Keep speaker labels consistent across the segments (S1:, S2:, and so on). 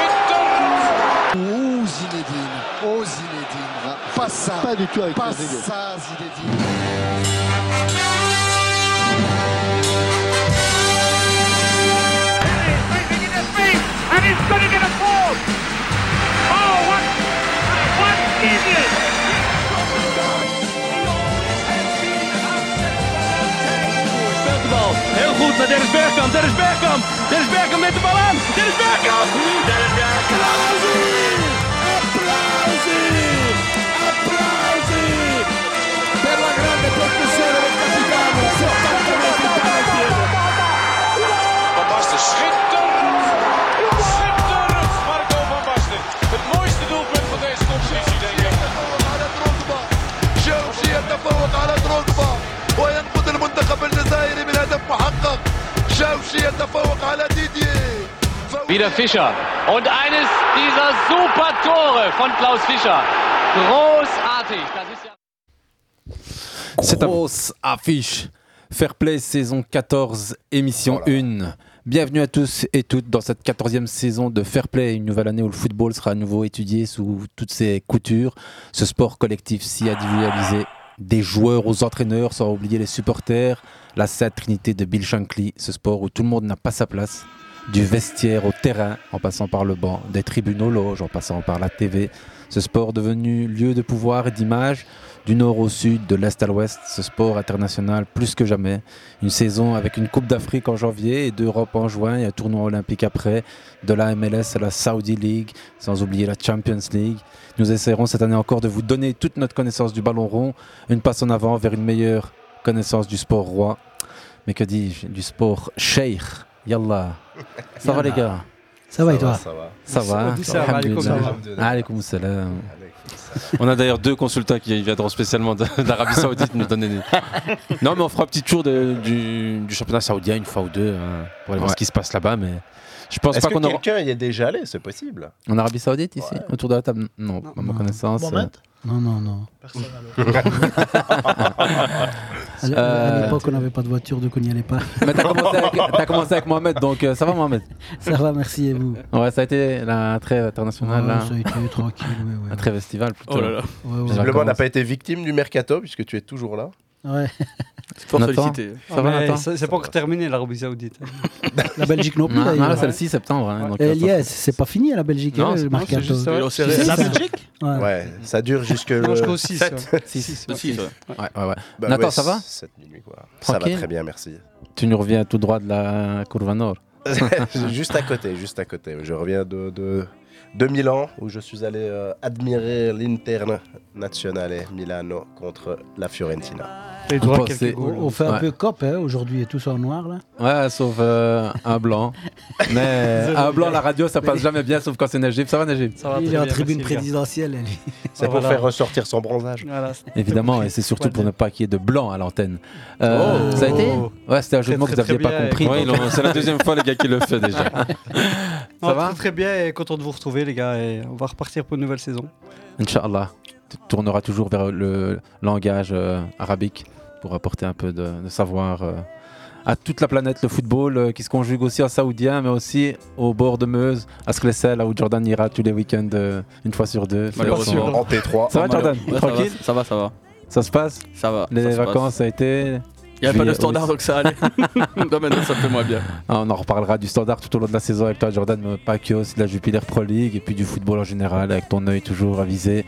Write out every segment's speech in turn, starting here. S1: Schitterend! Oh Zinedine, oh Zinedine, pas ça,
S2: Pas du tout avec
S1: pas
S2: Trezeguet.
S1: ça Zinedine.
S3: He's in his feet, and he's going to get a fourth. Oh, what, what is it?
S4: Buitenbal. Heel goed naar Dennis Bergkamp. Dennis Bergkamp. Dennis Bergkamp neemt de bal aan. Dennis Bergkamp. Dennis Bergkamp. Applausie. Applausie. Applausie. Per la grande professione del capitano. 70 metri dall'impiede.
S5: Van Basten schitterend! Schitterend Marco van Basten. Het mooiste doelpunt van deze competitie, denk ik.
S6: شيء يتفوق على دروكبا وينقذ المنتخب الجزائري من هدف محقق شاوشي يتفوق على ديدي
S7: Wieder Fischer. Und eines dieser super Tore von Klaus Fischer. Großartig. Das ist ja
S8: C'est grosse affiche. Fair Play saison 14, émission 1. Bienvenue à tous et toutes dans cette 14e saison de Fair Play, une nouvelle année où le football sera à nouveau étudié sous toutes ses coutures. Ce sport collectif si individualisé des joueurs aux entraîneurs, sans oublier les supporters, la sainte trinité de Bill Shankly, ce sport où tout le monde n'a pas sa place, du vestiaire au terrain, en passant par le banc, des tribunes aux loges, en passant par la TV, ce sport devenu lieu de pouvoir et d'image, du nord au sud, de l'est à l'ouest, ce sport international plus que jamais. Une saison avec une Coupe d'Afrique en janvier et d'Europe en juin et un tournoi olympique après, de la MLS à la Saudi League, sans oublier la Champions League. Nous essaierons cette année encore de vous donner toute notre connaissance du ballon rond, une passe en avant vers une meilleure connaissance du sport roi. Mais que dis-je, du sport cheikh. Yallah. Ça va les gars
S2: Ça va et toi
S8: Ça va
S4: Ça va, alaikum
S8: Alhamdulillah.
S4: salam.
S8: Alaikum salam. On a d'ailleurs deux consultants qui viendront spécialement de- d'Arabie Saoudite nous donner des- Non, mais on fera un petit tour de- du, du championnat saoudien une fois ou deux hein, pour aller
S9: Ouais.
S8: voir ce qui se passe là-bas. Mais je pense
S9: Est-ce
S8: pas
S9: que
S8: qu'on aura.
S9: quelqu'un y est déjà allé C'est possible.
S8: En Arabie Saoudite ici Autour de la table Non, à ma
S2: Non.
S8: connaissance. euh,
S2: Non, non, non. À l'- À
S8: Euh,
S2: l'époque, on n'avait pas de voiture, donc on n'y allait pas.
S8: Mais t'as commencé, avec- t'as commencé avec Mohamed, donc euh, ça va Mohamed
S2: Ça va, merci et vous.
S8: Ouais, ça a été la trêve internationale,
S2: Ouais,
S8: là.
S2: ça a été tranquille. ouais, ouais.
S8: la trêve estivale plutôt.
S4: Oh là là.
S2: Ouais, ouais.
S9: Visiblement, on n'a
S8: vacances.
S9: pas été victime du mercato puisque tu es toujours là.
S2: Ouais.
S4: C'est fort
S8: Nathan Ah,
S4: sollicité.
S8: Ça va Nathan
S10: C'est pas encore terminé l'Arabie Saoudite.
S2: La Belgique non plus.
S8: Non, non, là,
S2: d'ailleurs.
S8: c'est le 6 septembre. hein, donc,
S2: Eh,
S8: attends.
S2: Liès, c'est pas fini à la Belgique,
S8: Non,
S2: hein,
S8: c'est-
S2: le
S8: non,
S2: mercato.
S4: juste ça.
S10: Et
S2: Tu sais,
S10: La
S2: ça
S10: Belgique
S2: Ouais.
S9: Ouais, ça dure jusque.
S10: Non,
S9: le-
S10: jusqu'au 6. ouais.
S8: Six.
S10: Six,
S8: Six.
S10: six, ouais.
S8: Ouais, ouais, ouais.
S9: Bah
S8: Nathan,
S9: ouais,
S8: ça va
S9: Cette nuit, quoi. Ça va
S8: Tranquille
S9: très bien, merci.
S8: Tu nous reviens tout droit de la Courva Nord.
S9: juste à côté, juste à côté. Je reviens de, de, de Milan où je suis allé euh, admirer l'Interne Nazionale Milano contre la Fiorentina.
S10: Les
S8: Vous
S10: droits,
S8: pensez-
S10: quelques
S2: On,
S10: goals.
S2: on fait un
S8: Ouais.
S2: peu cop hein, aujourd'hui et tout ça en noir là.
S8: Ouais, sauf euh, un blanc. Mais un Euh, blanc, à la radio, ça passe jamais bien, sauf quand c'est Najib. Ça va, Najib
S10: Ça va
S2: Il
S10: très
S2: est en
S10: bien,
S2: tribune
S10: merci, les gars.
S2: présidentielle. elle est-
S9: C'est pour
S10: voilà.
S9: faire ressortir son bronzage.
S10: Voilà, c'est-
S8: Évidemment, et c'est surtout pour ne pas qu'il y ait de blanc à l'antenne. Euh,
S10: Oh.
S8: ça a été Ouais, c'était un jeu de mots que
S10: Très,
S8: vous
S10: très,
S8: n'aviez pas
S10: très bien.
S8: compris.
S10: Ouais,
S8: donc- euh,
S4: C'est la deuxième fois, les gars, qui le fait déjà.
S10: Non,
S8: Ça va
S10: très, très bien et content de vous retrouver les gars et on va repartir pour une nouvelle saison.
S8: Inch'Allah, tu tourneras toujours vers le langage euh, arabique pour apporter un peu de, de savoir euh, à toute la planète, le football euh, qui se conjugue aussi en saoudien, mais aussi au bord de Meuse, à Sklesel, là où Jordan ira tous les week-ends euh, une fois sur deux.
S4: Malheureusement.
S9: En T3.
S8: hein. Ça va Jordan
S4: Ouais, ça va,
S8: Tranquille
S4: Ça va, ça va.
S8: Ça se passe
S4: Ça va.
S8: Les
S4: ça se passe.
S8: vacances, ça a été
S4: Il n'y avait pas de
S8: Juillet,
S4: standard,
S8: août.
S4: donc ça allait. non, maintenant, ça fait moins bien.
S8: Ah, on en reparlera du standard tout au long de la saison avec toi, Jordan mais pas que aussi de la Jupiler Pro League et puis du football en général, avec ton œil toujours avisé.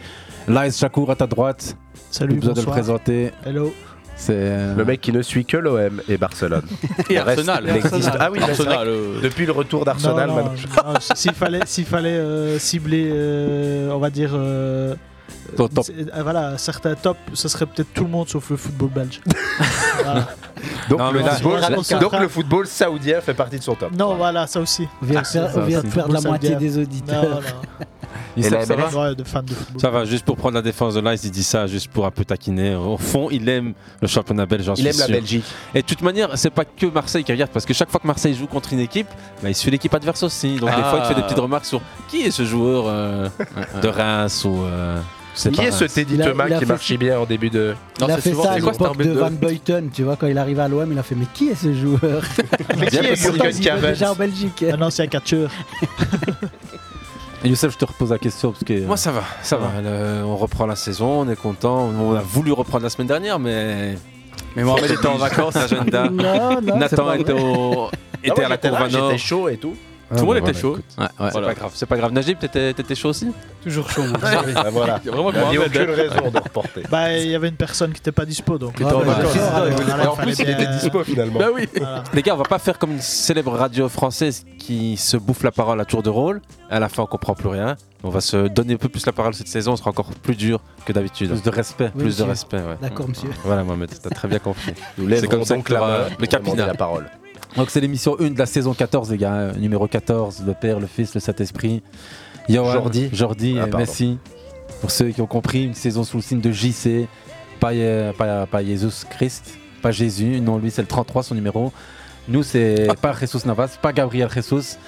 S8: Laïs Chakour à ta droite, plus
S2: Salut,
S8: besoin de le présenter.
S2: Hello.
S8: C'est euh,
S9: Le mec qui ne suit que l'OM et Barcelone.
S4: Et
S9: Le reste
S4: Arsenal.
S9: n'existe-
S10: Arsenal.
S9: Ah oui, mais c'est vrai
S4: Arsenal.
S9: que
S4: euh,
S9: depuis le retour d'Arsenal,
S11: Non, non,
S9: maintenant.
S11: non, s'il fallait, s'il fallait euh, cibler, euh, on va dire, euh,
S8: ton top
S11: c'est- euh, voilà, certains tops, ce serait peut-être tout le monde sauf le football belge. Voilà.
S9: Donc,
S8: Non,
S9: le,
S8: mais là,
S9: football,
S11: je raconte ça.
S9: donc le football saoudien fait partie de son top.
S11: Non, voilà, ça aussi.
S2: On vient de
S11: ça,
S2: faire- on vient de
S8: aussi.
S2: perdre la
S11: Bon, ça
S2: moitié
S11: vient.
S2: des
S11: Non,
S2: auditeurs.
S8: Youssef,
S9: la
S8: ça va
S11: non, ouais, de fan de football.
S8: Ça va, juste pour prendre la défense de Lice, il dit ça juste pour un peu taquiner. Au fond, il aime le championnat belge, j'en
S9: Il
S8: suis
S9: aime la
S8: sûr.
S9: Belgique.
S8: Et de toute manière, c'est pas que Marseille qui regarde, parce que chaque fois que Marseille joue contre une équipe, bah, il suit l'équipe adverse aussi. Donc des
S4: Ah.
S8: fois, il te fait des petites remarques sur qui est ce joueur euh, de Reims ou. euh, je sais
S9: Qui
S8: pas,
S9: est ce
S8: Reims.
S9: Teddy
S2: Il a-
S9: Thomas
S2: il a
S9: qui
S2: fait-
S9: marchait bien en début de.
S4: Non,
S2: il a
S4: c'est
S2: fait
S4: souvent-
S2: ça à
S4: c'est quoi,
S2: l'époque
S4: Starbed
S2: de
S4: deux
S2: Van Buyten, tu vois, quand il arrive à l'OM, il a fait mais qui est ce joueur
S9: Mais qui
S2: Pourtant,
S9: est Jürgen
S2: il jouait
S9: Cavani
S2: déjà en Belgique.
S11: Un ancien catcheur.
S8: Youssef, je te repose la question parce que. euh,
S4: Moi ça va, ça va. Le- on reprend la saison, on est content. On a voulu reprendre la semaine dernière, mais. Mais Mohamed était en vacances, agenda.
S8: Non, non, c'est
S4: Nathan
S8: pas
S4: était,
S8: vrai.
S4: au- était
S9: Ah ouais,
S4: à la
S9: j'étais là,
S4: Courvanne.
S9: j'étais chaud et tout.
S4: Tout le monde
S8: Ah, bah
S4: était
S8: voilà,
S4: chaud.
S8: écoute.
S4: Ouais, ouais, c'est
S8: Voilà.
S4: pas grave. C'est pas grave. Najib, t'étais t'étais chaud aussi
S11: Toujours chaud. moi.
S4: Ouais. Ah, voilà. Il y a vraiment
S9: Il n'y a
S4: Mohamed,
S9: aucune
S4: hein.
S9: raison de reporter.
S11: Bah, il y avait une personne qui n'était pas dispo donc.
S8: Qui était en
S11: Ah, bah,
S8: vacances.
S11: d'accord.
S8: Ah,
S11: Alors,
S8: ouais. Et en
S11: fallait
S8: plus, il
S11: bien-
S8: était dispo,
S9: finalement.
S8: Bah oui. Les gars, on va pas faire comme une célèbre radio française qui se bouffe la parole à tour de rôle. À la fin, on comprend plus rien. On va se donner un peu plus la parole cette saison. On sera encore plus dur que d'habitude. Plus de respect.
S2: Oui,
S8: plus
S2: monsieur.
S8: de respect. ouais.
S2: D'accord, monsieur.
S8: Voilà, Mohamed, t'as très bien compris.
S9: Nous
S8: C'est
S9: lèverons
S8: comme ça
S9: donc
S8: que
S9: la
S8: la,
S9: main
S8: le
S9: pour demander
S8: capina.
S9: la parole.
S8: Donc c'est l'émission 1 de la saison 14, les gars. hein. Numéro 14, le Père, le Fils, le Saint-Esprit. Johan,
S9: Jordi.
S8: Jordi
S9: Ah,
S8: et
S9: pardon.
S8: Messi. Pour ceux qui ont compris, une saison sous le signe de JC. Pas, euh, pas, pas Jesus Christ, pas Jésus. Non, lui, c'est le 33, son numéro. Nous, c'est
S9: Ah.
S8: pas Jesus Navas, pas Gabriel Jesus.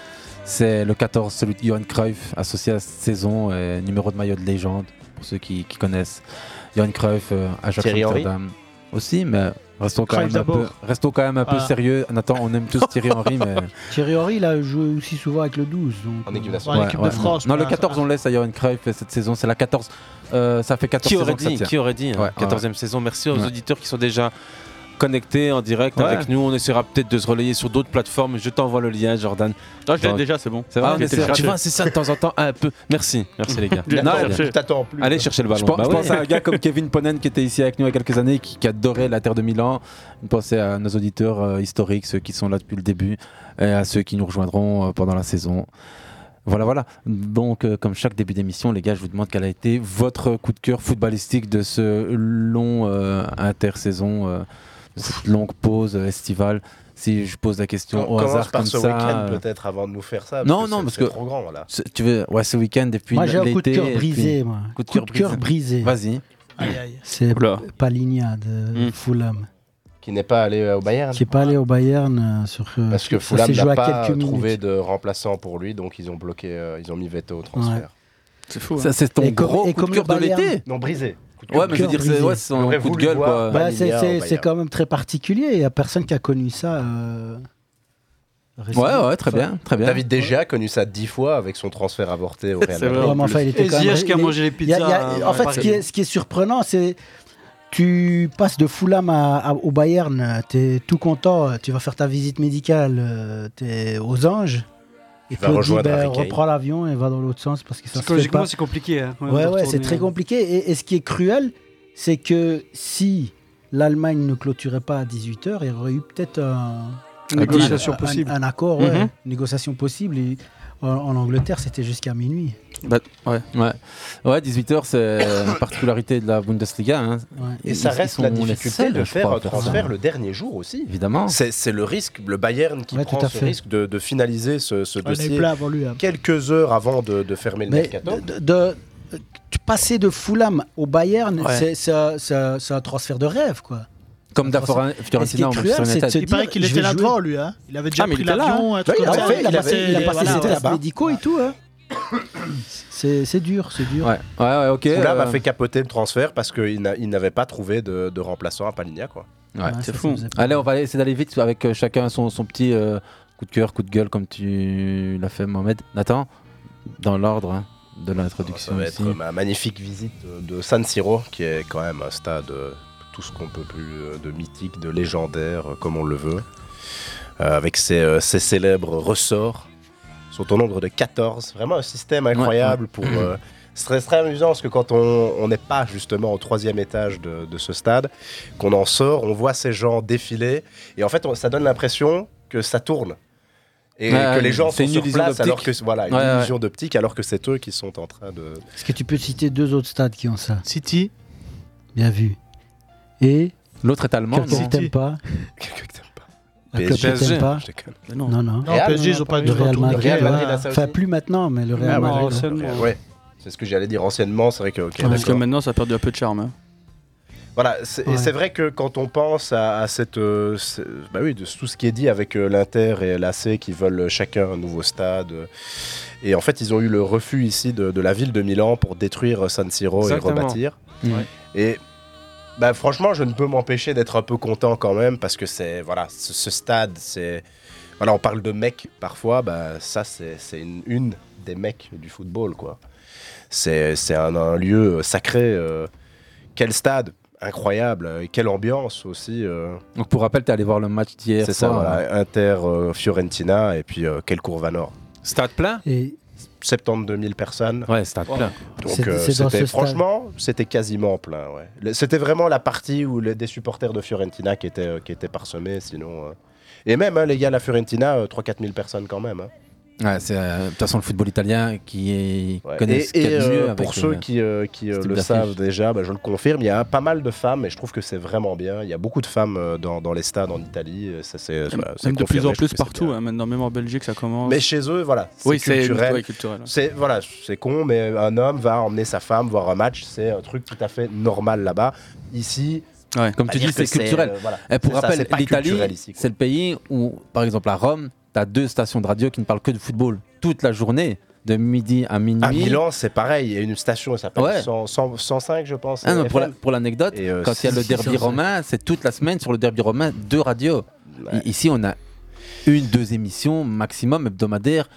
S8: C'est le 14, celui de Johan Cruyff, associé à cette saison. euh, numéro de maillot de légende, pour ceux qui, qui connaissent. Johan Cruyff, euh, Ajax
S9: Thierry Henry.
S8: Amsterdam. Aussi, mais restons quand,
S2: Cruyff
S8: même un peu,
S2: d'abord.
S8: restons quand même un peu
S2: Ah.
S8: sérieux. Nathan, on aime tous Thierry Henry, mais.
S2: Thierry Henry, il a joué aussi souvent avec le 12. Donc,
S8: En
S2: euh,
S8: Non, le 14, on laisse à Johan Cruyff et cette saison. C'est la 14. euh, ça fait 14
S4: Qui aurait
S8: saisons que ça
S4: dit,
S8: tient.
S4: qui aurait dit hein,
S8: Ouais,
S4: 14e
S8: ouais.
S4: saison. Merci aux
S8: Ouais.
S4: auditeurs qui sont déjà connectés en direct
S8: Ouais.
S4: avec nous. On essaiera peut-être de se relayer sur d'autres plateformes. Je t'envoie le lien, Jordan.
S8: Non, je l'ai
S4: Donc-
S8: déjà, c'est bon.
S4: Ça va,
S8: Ah,
S4: j'ai
S8: mais c'est-
S4: téléchargé.
S8: tu vois, c'est ça, de temps en temps, un peu.
S4: Merci, merci les gars.
S8: Je l'attends, je
S9: t'attends plus.
S4: Allez chercher le ballon.
S8: Je pense,
S4: Bah
S8: je
S4: ouais.
S8: pense à un gars comme Kevin Ponen qui était ici avec nous il y a quelques années, qui, qui adorait la terre de Milan. Je pense à nos auditeurs euh, historiques, ceux qui sont là depuis le début, et à ceux qui nous rejoindront euh, pendant la saison. Voilà, voilà. Donc, euh, comme chaque début d'émission, les gars, je vous demande quel a été votre coup de cœur footballistique de ce long euh, intersaison, euh, de cette longue pause euh, estivale. Si je pose la question au
S9: Commence
S8: hasard
S9: par
S8: comme
S9: ce
S8: ça,
S9: week-end
S8: euh,
S9: peut-être avant de nous faire ça.
S8: non, non,
S9: c'est-
S8: parce
S9: c'est
S8: que
S9: trop grand là.
S8: ce- tu veux, ouais, ce week-end depuis
S2: Moi, j'ai un coup de
S8: l'été,
S2: cœur
S8: et puis-
S2: brisé, moi.
S8: Coup de cœur brisé. Vas-y.
S2: C'est
S8: Oula. Hmm.
S2: Paligna de Fulham.
S9: Qui n'est pas allé euh, au Bayern.
S2: Qui n'est pas allé au Bayern euh, sur. euh,
S9: Parce que
S2: sur- ça
S9: Fulham
S2: s'est joué
S9: n'a
S2: à
S9: pas
S2: quelques
S9: trouvé
S2: minutes.
S9: de remplaçant pour lui, donc ils ont bloqué, euh, ils ont mis veto au transfert.
S2: Ouais.
S9: C'est
S2: fou, hein. Ça, c'est ton Et comme- gros et coup de comme le cœur de Bayern- l'été.
S9: Non, brisé. Coup de
S8: Ouais,
S9: cœur
S8: mais je veux dire, c'est
S9: brisé.
S8: ouais, c'est son
S9: J'aurais
S8: coup de
S9: voulu
S8: gueule,
S9: voir
S8: quoi.
S2: Bah,
S9: Paligna
S2: c'est-
S9: au
S2: c'est
S9: Bayern.
S2: c'est quand même très particulier. Il n'y a personne qui a connu ça. euh, récemment. Enfin,
S9: David Déjà a connu ça dix fois avec son transfert avorté au Real
S2: C'est
S9: Madrid.
S2: vrai, mais enfin, il était quand même- il est- il y a- il y a- en
S12: euh,
S2: fait, ce qui, est, ce qui est surprenant, c'est tu passes de Fulham à- à- au Bayern, tu es tout content, tu vas faire ta visite médicale, tu es aux anges. Et
S9: Tu
S2: puis
S9: vas
S2: on dit,
S9: rejoindre
S2: ben,
S9: Harry Kane.
S2: reprends l'avion et va dans l'autre sens parce que ça se fait
S12: Psychologiquement,
S2: pas.
S12: c'est compliqué, hein, ouais,
S2: ouais,
S12: de
S2: ouais,
S12: retourner,
S2: c'est très
S12: ouais.
S2: compliqué. Et, et ce qui est cruel, c'est que si l'Allemagne ne clôturait pas à 18h, il y aurait eu peut-être un-
S12: Une négociation
S2: un- un-
S12: possible.
S2: Un, accord, ouais,
S12: Mhm.
S2: une négociation possible. Et en, en Angleterre, c'était jusqu'à minuit.
S8: Bah, ouais. ouais. Ouais, 18h, c'est euh, une particularité de la Bundesliga. hein.
S9: Et ça
S8: Ils- ils
S9: reste
S8: sont
S9: la
S8: les
S9: difficulté
S8: seuls,
S9: de
S8: je
S9: faire
S8: crois,
S9: un
S8: à ça.
S9: transfert le dernier jour aussi.
S8: Évidemment.
S9: C'est c'est le risque, le Bayern qui
S2: Ouais, tout
S9: prend
S2: à
S9: ce
S2: fait.
S9: risque de, de finaliser ce, ce
S2: On est
S9: dossier
S2: plein avant lui, hein.
S9: quelques heures avant de, de fermer le
S2: Mais
S9: mercato.
S2: de, de- de- tu- passer de Fulham au Bayern,
S9: Ouais.
S2: c'est- c'est un- c'est un c'est un transfert de rêve, quoi.
S8: Comme
S2: da
S8: Fiorentina
S2: Et ce qui est
S8: au Manchester
S2: cruel, c'est de
S8: United.
S2: se
S8: Il
S2: dire,
S8: paraît qu'il
S2: je
S8: était
S2: vais
S8: là
S2: jouer.
S8: devant,
S11: lui, hein. Il avait
S8: déjà Ah, mais pris il était là, l'avion, hein. un truc
S2: Oui,
S8: comme
S2: en
S8: ça.
S2: fait, il a
S8: Il
S2: passé
S8: avait-
S2: il a
S8: il
S2: passé
S8: était
S2: ses
S8: là-bas.
S2: tests médicaux et tout. hein. C'est c'est dur, c'est dur.
S8: Ouais, ouais, ok.
S9: Fulham
S8: euh,
S9: a fait capoter le transfert parce qu'il n'a- il n'avait pas trouvé de, de remplaçant à Paligna. Quoi.
S8: Ouais, c'est fou. Allez, on va essayer d'aller vite avec euh, chacun son, son petit euh, coup de cœur, coup de gueule, comme tu l'as fait, Mohamed. Nathan, dans l'ordre hein, de
S9: Ça
S8: l'introduction.
S9: va
S8: ici.
S9: être ma magnifique visite de San Siro, qui est quand même un stade euh, tout ce qu'on peut plus euh, de mythique, de légendaire, euh, comme on le veut, Euh, avec ses, euh, ses célèbres ressorts, Ils sont au nombre de 14. Vraiment un système incroyable
S8: Ouais, ouais.
S9: pour. euh, c'est très, très amusant parce que quand on on n'est pas justement au troisième étage de, de ce stade, qu'on en sort, on voit ces gens défiler et en fait on- ça donne l'impression que ça tourne et
S8: Ouais,
S9: que
S8: ouais,
S9: les gens
S8: c'est
S9: sont
S8: une
S9: sur
S8: illusion
S9: place alors que
S8: d'optique.
S9: voilà une
S8: Ouais, ouais.
S9: illusion d'optique alors que c'est eux qui sont en train de,
S2: Est-ce que tu peux citer deux autres stades qui ont ça
S11: City.
S2: Bien vu. Et
S8: L'autre est allemand.
S2: Quelqu'un
S8: non
S2: que t'aimes pas
S9: Quelqu'un que t'aimes pas.
S2: Un club que
S8: PSG.
S2: t'aimes pas
S8: Je déconne.
S2: Non, non.
S9: Non, Real, PSG, ils ont pas
S2: Le
S9: eu de
S2: Real
S9: retour.
S2: Madrid.
S9: Le Real Madrid
S2: ouais.
S9: a ça
S2: Enfin,
S9: aussi.
S2: plus maintenant, mais le Real
S9: Ah ouais,
S2: Madrid.
S9: d'accord.
S2: ouais.
S9: Ouais, c'est ce que j'allais dire anciennement, c'est vrai que ok,
S13: Parce que
S9: d'accord.
S13: maintenant, ça a perdu un peu de charme. hein.
S9: Voilà, c'est, et c'est vrai que quand on pense à, à cette, euh, c'est- bah oui, de tout ce qui est dit avec euh, l'Inter et l'AC qui veulent chacun un nouveau stade, euh, et en fait ils ont eu le refus ici de, de la ville de Milan pour détruire euh, San Siro et
S4: Exactement.
S9: rebâtir.
S4: Ouais.
S9: Et bah, franchement, je ne peux m'empêcher d'être un peu content quand même parce que c'est voilà, ce, ce stade, c'est voilà, on parle de mecs parfois, bah, ça c'est c'est une, une des mecs du football. quoi. C'est c'est un, un lieu sacré. euh, quel stade incroyable, euh, et quelle ambiance aussi. euh.
S8: Donc pour rappel, t'es allé voir le match d'hier.
S9: C'est ça,
S8: soir. hein.
S9: voilà, Inter, euh, Fiorentina et puis euh, quel courva nord.
S8: Stade plein
S9: 72 000 personnes.
S8: Ouais, stade plein.
S9: Donc
S8: C'est-
S9: euh,
S8: c'est dans
S9: c'était
S8: ce stade.
S9: franchement, c'était quasiment plein. ouais. Le- C'était vraiment la partie où les, des supporters de Fiorentina qui étaient, euh, qui étaient parsemés, sinon. euh. Et même hein, les gars, la Fiorentina, euh, 3-4 000 personnes quand même. hein.
S8: Ouais, c'est, euh, de toute façon, le football italien qui est- connaît
S9: Et,
S8: ce qu'il y a
S9: et,
S8: de
S9: euh,
S8: mieux.
S9: pour
S8: avec,
S9: ceux
S8: euh,
S9: qui, euh, qui euh,
S8: ce type
S9: le
S8: d'affiche.
S9: savent déjà, bah, je le confirme, il y a pas mal de femmes et je trouve que c'est vraiment bien. Il y a beaucoup de femmes euh, dans, dans les stades en Italie. et Ça, c'est voilà, c'est
S4: Même de
S9: confirmé,
S4: plus en
S9: je trouve
S4: plus
S9: que c'est
S4: partout, hein, maintenant même en Belgique ça commence.
S9: Mais chez eux, voilà, c'est
S4: Oui, c'est
S9: culturel.
S4: ouais, culturel.
S9: C'est voilà, c'est con, mais un homme va emmener sa femme voir un match, c'est un truc tout à fait normal là-bas. Ici,
S8: Ouais, comme tu
S9: c'est-à-dire
S8: dis,
S9: que
S8: c'est culturel.
S9: euh, voilà,
S8: Et pour
S9: c'est ça,
S8: rappel,
S9: c'est pas
S8: l'Italie,
S9: culturel ici, quoi.
S8: c'est le pays où, par exemple, à Rome, tu as deux stations de radio qui ne parlent que de football toute la journée, de midi à minuit.
S9: À Milan, c'est pareil. Il y a une station, elle s'appelle
S8: Ouais.
S9: 100 100 105, je pense.
S8: Ah non, pour la-
S9: FM.
S8: pour l'anecdote,
S9: Et, euh,
S8: quand il y a
S9: si-
S8: le
S9: si-
S8: derby
S9: si-
S8: romain, c'est toute la semaine sur le derby romain, deux radios. I- Ici, on a une, deux émissions maximum hebdomadaires,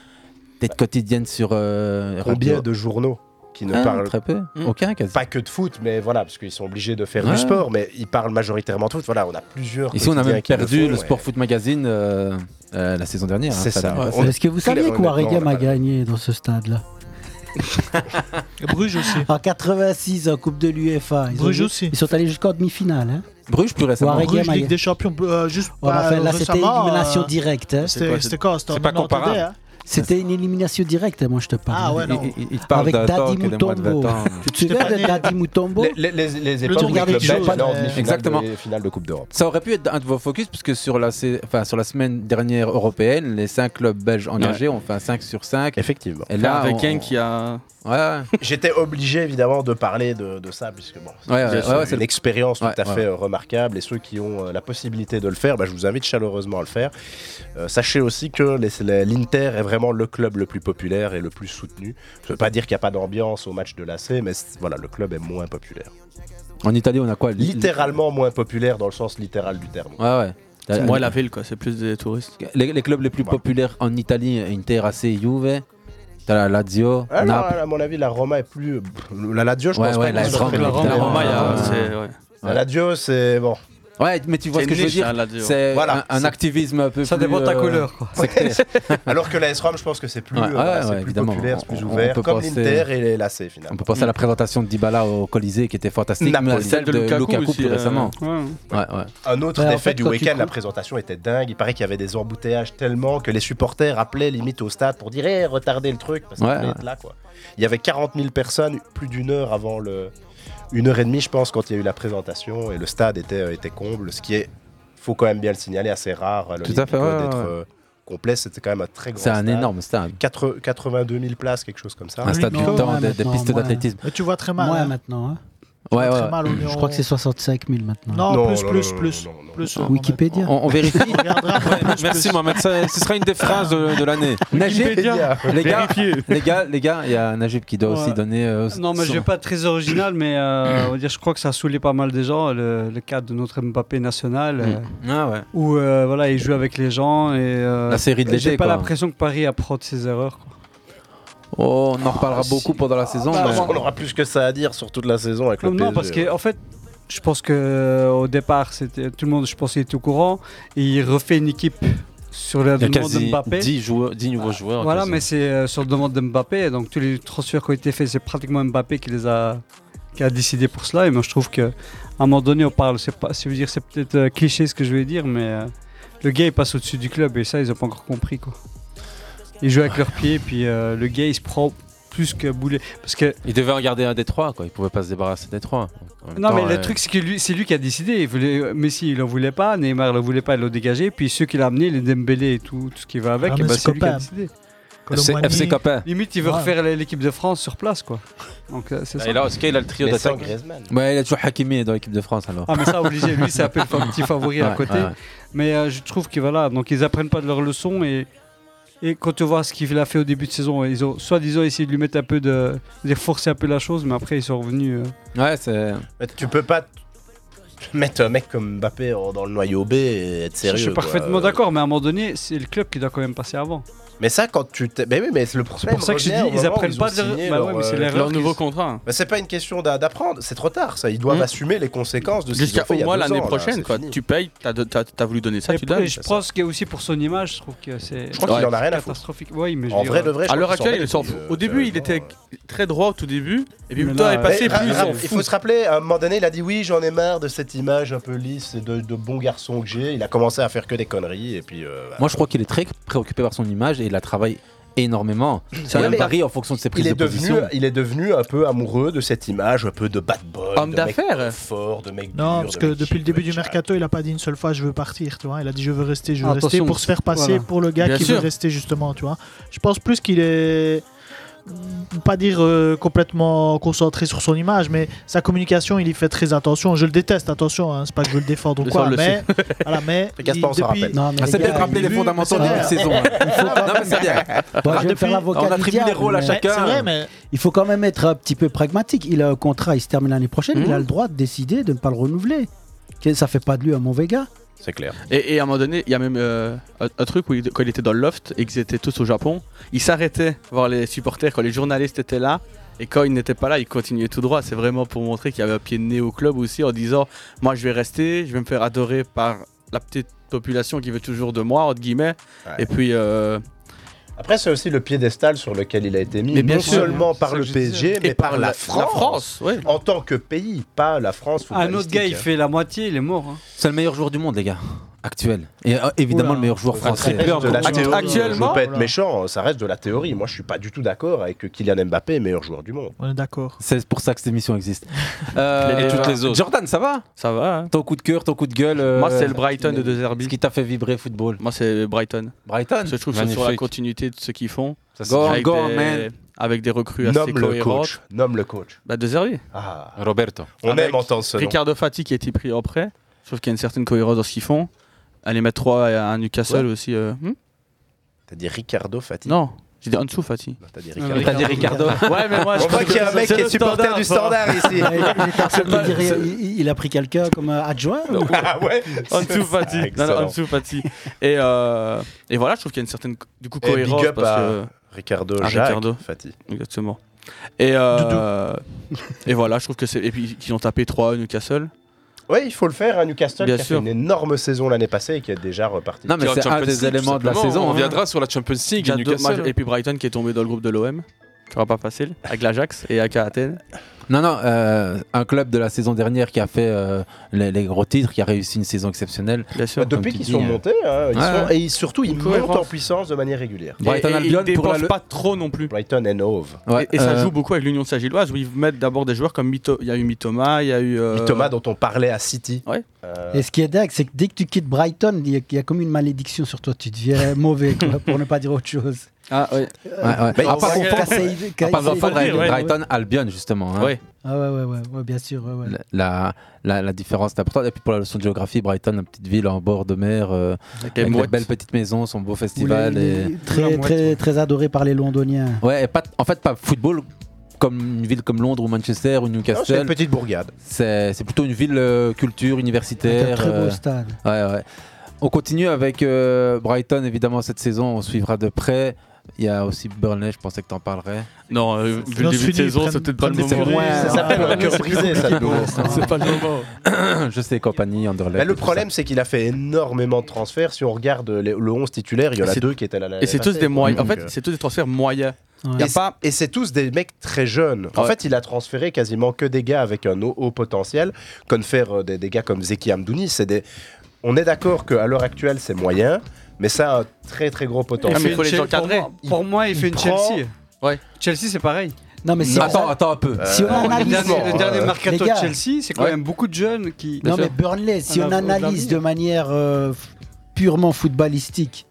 S8: peut-être quotidiennes sur. euh,
S9: Combien
S8: radio.
S9: de journaux qui ne
S8: Ah,
S9: parlent Hmm.
S8: Très peu, aucun quasi.
S9: Pas que de foot, mais voilà, parce qu'ils sont obligés de faire
S8: Ouais.
S9: du sport, mais ils parlent majoritairement de foot. Voilà, on a plusieurs.
S8: Ici, on a
S9: quotidiens
S8: même
S9: qui le
S8: perdu
S9: font,
S8: le
S9: et-
S8: Sport Foot Magazine euh, euh, la saison dernière.
S9: C'est ça, ouais.
S8: passé.
S9: On-
S2: Est-ce que vous saviez qu'Ouarigam a gagné dans ce stade-là
S11: Bruges aussi.
S2: En 86, en Coupe de l'UEFA. Ils, ont-
S11: Bruges aussi.
S2: ils sont allés jusqu'en demi-finale. hein.
S8: Bruges plus récemment.
S2: Warwick
S11: Bruges,
S2: Game,
S11: Ligue
S2: hein.
S11: des Champions, euh, juste
S2: Ouais, mais
S11: pas
S2: enfin, là, c'était
S11: récemment,
S2: élimination
S11: euh,
S2: directe. hein.
S11: C'était- C'était quand C'était en 92, hein
S2: C'était une élimination directe, hein, moi je te parle.
S11: Ah ouais, non.
S8: Il- il- il te parle
S2: Avec
S8: d'un temps
S2: Daddy
S8: que les moins de
S2: Mutombo.
S8: 20 ans.
S2: Tu te souviens de Daddy Mutombo
S9: Les, les, les,
S2: Le tour
S9: époques où
S2: regardé
S9: le
S2: du
S9: Belge
S2: jour,
S9: allait
S2: euh,
S9: en demi-finale de-
S8: Exactement.
S9: finale de Coupe d'Europe.
S8: Ça aurait pu être un de vos focus, puisque sur la, sé- enfin, sur la semaine dernière européenne, les 5 clubs belges engagés ont fait un 5 sur 5.
S9: Effectivement.
S8: Et là,
S4: avec
S8: on-
S4: Ken qui a.
S8: Ouais.
S9: J'étais obligé évidemment de parler de, de ça puisque bon,
S8: Ouais, ouais,
S9: c'est
S8: ouais, ouais,
S9: une
S8: c'est-
S9: expérience tout
S8: Ouais,
S9: à
S8: ouais.
S9: fait euh, remarquable et ceux qui ont euh, la possibilité de le faire, bah, je vous invite chaleureusement à le faire. Euh, sachez aussi que les- les- l'Inter est vraiment le club le plus populaire et le plus soutenu. Je veux pas dire qu'il n'y a pas d'ambiance au match de l'AC, mais c'est- voilà, le club est moins populaire.
S8: En Italie, on a quoi Li-
S9: Littéralement moins populaire dans le sens littéral du terme.
S8: Ouais, ouais.
S4: C'est
S8: La-
S4: moins la ville quoi, c'est plus des touristes.
S8: Les, les clubs les plus populaires en Italie, Inter, AC, Juve. T'as la Lazio,
S9: Ah non,
S8: Naples.
S9: à mon avis, la Roma est plus. La Lazio, je
S8: Ouais,
S9: pense
S8: ouais,
S9: pas.
S8: la
S9: qu'elle soit
S8: Roma,
S9: très
S8: la
S9: populaire.
S8: Roma, il y a-
S9: Euh,
S8: c'est- ouais.
S9: La Lazio, c'est bon.
S8: Ouais, mais tu vois
S9: C'est
S8: ce que
S9: une
S8: je veux
S9: niche,
S8: dire
S9: hein, Lazio.
S8: C'est
S9: Voilà,
S8: un, un
S9: c'est-
S8: activisme un peu plus. euh, sectaire.
S9: Alors que la S-ROM, je pense que c'est plus,
S8: Ouais,
S9: euh, voilà,
S8: ouais,
S9: c'est
S8: ouais,
S9: plus
S8: évidemment.
S9: populaire, c'est
S8: On-
S9: plus
S8: on
S9: ouvert,
S8: peut
S9: comme
S8: penser-
S9: l'Inter et les lacets finalement.
S8: On peut penser à la présentation de Dybala au Colisée qui était fantastique, mais à
S9: Napoli.
S8: celle de, Lukaku, plus
S4: aussi, euh,
S8: récemment.
S4: ouais.
S8: Ouais, ouais.
S9: Un autre
S8: Ouais, en
S9: effet
S8: fait,
S9: du
S8: quand tu
S9: week-end, la
S8: coupes-
S9: présentation était dingue. Il paraît qu'il y avait des embouteillages tellement que les supporters appelaient limite au stade pour dire Eh, retardez le truc parce qu'on
S8: Ouais,
S9: allait
S8: ouais.
S9: être là quoi. Il y avait 40 000 personnes plus d'une heure avant le, une heure et demie je pense quand il y a eu la présentation et le stade était euh, était comble, ce qui est faut quand même bien le signaler assez rare. l'Olympique,
S8: à fait, ouais,
S9: euh, d'être
S8: ouais.
S9: euh, complet, c'était quand même un très grand.
S8: C'est un
S9: stade.
S8: énorme stade.
S9: Quatre- 82 000 places, quelque chose comme ça.
S10: Ah
S8: Un stade du
S9: Unicorn.
S8: temps, des, des pistes d'athlétisme.
S11: Mais tu vois très mal.
S2: Moi,
S11: hein.
S2: maintenant. hein.
S8: Ouais, ouais.
S11: très mal au
S2: Je
S11: Lyon.
S2: crois que c'est 65 000 maintenant.
S11: Non, Non, plus, non, plus, non, plus, non, non, non. plus.
S2: Wikipédia.
S8: On, on vérifie. Ah
S14: Merci Mohamed, ça- ce sera une des phrases de, de l'année.
S8: Najib, les gars, les gars,
S14: Vérifiez.
S8: les gars, il y a Najib qui doit aussi
S10: Ouais.
S8: donner. euh,
S10: Non, mais
S8: son-
S10: je vais pas être très original, mais euh, on va dire, je crois que ça a saoulé pas mal des gens, le, le cas de notre Mbappé national. euh,
S8: Ah ouais.
S10: Où euh, voilà, il joue avec les gens. Et, euh,
S8: La série de l'été,
S10: J'ai pas
S8: quoi.
S10: l'impression que Paris apprend de ses erreurs. quoi. Ah,
S8: Oh, on en reparlera
S10: si.
S8: beaucoup pendant la saison.
S10: bah,
S8: mais-
S9: Ah, On aura plus que ça à dire sur toute la saison avec le
S10: Non, non,
S9: PSG,
S10: parce
S9: ouais.
S10: que en fait, je pense que euh, au départ, c'était tout le monde, je pense, qu'il était au courant. Et il refait une équipe sur la
S14: Il y a
S10: demande de
S14: quasi
S10: Mbappé. Bah,
S14: 10, joueurs, 10 nouveaux joueurs.
S10: Voilà,
S14: quasi.
S10: mais c'est euh, sur demande de Mbappé. Donc tous les transferts qui ont été faits, c'est pratiquement Mbappé qui les a, qui a décidé pour cela. Et moi, je trouve que à un moment donné, on parle. C'est pas, si vous dire, c'est peut-être euh, cliché ce que je vais dire, mais euh, le gars il passe au-dessus du club et ça, ils ont pas encore compris quoi. Ils jouent avec leurs pieds, puis euh, le gars il se prend plus que boulet parce que
S14: Il devait regarder un des trois, quoi. Il pouvait pas se débarrasser des trois. En même
S10: Non,
S14: temps,
S10: mais
S14: euh,
S10: le truc, c'est que lui, c'est lui qui a décidé. Il voulait, Messi, il en voulait pas. Neymar, il en voulait pas. Il l'a dégagé. Puis ceux qu'il a amené, les Dembélé et tout, tout ce qui va avec,
S11: Ah,
S10: eh
S11: mais
S10: ben,
S11: c'est
S10: c'est lui qui a
S11: copain.
S10: décidé.
S14: FC Colomboigny. FC copain.
S10: Limite, il veut
S14: Ouais.
S10: refaire l'équipe de France sur place, quoi. Donc, euh, c'est
S14: Ah,
S10: ça.
S14: Et là, Oscar, il a le trio
S10: Mais sans
S14: d'attaque.
S9: Griezmann.
S8: Ouais, il a toujours Hakimi dans l'équipe de France alors.
S10: Ah, mais ça, obligé. Lui, c'est un peu le fa- petit favori à
S8: Ouais,
S10: côté.
S8: ouais.
S10: Mais euh, je trouve que voilà, donc ils apprennent pas de leurs leçons. Et, et quand tu vois ce qu'il a fait au début de saison, ils ont soi-disant essayé de lui mettre un peu de. de forcer un peu la chose, mais après, ils sont revenus. euh,
S8: Ouais, c'est.
S9: Mais Tu peux pas mettre un mec comme Mbappé en- dans le noyau B et être
S10: Je
S9: sérieux.
S10: suis
S9: quoi.
S10: parfaitement d'accord, mais à un moment donné, c'est le club qui doit quand même passer avant.
S9: Mais ça, quand tu t'es. Mais oui, mais c'est le problème.
S10: pour ça que je
S9: revient
S10: dis,
S9: au
S10: ils
S9: moment
S10: apprennent
S9: où
S10: pas
S9: ont
S10: de-
S9: signé euh,
S10: Bah ouais, mais c'est l'erreur Leur qu'ils- Mm. nouveau
S4: contrat.
S9: Mais c'est pas une question d'a- d'apprendre, c'est trop tard. Ça, ils doivent
S4: Hmm.
S9: assumer les conséquences de ce qu'ils
S4: Jusqu'à
S9: ont fait
S4: au
S9: il y a
S4: moins
S9: deux
S4: l'année
S9: ans, là,
S4: prochaine,
S9: c'est
S4: quoi.
S9: fini.
S4: Tu payes, t'as de- t'as t'as voulu donner ça, tu donnes.
S10: Et je pense que aussi pour son image, je trouve que c'est.
S4: Je crois qu'il en a rien à foutre.
S10: catastrophique. Oui, mais je
S4: En
S10: veux
S4: vrai
S10: dire,
S4: de vrai, je À l'heure crois qu'il actuelle, s'en il bat s'en les fout. Au couilles, début, euh, il était très droit au tout début. Et puis,
S9: Mais
S4: le temps
S9: là,
S4: est passé,
S9: mais
S4: plus
S9: ra-
S4: il
S9: ra-
S4: s'en
S9: ah, Il
S4: fout.
S9: faut se rappeler, à un moment donné, il a dit oui, j'en ai marre de cette image un peu lisse et de, de bon garçon que j'ai. Il a commencé à faire que des conneries et puis. euh, bah,
S8: Moi, je crois qu'il est très préoccupé par son image et il la travaille énormément. C'est
S9: Ouais,
S8: même
S9: mais
S8: Paris en fonction de ses prises
S9: il est
S8: de
S9: devenu,
S8: position.
S9: il est devenu un peu amoureux de cette image, un peu de bad boy,
S4: Homme
S9: de mec
S4: d'affaires.
S9: fort, de mec
S11: Non,
S9: dur,
S11: parce
S9: de
S11: que
S9: mec
S11: depuis le
S9: chic,
S11: début
S9: de
S11: du
S9: mec
S11: mercato, il a pas dit une seule fois je veux partir, tu vois. Il a dit je veux rester, je veux
S10: Attention.
S11: rester pour se faire passer
S10: Voilà.
S11: pour le gars
S10: Bien
S11: qui
S10: sûr.
S11: veut rester justement, tu vois. Je pense plus qu'il est pas dire euh, complètement concentré sur son image, mais sa communication, il y fait très attention. Je le déteste, attention, hein, c'est pas que je veux le défendre ou
S8: Ça,
S11: quoi,
S8: on le
S11: mais
S8: sait.
S11: voilà, mais
S8: Fais gaffe,
S11: il-
S8: on s'en
S11: depuis-
S8: rappelle. Non, mais Ah, les c'est gars, peut-être rappeler les début- fondamentaux du début de saison, hein.
S2: Il faut quand
S8: Non,
S2: même-
S8: mais c'est bien.
S2: Bon, je vais
S8: Depuis,
S2: faire l'avocat
S8: on
S2: du
S8: attribue les
S2: diable,
S8: rôles à
S2: mais-
S8: chacun. C'est vrai, mais-
S2: Il faut quand même être un petit peu pragmatique. Il a un contrat, il se termine l'année prochaine.
S4: Mhm.
S2: Il a le droit de décider de ne pas le renouveler. Que- Ça fait pas de lui un mauvais gars.
S9: C'est clair.
S4: Et, et à un moment donné, il y a même euh, un, un truc où il- quand il était dans le loft et qu'ils étaient tous au Japon, il s'arrêtait voir les supporters quand les journalistes étaient là. Et quand ils n'étaient pas là, il continuait tout droit. C'est vraiment pour montrer qu'il y avait un pied de nez au club aussi en disant Moi, je vais rester, je vais me faire adorer par la petite population qui veut toujours de moi, entre guillemets. Et puis. euh,
S9: Après, c'est aussi le piédestal sur lequel il a été mis,
S4: Mais bien
S9: non
S4: sûr.
S9: seulement
S4: C'est
S9: par
S4: ça
S9: le
S4: que je disais.
S9: PSG, mais
S4: Et
S9: par,
S4: par
S9: la
S4: la-
S9: France.
S4: la France,
S9: En tant que pays, pas la France.
S10: Un autre gars, il
S9: footballistique, hein.
S10: fait la moitié, il est mort. hein.
S8: C'est le meilleur joueur du monde, les gars, actuel. Et euh, évidemment,
S10: Oula.
S8: le meilleur joueur
S9: Ça
S8: français.
S9: reste de la théorie.
S8: Actuellement-
S9: je veux pas être
S8: Oula.
S9: méchant, ça reste de la théorie. Moi, je suis pas du tout d'accord avec que Kylian Mbappé est meilleur joueur du monde.
S11: On est d'accord.
S8: C'est pour ça que cette émission existe. Euh,
S9: Et toutes les autres.
S8: Jordan, ça va
S4: Ça va. hein.
S8: Ton coup de cœur, ton coup de gueule.
S4: Moi,
S8: euh,
S4: c'est le Brighton de
S8: mais-
S4: deux Zerbi.
S8: Ce qui t'a fait vibrer football
S4: Moi, c'est Brighton.
S8: Brighton
S4: Parce que je trouve que c'est sur la
S8: Magnifique.
S4: continuité de ce qu'ils font.
S8: Ça, c'est Go on,
S4: avec,
S8: go on,
S4: des,
S8: man.
S4: avec des recrues assez
S9: Nomme le
S4: cohérentes.
S9: coach. Nomme le coach.
S4: Bah, de Zerbi.
S9: Ah.
S8: Roberto.
S9: On
S4: Avec
S9: aime entendre ce nom.
S4: Ricardo Fati qui a été pris en prêt. Je trouve qu'il y a une certaine cohérence dans ce qu'ils font. Aller mettre 3 à un Newcastle
S9: Ouais.
S4: aussi. euh, hmm
S9: T'as dit Ricardo Fati
S4: non, j'ai dit Ansu Fati.
S9: T'as dit
S4: Ricardo. T'as dit Ricardo. Ouais, mais moi, je
S9: On voit
S4: pense
S9: qu'il y a un
S4: que
S9: mec
S4: c'est
S9: qui est
S4: le
S9: supporter du standard
S4: standard,
S9: ici.
S2: Il, il était en train de
S4: pas-
S2: dire,
S4: c'est-
S2: il- il a pris quelqu'un comme euh, adjoint ou-
S9: Ah ouais
S4: Ansu Fati. Non, non, Ansu Fati. Et, euh, et voilà, je trouve qu'il y a une certaine du coup
S9: Et big
S4: cohérence
S9: up
S4: parce
S9: à
S4: que
S9: Ricardo
S4: à
S9: Jacques
S4: Ricardo.
S9: Fati.
S4: Exactement. Et euh, et voilà, je trouve que c'est et puis qu'ils ont tapé 3 à Newcastle.
S9: Ouais, il faut le faire à Newcastle
S4: Bien
S9: qui a
S4: sûr.
S9: fait une énorme saison l'année passée et qui est déjà reparti.
S8: Non, mais c'est un des éléments de la saison.
S4: On
S8: hein.
S4: viendra
S15: sur la Champions League
S4: Il y a
S15: et
S4: deux
S15: Newcastle.
S4: matchs. Et puis Brighton qui est tombé dans le groupe de l'OM. Qui sera pas facile. Avec l'Ajax et avec Athènes.
S8: Non, non, euh, un club de la saison dernière qui a fait euh, les, les gros titres, qui a réussi une saison exceptionnelle.
S9: Bah, depuis qu'ils
S8: euh,
S10: euh,
S9: sont montés, hein, ils sont- et ils- surtout ils
S8: Une
S9: montent en Bah,
S8: cohérence.
S9: puissance de manière régulière.
S8: Brighton
S4: et- et
S8: Albion
S4: ils
S8: pour la
S4: dépensent pas trop non plus.
S9: Brighton and Hove.
S4: et, et ça
S9: euh,
S4: joue beaucoup avec l'Union Sagilloise où ils mettent d'abord des joueurs comme Mito- il y a eu Mitoma, il y a eu euh,
S9: Thomas dont on parlait à City. Euh,
S4: Ouais.
S2: Et ce qui est dingue, c'est que dès que tu quittes Brighton, il y, a- il y a comme une malédiction sur toi. Tu deviens mauvais, quoi, pour ne pas dire autre chose.
S4: Ah ouais.
S2: Euh,
S8: Ouais, ouais.
S2: Mais
S8: À
S2: on va
S8: part confondre-
S2: casser-
S8: à part
S2: casser-
S8: confondre avec
S2: Faut le dire, ouais.
S8: Brighton Albion, justement. hein.
S2: Ah ouais, ouais, ouais, ouais, bien sûr. ouais, ouais.
S8: La, la, la différence est importante. Et puis pour la leçon de géographie, Brighton, une petite ville en bord de mer, euh,
S4: les
S8: avec des
S4: mouettes.
S8: belles petites maisons, son beau
S2: Ou
S8: festival.
S2: les- les-
S8: et...
S2: très, très, très adoré par les Londoniens.
S8: Ouais, et pas, en fait, pas football comme une ville comme Londres ou Manchester ou Newcastle.
S2: Non, c'est une
S9: petite bourgade.
S8: C'est c'est plutôt une ville euh, culture, universitaire.
S2: Avec un très beau
S8: euh,
S2: stade.
S8: Ouais, ouais. On continue avec euh, Brighton, évidemment, cette saison. On suivra de près. Il y a aussi Burnley, je pensais que t'en parlerais.
S4: Non, euh, vu le début de saison, c'est peut-être pas le moment.
S8: Ça s'appelle un cœur
S9: brisé, ça, de nouveau.
S4: C'est pas le moment.
S8: je sais, compagnie, Underlay.
S9: Mais Bah, le problème, c'est qu'il a fait énormément de transferts. Si on regarde les- le 11 titulaire, il y en a
S4: C'est-
S9: deux qui étaient là. l'année
S4: Et c'est tous
S9: passée,
S4: des
S9: quoi.
S4: moyens. En
S9: Donc,
S4: fait,
S9: euh,
S4: c'est tous des transferts moyens. Il Y a
S9: Et,
S4: pas
S9: c'est- et c'est tous des mecs très jeunes. En
S4: Ouais.
S9: fait, il a transféré quasiment que des gars avec un haut, haut potentiel. Comme faire euh, des, des gars comme Zeki Hamdouni, c'est des. On est d'accord qu'à l'heure actuelle, c'est moyen, mais ça a un très très gros potentiel.
S10: fait une Chel- Pour moi, pour moi, il, fait une
S9: prend-
S10: Chelsea.
S4: Ouais.
S10: Chelsea, c'est pareil.
S2: Non, mais si
S8: Attends, attends un
S4: Euh,
S8: peu.
S2: Si on
S10: le
S2: analyse-
S10: dernier, le dernier
S2: Euh,
S10: mercato
S2: les
S10: de
S2: gars.
S10: Chelsea, c'est quand
S2: Ouais.
S10: même beaucoup de jeunes qui.
S2: Non, mais Burnley, si
S10: Ah, bah,
S2: on analyse de manière euh, f- purement footballistique,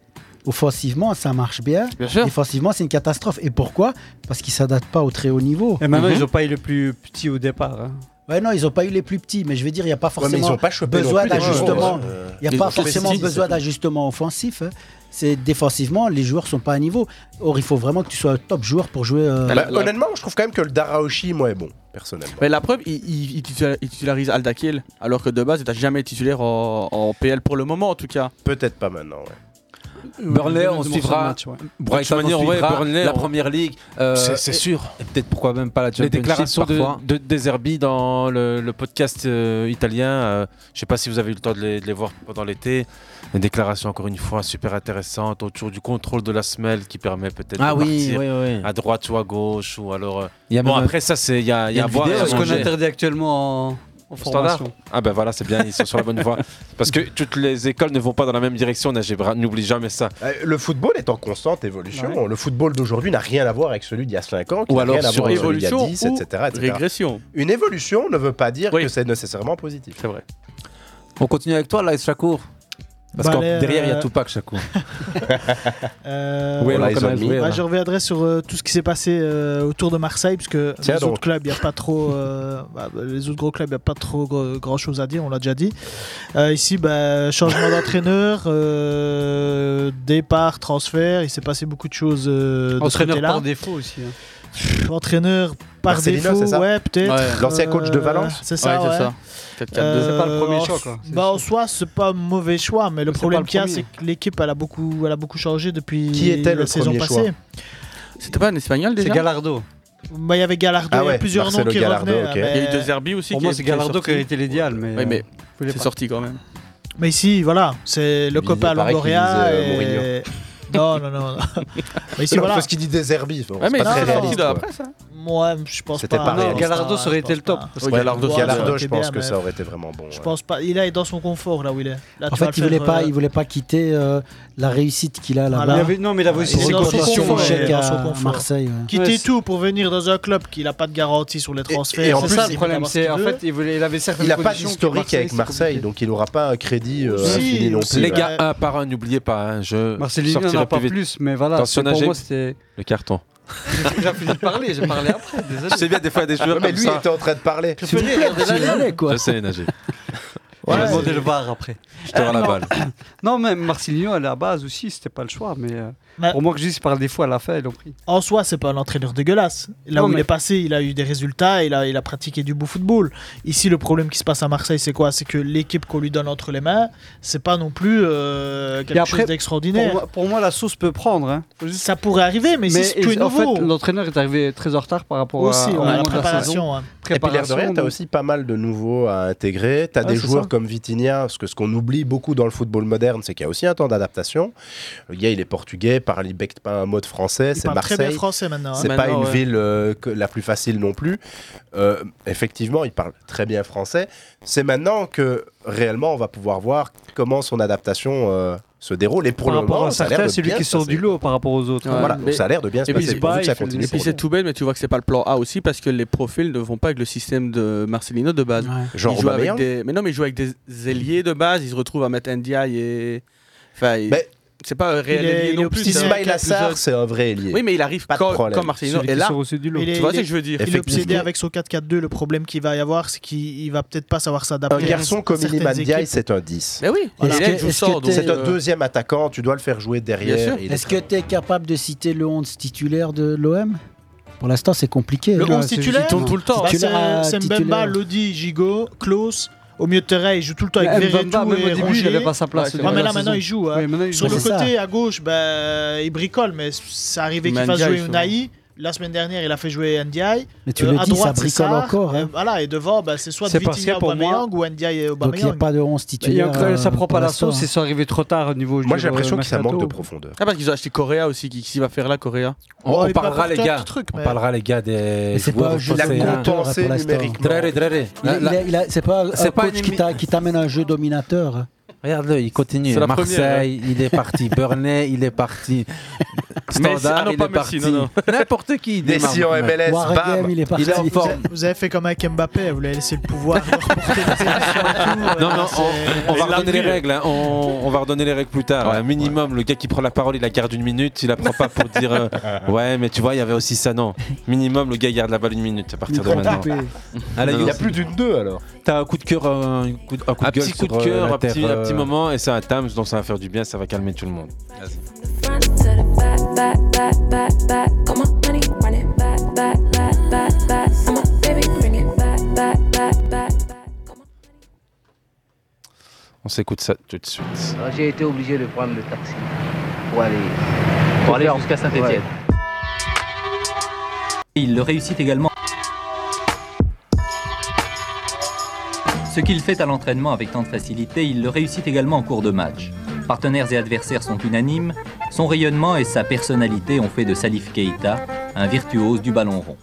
S2: offensivement, ça marche bien.
S10: Bien sûr.
S2: Défensivement, c'est une catastrophe. Et pourquoi Parce qu'ils ne s'adaptent pas au très haut niveau.
S10: Et maintenant, ils ont pas eu le plus petit au départ. hein.
S2: Ouais, non, ils n'ont pas eu les plus petits, mais je veux dire, il n'y a pas
S10: Ouais, mais ils
S2: forcément
S10: ont pas chopé non
S2: besoin
S10: plus des grands,
S2: d'ajustement.
S10: euh,
S2: Il n'y
S10: ils
S2: a pas
S10: ont chopé
S2: forcément
S10: City, c'est
S2: besoin
S10: tout.
S2: d'ajustement offensif. hein. c'est défensivement, les joueurs sont pas à niveau. Or, il faut vraiment que tu sois top joueur pour jouer. euh,
S9: Bah, Honnêtement, je trouve quand même que le Daraoshi, moi, est bon, personnellement.
S4: Mais la preuve, il, il- il titula- il titularise Aldakil, alors que de base, il t'a jamais titulaire en, en PL pour le moment, en tout cas.
S9: Peut-être pas maintenant, ouais.
S16: Burnley, on suivra. Brighton, on suivra la première ligue. euh,
S8: C'est- c'est
S16: et-
S8: sûr.
S16: Et peut-être probablement pas la
S8: Les
S16: Championship
S8: déclarations de,
S16: parfois.
S8: de Deserbi dans le, le podcast euh, italien, euh, je sais pas si vous avez eu le temps de les, de les voir pendant l'été. Une déclaration encore une fois super intéressante autour du contrôle de la semelle qui permet peut-être
S16: Ah
S8: de
S16: oui,
S8: partir
S16: oui, oui.
S8: à droite ou à gauche ou alors. euh,
S16: Il y a
S8: bon
S16: même un-
S8: après ça c'est il y a, il y a à
S16: une
S8: boire et
S16: vidéo,
S8: à
S16: est-ce qu'on
S8: manger.
S16: interdit
S10: actuellement en, en
S8: Standard
S10: formation.
S8: Ah ben voilà, c'est bien, ils sont sur la bonne voie. Parce que toutes les écoles ne vont pas dans la même direction, n'agez- n'oublie jamais ça.
S9: Euh, Le football est en constante évolution.
S8: Ouais.
S9: Le football d'aujourd'hui n'a rien à voir avec celui d'il y a 5 ans, qui
S8: Ou
S9: n'a
S8: alors
S9: rien à
S8: sur
S9: voir avec celui d'il y a
S8: évolution
S9: 10,
S8: ou
S9: etc., etc.
S8: régression.
S9: Une évolution ne veut pas dire que c'est nécessairement positif.
S4: C'est vrai.
S16: On continue avec toi, Laïs Chakour. Parce
S11: Bah,
S16: que
S11: les,
S16: derrière, il y a
S11: euh,
S16: Tupac Chakour.
S11: Euh,
S16: Ouais,
S11: bah,
S16: donc, on a joué, là.
S11: je reviendrai sur euh, tout ce qui s'est passé euh, autour de Marseille, parce que
S16: Tiens
S11: les
S16: donc.
S11: autres clubs, il y a pas trop, euh, bah, les autres gros clubs, il n'y a pas trop grand chose à dire, on l'a déjà dit. Euh, ici, bah, changement d'entraîneur, euh, départ, transfert, il s'est passé beaucoup de choses. euh, de ce
S10: Entraîneur
S11: côté-là.
S10: par défaut aussi. hein.
S11: Pff, entraîneur par
S10: Marcelino, c'est
S11: défaut,
S10: ça
S11: ouais, peut-être. euh,
S10: Ouais. L'ancien coach de Valence
S11: C'est ça,
S10: Ouais,
S11: ouais.
S10: c'est ça. Peut-être 4-2. C'est pas le premier
S11: en
S10: choix,
S11: s-
S10: quoi. C'est
S11: Bah, en soi, c'est pas un mauvais choix, mais le
S10: pas
S11: problème
S10: le
S11: qu'il y a,
S10: premier.
S11: c'est que l'équipe, elle a beaucoup, elle a beaucoup changé depuis
S10: Qui était
S11: la
S10: le
S11: saison
S10: premier choix
S11: passée.
S4: C'était pas un espagnol
S11: C'est
S4: déjà
S11: Gallardo. Bah, il y avait Gallardo,
S4: Ah
S11: il y
S4: ouais,
S11: a plusieurs
S4: Marcelo
S11: noms qui
S4: Gallardo,
S11: revenaient. ah,
S4: ok.
S11: mais-
S4: Il y a eu deux Zerbi aussi
S10: Pour
S4: qui
S10: moi,
S4: est-
S10: c'est
S4: qui est
S10: Gallardo
S4: sorti.
S10: qui a été l'idéal. Mais,
S4: Oui, mais
S10: euh, faut les
S4: c'est
S10: pas-
S4: sorti quand même.
S11: Mais ici, voilà, c'est le copain
S4: paraît qu'il
S11: Longoria.
S4: disait, euh,
S11: et- Non, non, non. non. mais ici,
S9: Non,
S11: voilà.
S9: Parce qu'il dit des herbis. bon,
S11: Ouais, mais
S9: c'est pas
S11: non,
S9: très
S11: non,
S9: réaliste.
S11: non.
S9: quoi.
S11: Moi, je pense
S9: C'était
S11: pas.
S9: pas
S11: Non,
S9: réaliste. hein,
S11: Gallardo, ça aurait été le top.
S9: Ouais,
S11: Parce que
S9: Gallardo,
S11: Gallardo,
S9: Gallardo,
S11: c'était
S9: je pense
S11: bien,
S9: que
S11: mais-
S9: ça aurait été vraiment bon.
S11: Je pense pas. Il est dans son confort là où il est. Là,
S2: en
S11: tu vas
S2: fait, il
S11: le
S2: voulait
S11: faire,
S2: pas,
S11: euh,
S2: il voulait pas quitter euh, la réussite qu'il a là-bas.
S11: Voilà. Il est dans son confort, il est
S2: échecs
S11: dans son
S2: à
S11: confort.
S2: Marseille. ouais.
S11: Quitter tout pour venir dans un club qui n'a pas de garantie sur les transferts.
S9: et en
S11: c'est
S9: plus,
S11: ça
S9: il-
S11: le problème. C'est en fait,
S10: il, voulait, il avait certaines
S9: Il n'a pas
S10: conditions que
S9: d'historique
S10: Marseille,
S9: avec
S10: c'est
S9: Marseille, donc il n'aura pas un crédit euh,
S10: Si,
S9: infini non plus.
S8: Les
S9: ouais.
S8: gars, un par un, n'oubliez pas, hein, je
S10: Marcelino n'en a
S8: sortirai
S10: pas
S8: plus vite.
S10: plus, mais voilà,
S8: Attention,
S10: c'est- pour
S8: Najib,
S10: moi, c'était-
S8: Le carton.
S10: J'ai fini de parler, j'ai parlé après. Désolé.
S8: Je sais bien, des fois, il y a des joueurs
S10: Ouais, mais
S8: comme
S10: lui,
S8: ça.
S10: il était en train de parler. Je fais rire, déjà, là.
S8: Je sais, Najib.
S10: On va
S8: Ouais,
S10: demander
S8: c'est-
S10: le VAR après. Euh,
S8: Je te rends la
S10: Non.
S8: balle.
S10: Non, mais Marcelino à la base aussi, c'était pas le choix. Mais euh,
S11: Mais-
S10: pour moi, que je dis par défaut à la fin, ils l'ont pris.
S11: En soi, c'est pas un entraîneur dégueulasse. Là
S10: Non,
S11: où il
S10: mais-
S11: est passé, il a eu des résultats, il a, il a pratiqué du beau football. Ici, le problème qui se passe à Marseille, c'est quoi C'est que l'équipe qu'on lui donne entre les mains, c'est pas non plus euh, quelque
S10: Et après,
S11: chose d'extraordinaire.
S10: Pour, moi- pour moi, la sauce peut prendre. hein. Faut juste-
S11: Ça pourrait arriver, mais, si tout est
S10: en
S11: nouveau.
S10: fait, l'entraîneur est arrivé très en retard par rapport
S11: Aussi,
S10: à,
S11: ouais,
S10: au
S11: la
S10: moment de
S11: préparation,
S10: saison.
S11: hein.
S9: Et puis l'air de
S10: Préparation,
S9: rien, t'as
S10: donc-
S9: aussi pas mal de nouveaux à intégrer. T'as
S10: Ouais,
S9: des
S10: c'est
S9: joueurs
S10: ça.
S9: comme Vitinha, parce que ce qu'on oublie beaucoup dans le football moderne, c'est qu'il y a aussi un temps d'adaptation. Le gars, il est portugais, parle il becque pas un mot de français, c'est
S11: parle très
S9: Marseille.
S11: bien français maintenant, hein.
S9: C'est pas
S11: Maintenant,
S9: une
S11: ouais.
S9: ville euh, que- la plus facile non plus. Euh, effectivement, il parle très bien français. C'est maintenant que réellement, on va pouvoir voir comment son adaptation euh, se déroule. Et pour
S10: Par
S9: le
S10: rapport
S9: moment,
S10: à
S9: ça a l'air
S10: certains,
S9: de
S10: c'est lui
S9: bien
S10: qui
S9: se
S10: sort
S9: passer.
S10: du lot par rapport aux autres.
S9: Voilà, donc
S4: Mais-
S9: ça a l'air de bien se
S4: et puis
S9: passer.
S4: c'est-
S9: Pourvu que ça
S4: et
S9: continue
S4: puis
S9: pour
S4: c'est
S9: lui.
S4: tout bête, mais tu vois que c'est pas le plan A aussi parce que les profils ne vont pas avec le système de Marcelino de base.
S9: Genre
S4: il joue avec
S9: Aubameyang
S4: des, mais non, mais il joue avec des ailiers de base. Ils se retrouvent à mettre Ndiaye et. Enfin, il- c'est pas un réel
S9: Il est-
S4: ailier
S9: il est
S4: non plus. c'est un
S9: Ismail
S4: quelques
S9: Assar,
S4: autres.
S9: c'est un vrai ailier.
S4: Oui, mais il arrive
S9: Pas de
S4: comme,
S9: problème.
S4: comme Marcelino.
S9: Celui
S4: Et
S9: qui
S4: là,
S9: sort aussi du lot.
S11: Il est-
S4: tu vois
S11: il
S4: ce que
S11: est-
S4: je veux dire
S11: Il est obsédé avec son 4-4-2. Le problème qu'il va y avoir, c'est qu'il il va peut-être pas savoir
S9: Un
S11: s'adapter. à
S9: garçon comme
S11: certaines
S9: Iliman
S11: équipes.
S9: Diaye, c'est un 10.
S4: Mais oui,
S11: Voilà.
S2: il est là, il joue sort, donc,
S9: c'est un
S2: euh,
S9: deuxième attaquant, tu dois le faire jouer derrière. il est
S2: Est-ce que tu es capable de citer le 11 titulaire de l'OM Pour l'instant, c'est compliqué.
S11: Le
S2: Là,
S11: 11
S2: c'est-
S11: titulaire
S2: il tourne
S11: Bah, c'est-
S2: Titulaire à-
S11: C'est Mbemba,
S2: titulaire.
S11: Lodi, Gigot, Klaus. Au milieu de terrain, il joue tout le temps avec
S10: Mais
S11: Verretou
S10: Mbemba, même
S11: et
S10: au début,
S11: Rongier.
S10: il avait pas sa place au
S11: Ouais,
S10: début
S11: mais
S10: de
S11: là,
S10: la
S11: maintenant,
S10: saison.
S11: il joue. hein.
S10: Oui, maintenant, il
S11: Sur
S10: joue.
S11: le
S10: C'est ça.
S11: côté, à gauche, bah, il bricole, mais ça arrivait qu'il fasse
S10: Mandiaye,
S11: jouer
S10: souvent.
S11: Unai. La semaine dernière, il a fait jouer Ndiaye. Euh,
S2: Mais tu le
S11: à
S2: dis, ça
S11: droite, c'est
S2: bricole
S11: Sarr.
S2: encore, hein.
S11: Euh, Voilà, et devant, bah, c'est soit
S10: C'est parce
S11: Vitinha
S10: que pour moi-
S11: Aubameyang ou Ndiaye et
S10: Bah,
S2: Donc il n'y a
S11: Aubameyang. Bah,
S2: pas de 11
S10: Et
S2: titulaire.
S10: encore, ça
S2: euh,
S10: prend pas
S2: pour
S10: la
S2: l'instant.
S10: sauce, ils sont arrivés trop tard au niveau
S9: Moi, j'ai l'impression
S10: que
S9: que ça manque de profondeur.
S4: Ah, parce qu'ils ont acheté Correa aussi. Qu'est-ce qu'il va faire là, Correa
S8: On, on parlera les gars, on parlera les gars des
S2: c'est
S8: joueurs
S2: pas juste
S8: possédés,
S2: la
S8: hein.
S2: compensée Pour l'instant. numériquement.
S8: Draré, draré.
S2: Il est-
S8: La-
S2: il est- il a- C'est pas
S8: C'est
S2: un
S8: pas
S2: coach
S8: une
S2: qui t'a- qui t'amène un jeu dominateur. hein.
S8: Regarde-le, il continue.
S16: C'est la
S8: Marseille,
S16: première, hein.
S8: il est parti. Burnley, il est parti.
S16: Standard, il est parti. N'importe qui.
S9: Messi en MLS, bam,
S11: il est parti.
S9: en forme.
S11: Vous avez fait comme avec Mbappé, vous lui avez laissé le pouvoir.
S8: Non, non, on, on va redonner les règles. hein, On, on va redonner les règles plus tard. un minimum, le gars qui prend la parole, il la garde une minute. Il la prend pas pour dire euh, ouais, mais tu vois, il y avait aussi ça. Non, minimum, le gars garde la balle une minute à partir de maintenant. Ah,
S9: Allez,
S8: Non,
S9: il y a
S8: non,
S9: plus d'une deux alors.
S16: T'as un coup de cœur, euh, un coup de, un coup de
S8: Un
S16: gueule
S8: petit coup de
S16: sur, euh,
S8: cœur,
S16: la
S8: un petit,
S16: terre,
S8: un petit
S16: euh,
S8: moment, et c'est un Tams, donc ça va faire du bien, ça va calmer tout le monde.
S17: back, back, back, back, back. Got my money, run it back, back, back, back, back. I'm a baby, bring it back, back, back, back.
S8: On s'écoute ça tout de suite.
S18: Alors, Ah, J'ai été obligé de prendre le taxi pour aller, pour aller jusqu'à Saint-Etienne.
S19: Il le réussit également. Ce qu'il fait à l'entraînement avec tant de facilité, il le réussit également en cours de match. Partenaires et adversaires sont unanimes, son rayonnement et sa personnalité ont fait de Salif Keita un virtuose du ballon rond.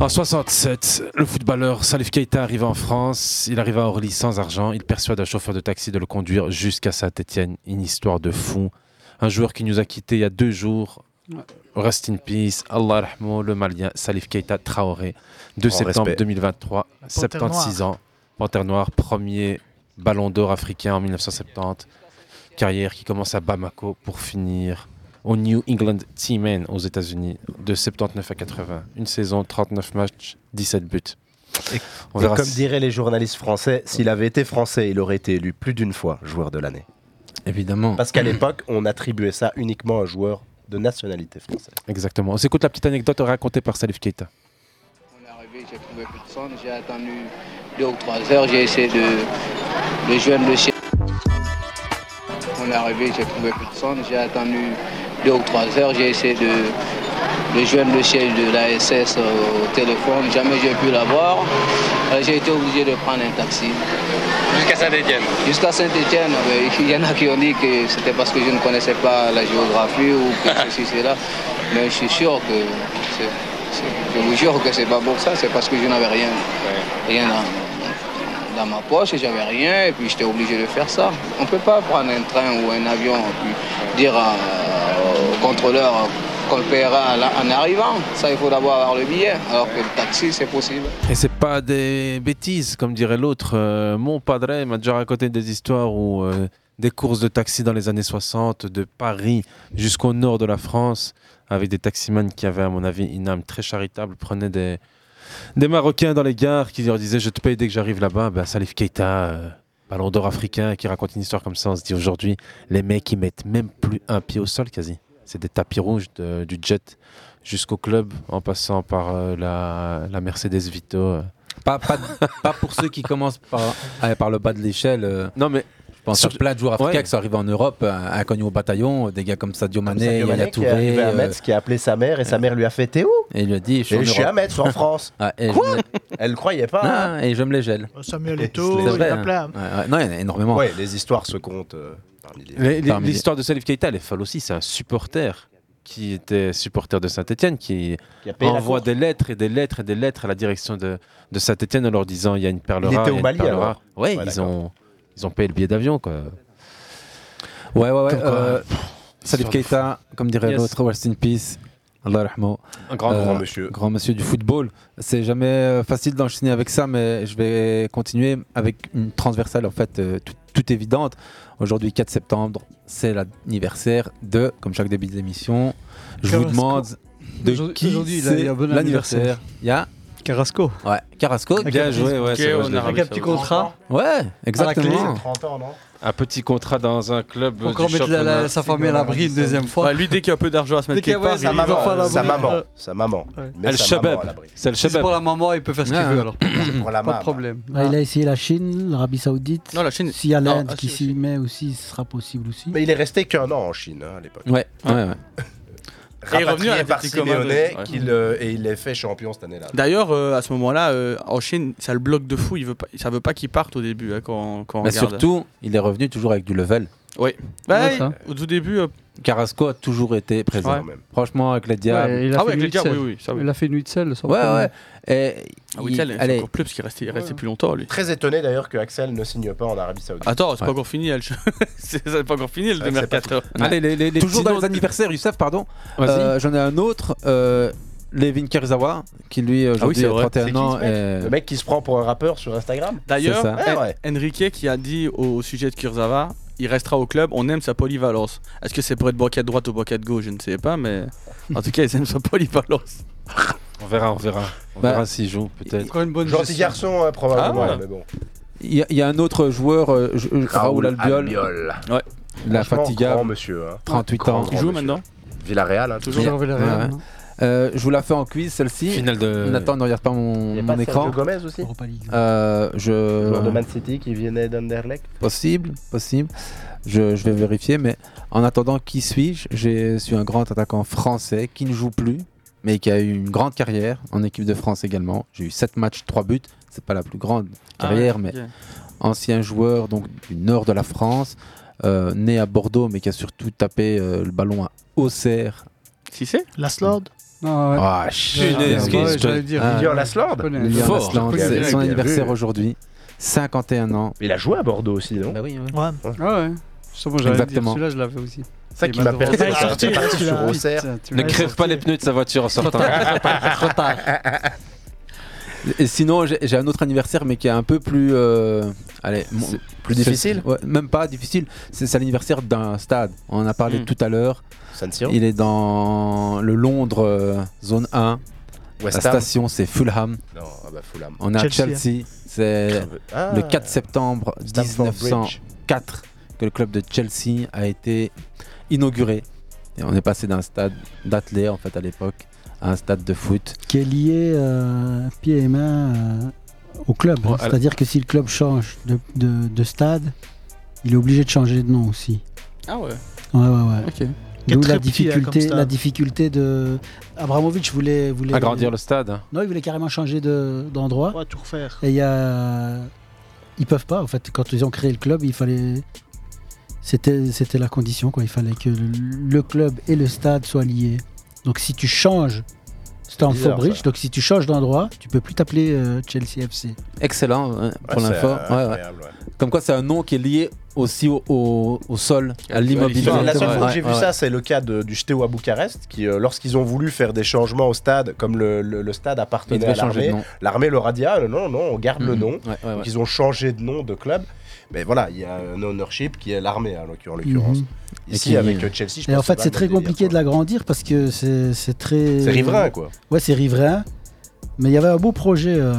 S8: En 67, le footballeur Salif Keita arrive en France. Il arrive à Orly sans argent. Il persuade un chauffeur de taxi de le conduire jusqu'à Saint-Etienne. Une histoire de fou. Un joueur qui nous a quittés il y a deux jours.
S10: Ouais.
S8: Rest in peace. Allah rahmo, le Malien Salif Keita Traoré. 2
S9: Grand
S8: septembre
S9: respect.
S8: 2023,
S9: Panthère
S8: 76
S9: noire.
S8: ans. Panthère noire, premier ballon d'or africain en 1970. Carrière qui commence à Bamako pour finir au New England Team aux États-Unis de 79 à 80. Une saison, 39 matchs, 17 buts.
S9: Et comme diraient les journalistes français, s'il avait été français, il aurait été élu plus d'une fois joueur de l'année.
S8: Évidemment.
S9: Parce qu'à l'époque, on attribuait ça uniquement à un joueur de nationalité française.
S8: Exactement. On s'écoute la petite anecdote racontée par Salif Keita.
S18: arrivé, j'ai trouvé personne, j'ai attendu deux ou trois heures, j'ai essayé de, de joindre le chien. On est arrivé, j'ai trouvé personne, j'ai attendu deux ou trois heures, j'ai essayé de, de joindre le siège de la SS au téléphone, jamais j'ai pu l'avoir. Alors, J'ai été obligé de prendre un taxi. Jusqu'à Saint-Etienne Jusqu'à Saint-Etienne, il y en a qui ont dit que c'était parce que je ne connaissais pas la géographie ou que ceci, cela. Mais je suis sûr que c'est je vous jure que c'est pas pour ça, c'est parce que je n'avais rien, rien dans, dans ma poche, j'avais rien, et puis j'étais obligé de faire ça. On ne peut pas prendre un train ou un avion et puis dire à- au contrôleur qu'on le paiera à la- en arrivant. Ça, il faut d'abord avoir le billet, alors que le taxi, c'est possible.
S8: Et c'est pas des bêtises, comme dirait l'autre. Euh, mon padre m'a déjà raconté des histoires où euh, des courses de taxi dans les années 60, de Paris jusqu'au nord de la France, avec des taximans qui avaient, à mon avis, une âme très charitable, prenaient des, des Marocains dans les gares qui leur disaient Je te paye dès que j'arrive là-bas. Ben, Salif Keita, euh, ballon d'or africain, qui raconte une histoire comme ça. On se dit aujourd'hui, les mecs, ils mettent même plus un pied au sol quasi. C'est des tapis rouges de- du jet jusqu'au club en passant par euh, la, la Mercedes Vito. euh.
S16: Pas, pas, pas pour ceux qui commencent par, à- par le bas de l'échelle. non,
S8: mais.
S16: Je pense sur
S8: sur-
S16: plein de joueurs africains
S8: Ouais.
S16: qui sont arrivés en Europe, un- inconnus au bataillon, des gars comme Sadio Mané,
S9: Sadio
S16: Yaya
S9: Mané qui est
S16: Touré.
S9: arrivé à
S16: euh,
S9: Metz, qui a appelé sa mère et sa mère lui a fait T'es où
S16: Et il lui a dit
S9: Et je suis à Metz, en France.
S16: Ah, et je
S9: Quoi
S16: me-
S9: Elle croyait pas.
S16: Ah,
S9: hein.
S16: et je me les gèle.
S11: Oh, Samuel
S16: C'est
S11: Eto'o, il y en
S16: vrai,
S11: a
S16: hein.
S11: plein.
S16: Ouais, ouais. Non, il y en a énormément.
S9: Ouais, les histoires se comptent euh, parmi les.
S8: Les- les-
S16: Parmi les-
S8: L'histoire de Salif Keita, elle est folle aussi. C'est un supporter qui était supporter de Saint-Etienne, qui,
S9: Qui a payé la
S8: envoie
S9: cour.
S8: des lettres et des lettres et des lettres à la direction de, de Saint-Etienne en leur disant il y a une perle
S9: Il
S8: rare.
S9: était au
S8: il y a une
S9: Mali,
S8: perle
S9: alors
S8: rare. Ouais,
S9: Ouais,
S8: ils,
S9: d'accord.
S8: ont, ils ont payé le billet d'avion. Quoi.
S16: Ouais, ouais, ouais.
S8: Comme quoi,
S16: euh,
S8: pff,
S16: Salif
S8: histoire de
S16: Keita,
S8: fou.
S16: comme dirait
S8: Yes.
S16: l'autre, rest in peace. Allah rahmo.
S9: Un grand, grand monsieur.
S16: Grand monsieur du football. C'est jamais euh, facile d'enchaîner avec ça, mais je vais continuer avec une transversale en fait euh, tout, toute évidente. Aujourd'hui, 4 septembre, c'est l'anniversaire de, comme chaque début d'émission, je vous
S10: Carrasco.
S16: demande de
S10: Aujourd'hui-
S16: qui
S10: aujourd'hui, il a-
S16: c'est
S10: il a bon
S16: l'anniversaire.
S10: anniversaire.
S16: Il y a Carrasco. Ouais, Carrasco,
S8: Avec
S16: bien
S8: un
S16: joué.
S8: petit-
S16: Ouais,
S8: Ok,
S16: c'est vrai,
S8: on
S16: je l'ai
S8: a
S16: vu.
S8: Avec un petit contrat.
S16: Ouais,
S8: Exactement.
S16: exactement.
S8: Un petit contrat dans un club. euh,
S4: Encore
S8: du
S4: mettre la- la-
S8: championnat.
S4: sa famille à l'abri une deuxième fois. Ouais, lui, dès qu'il y a un peu d'argent à se mettre
S9: Dès qu'il y a-
S4: quelque part,
S9: ouais, sa
S4: il va
S9: maman,
S4: faire la
S9: sa
S4: boule.
S9: maman,
S4: Euh,
S9: sa maman.
S4: ouais.
S9: Mais sa maman à l'abri.
S8: C'est le
S4: Si C'est pour la maman, il peut faire ce qu'il
S16: Ah.
S4: veut alors.
S9: Pour la
S4: Pas de
S9: maman. Ah,
S4: problème.
S2: Là, il a essayé la Chine, l'Arabie Saoudite.
S4: Non, la Chine-
S2: S'il y a
S4: non,
S2: l'Inde
S4: ah,
S2: qui
S4: si,
S2: s'y met aussi, ce sera possible aussi.
S9: Mais il est resté qu'un an en Chine hein, à l'époque.
S16: Ouais, ouais, ouais.
S4: Et revenu à
S9: Rapatrié par
S4: l'Atlético Madrid,
S9: Simeone
S4: ouais.
S9: qu'il, euh, et il est fait champion cette année-là.
S4: D'ailleurs, euh, à ce moment-là, euh, en Chine, ça
S20: Bah,
S4: le bloque de fou. Il veut pas, ça veut pas qu'il parte au début hein, quand, quand on
S16: Mais
S4: regarde.
S16: surtout, il est revenu toujours avec du level.
S4: Oui. Bah, il- au tout début, euh,
S8: Carrasco a toujours été présent.
S4: Ouais.
S8: Franchement, avec les diables.
S4: il a Ah fait ouais, avec les une Diables, huit-sept. oui, oui, ça, oui.
S10: Il a fait une nuit de sel. sans
S8: Ouais,
S10: problème.
S8: ouais. Et
S4: Ah oui, Tel, c'est encore plus parce qu'il restait, il restait plus longtemps, lui.
S9: Très étonné d'ailleurs que Axel ne signe pas en Arabie Saoudite.
S4: Attends, c'est pas encore fini, elle. c'est c'est pas encore fini, le
S9: Ouais, c'est pas
S4: Mercato.
S20: Ah,
S9: fini. Allez, les- les- les
S8: Toujours
S9: petits
S8: dans
S9: noms
S8: les
S9: de-
S8: anniversaires, Youssef, pardon.
S9: Vas-y.
S8: Euh, J'en ai un autre, euh, Levin Karizawa, qui lui
S4: Ah
S8: aujourd'hui a 31 ans. et-
S9: Le mec qui se prend pour un rappeur sur Instagram.
S4: D'ailleurs,
S9: Ouais,
S4: En-
S9: ouais.
S4: Enrique qui a dit au sujet de Kurzawa, il restera au club, on aime sa polyvalence. Est-ce que c'est pour être banquette droite ou banquette gauche Je ne sais pas, mais en tout cas, ils aiment sa polyvalence.
S20: On verra, on verra. On
S8: Bah,
S20: verra s'il joue, peut-être.
S9: Gentil garçon, euh, probablement,
S8: Ah ouais.
S9: mais bon.
S8: Il y, a- il y a un autre joueur, euh, je- je- Raoul
S9: Raoul
S8: Albiol.
S9: Albiol.
S4: Ouais.
S8: La
S9: Franchement,
S8: fatiga.
S9: grand monsieur, hein.
S8: 38
S9: Grand,
S8: ans.
S9: grand Il joue monsieur. maintenant Villarreal, hein, toujours. Toujours Villarreal, non
S8: Euh, je vous la fais en quiz celle-ci.
S9: Finale de-
S8: Nathan ne regarde pas mon,
S9: Il y a
S8: mon
S9: pas Sergio
S8: écran.
S9: Gomez aussi
S8: Euh, je.
S9: Joueur de Man City qui venait d'Anderlecht.
S8: Possible, possible. Je, je vais vérifier, mais en attendant, qui suis-je Je suis un grand attaquant français qui ne joue plus, mais qui a eu une grande carrière en équipe de France également. J'ai eu 7 matchs, 3 buts. C'est pas la plus grande
S4: Ah,
S8: carrière,
S4: ok.
S8: mais ancien joueur donc du nord de la France, euh, né à Bordeaux, mais qui a surtout tapé euh, le ballon à Auxerre.
S4: Si c'est
S11: Laslord
S10: Non,
S8: Ah,
S10: punaise, qu'est-ce que- j'allais dire. Lilian Laslord
S8: Lilian
S10: Fort.
S8: Laslord,
S10: Je connais
S8: c'est
S10: bien,
S8: son
S10: bien
S8: anniversaire
S10: vu.
S8: aujourd'hui. 51 ans.
S9: Il a joué à Bordeaux aussi, non
S8: Bah oui, ouais.
S11: Ouais.
S10: Ah ouais. Justement, j'allais dire,
S8: Exactement.
S10: Celui-là, je l'avais aussi.
S9: Ça
S10: Et
S9: qui m'a
S10: malheureusement-
S9: perdu, c'est parti
S10: Putain, tu
S9: sur
S10: l'as-
S9: Auxerre.
S10: putain, tu
S20: Ne
S10: l'as
S20: crève pas
S10: sorti.
S20: les pneus de sa voiture en sortant.
S8: Trop tard. Et sinon, j'ai j'ai un autre anniversaire, mais qui est un peu plus. euh, allez, mon-
S9: plus
S8: c'est-
S9: difficile
S8: ouais, Même pas difficile. C'est c'est l'anniversaire d'un stade. On en a parlé
S9: Mm.
S8: tout à l'heure.
S9: San Siro
S8: Il est dans le Londres, euh, zone 1.
S9: West
S8: La
S9: Ham
S8: station, c'est Fulham.
S9: Non, ah bah, Fulham.
S8: On est à
S9: Chelsea,
S8: Chelsea.
S9: hein.
S8: C'est
S9: Creveux. Ah.
S8: le 4 septembre
S9: Stamford
S8: 1904 que le club de Chelsea a été inauguré. Et on est passé d'un stade d'athlée en fait à l'époque à un stade de foot.
S2: qui est lié euh, pied et main euh, au club. hein.
S8: Ouais, à la-
S2: C'est-à-dire que si le club change de, de- de stade, il est obligé de changer de nom aussi.
S4: Ah ouais.
S2: Ouais, ouais, ouais.
S4: Ok.
S11: Qui est
S2: D'où
S11: très
S2: la
S11: petit, hein, comme
S2: difficulté,
S11: stade.
S2: la difficulté de Abramovich voulait, voulait
S8: Agrandir le stade. hein.
S2: Non, il voulait carrément changer de- d'endroit.
S11: Ouais, tout refaire.
S2: Et il y a, ils peuvent pas en fait. Quand ils ont créé le club, il fallait, c'était c'était la condition quoi. Il fallait que le, le club et le stade soient liés. Donc si tu changes Stamford
S8: bizarre,
S2: Bridge, donc si tu changes d'endroit, tu peux plus t'appeler euh, Chelsea FC.
S8: Excellent hein, pour
S2: Ouais, c'est,
S8: l'info.
S2: euh,
S8: Ouais, ouais.
S2: incroyable,
S8: Comme quoi, c'est un nom qui est lié aussi au, au- au sol, à l'immobilier.
S9: La seule fois que j'ai
S8: Ouais,
S9: vu
S8: ouais.
S9: ça, c'est le cas de- du JTO à Bucarest, qui, euh, lorsqu'ils ont voulu faire des changements au stade, comme le, le- le stade
S8: Ils
S9: appartenait
S8: devaient
S9: à
S8: changer de
S9: l'armée,
S8: nom.
S9: l'armée leur a dit ah, non, non, on garde le
S8: Mhm.
S9: nom.
S8: Ouais, ouais, ouais.
S9: Donc, ils ont changé de nom de club. Mais voilà, il y a un ownership qui est l'armée, hein, en l'occur- en l'occurrence.
S2: Mhm.
S9: Ici,
S2: Et qui-
S9: avec euh, Chelsea, je
S2: Et en
S9: pense
S2: fait,
S9: que
S2: c'est
S9: pas
S2: très
S9: le même délire.
S2: compliqué de l'agrandir parce que c'est c'est très.
S9: C'est riverain, quoi.
S2: Ouais, c'est riverain. Mais il y avait un beau projet euh,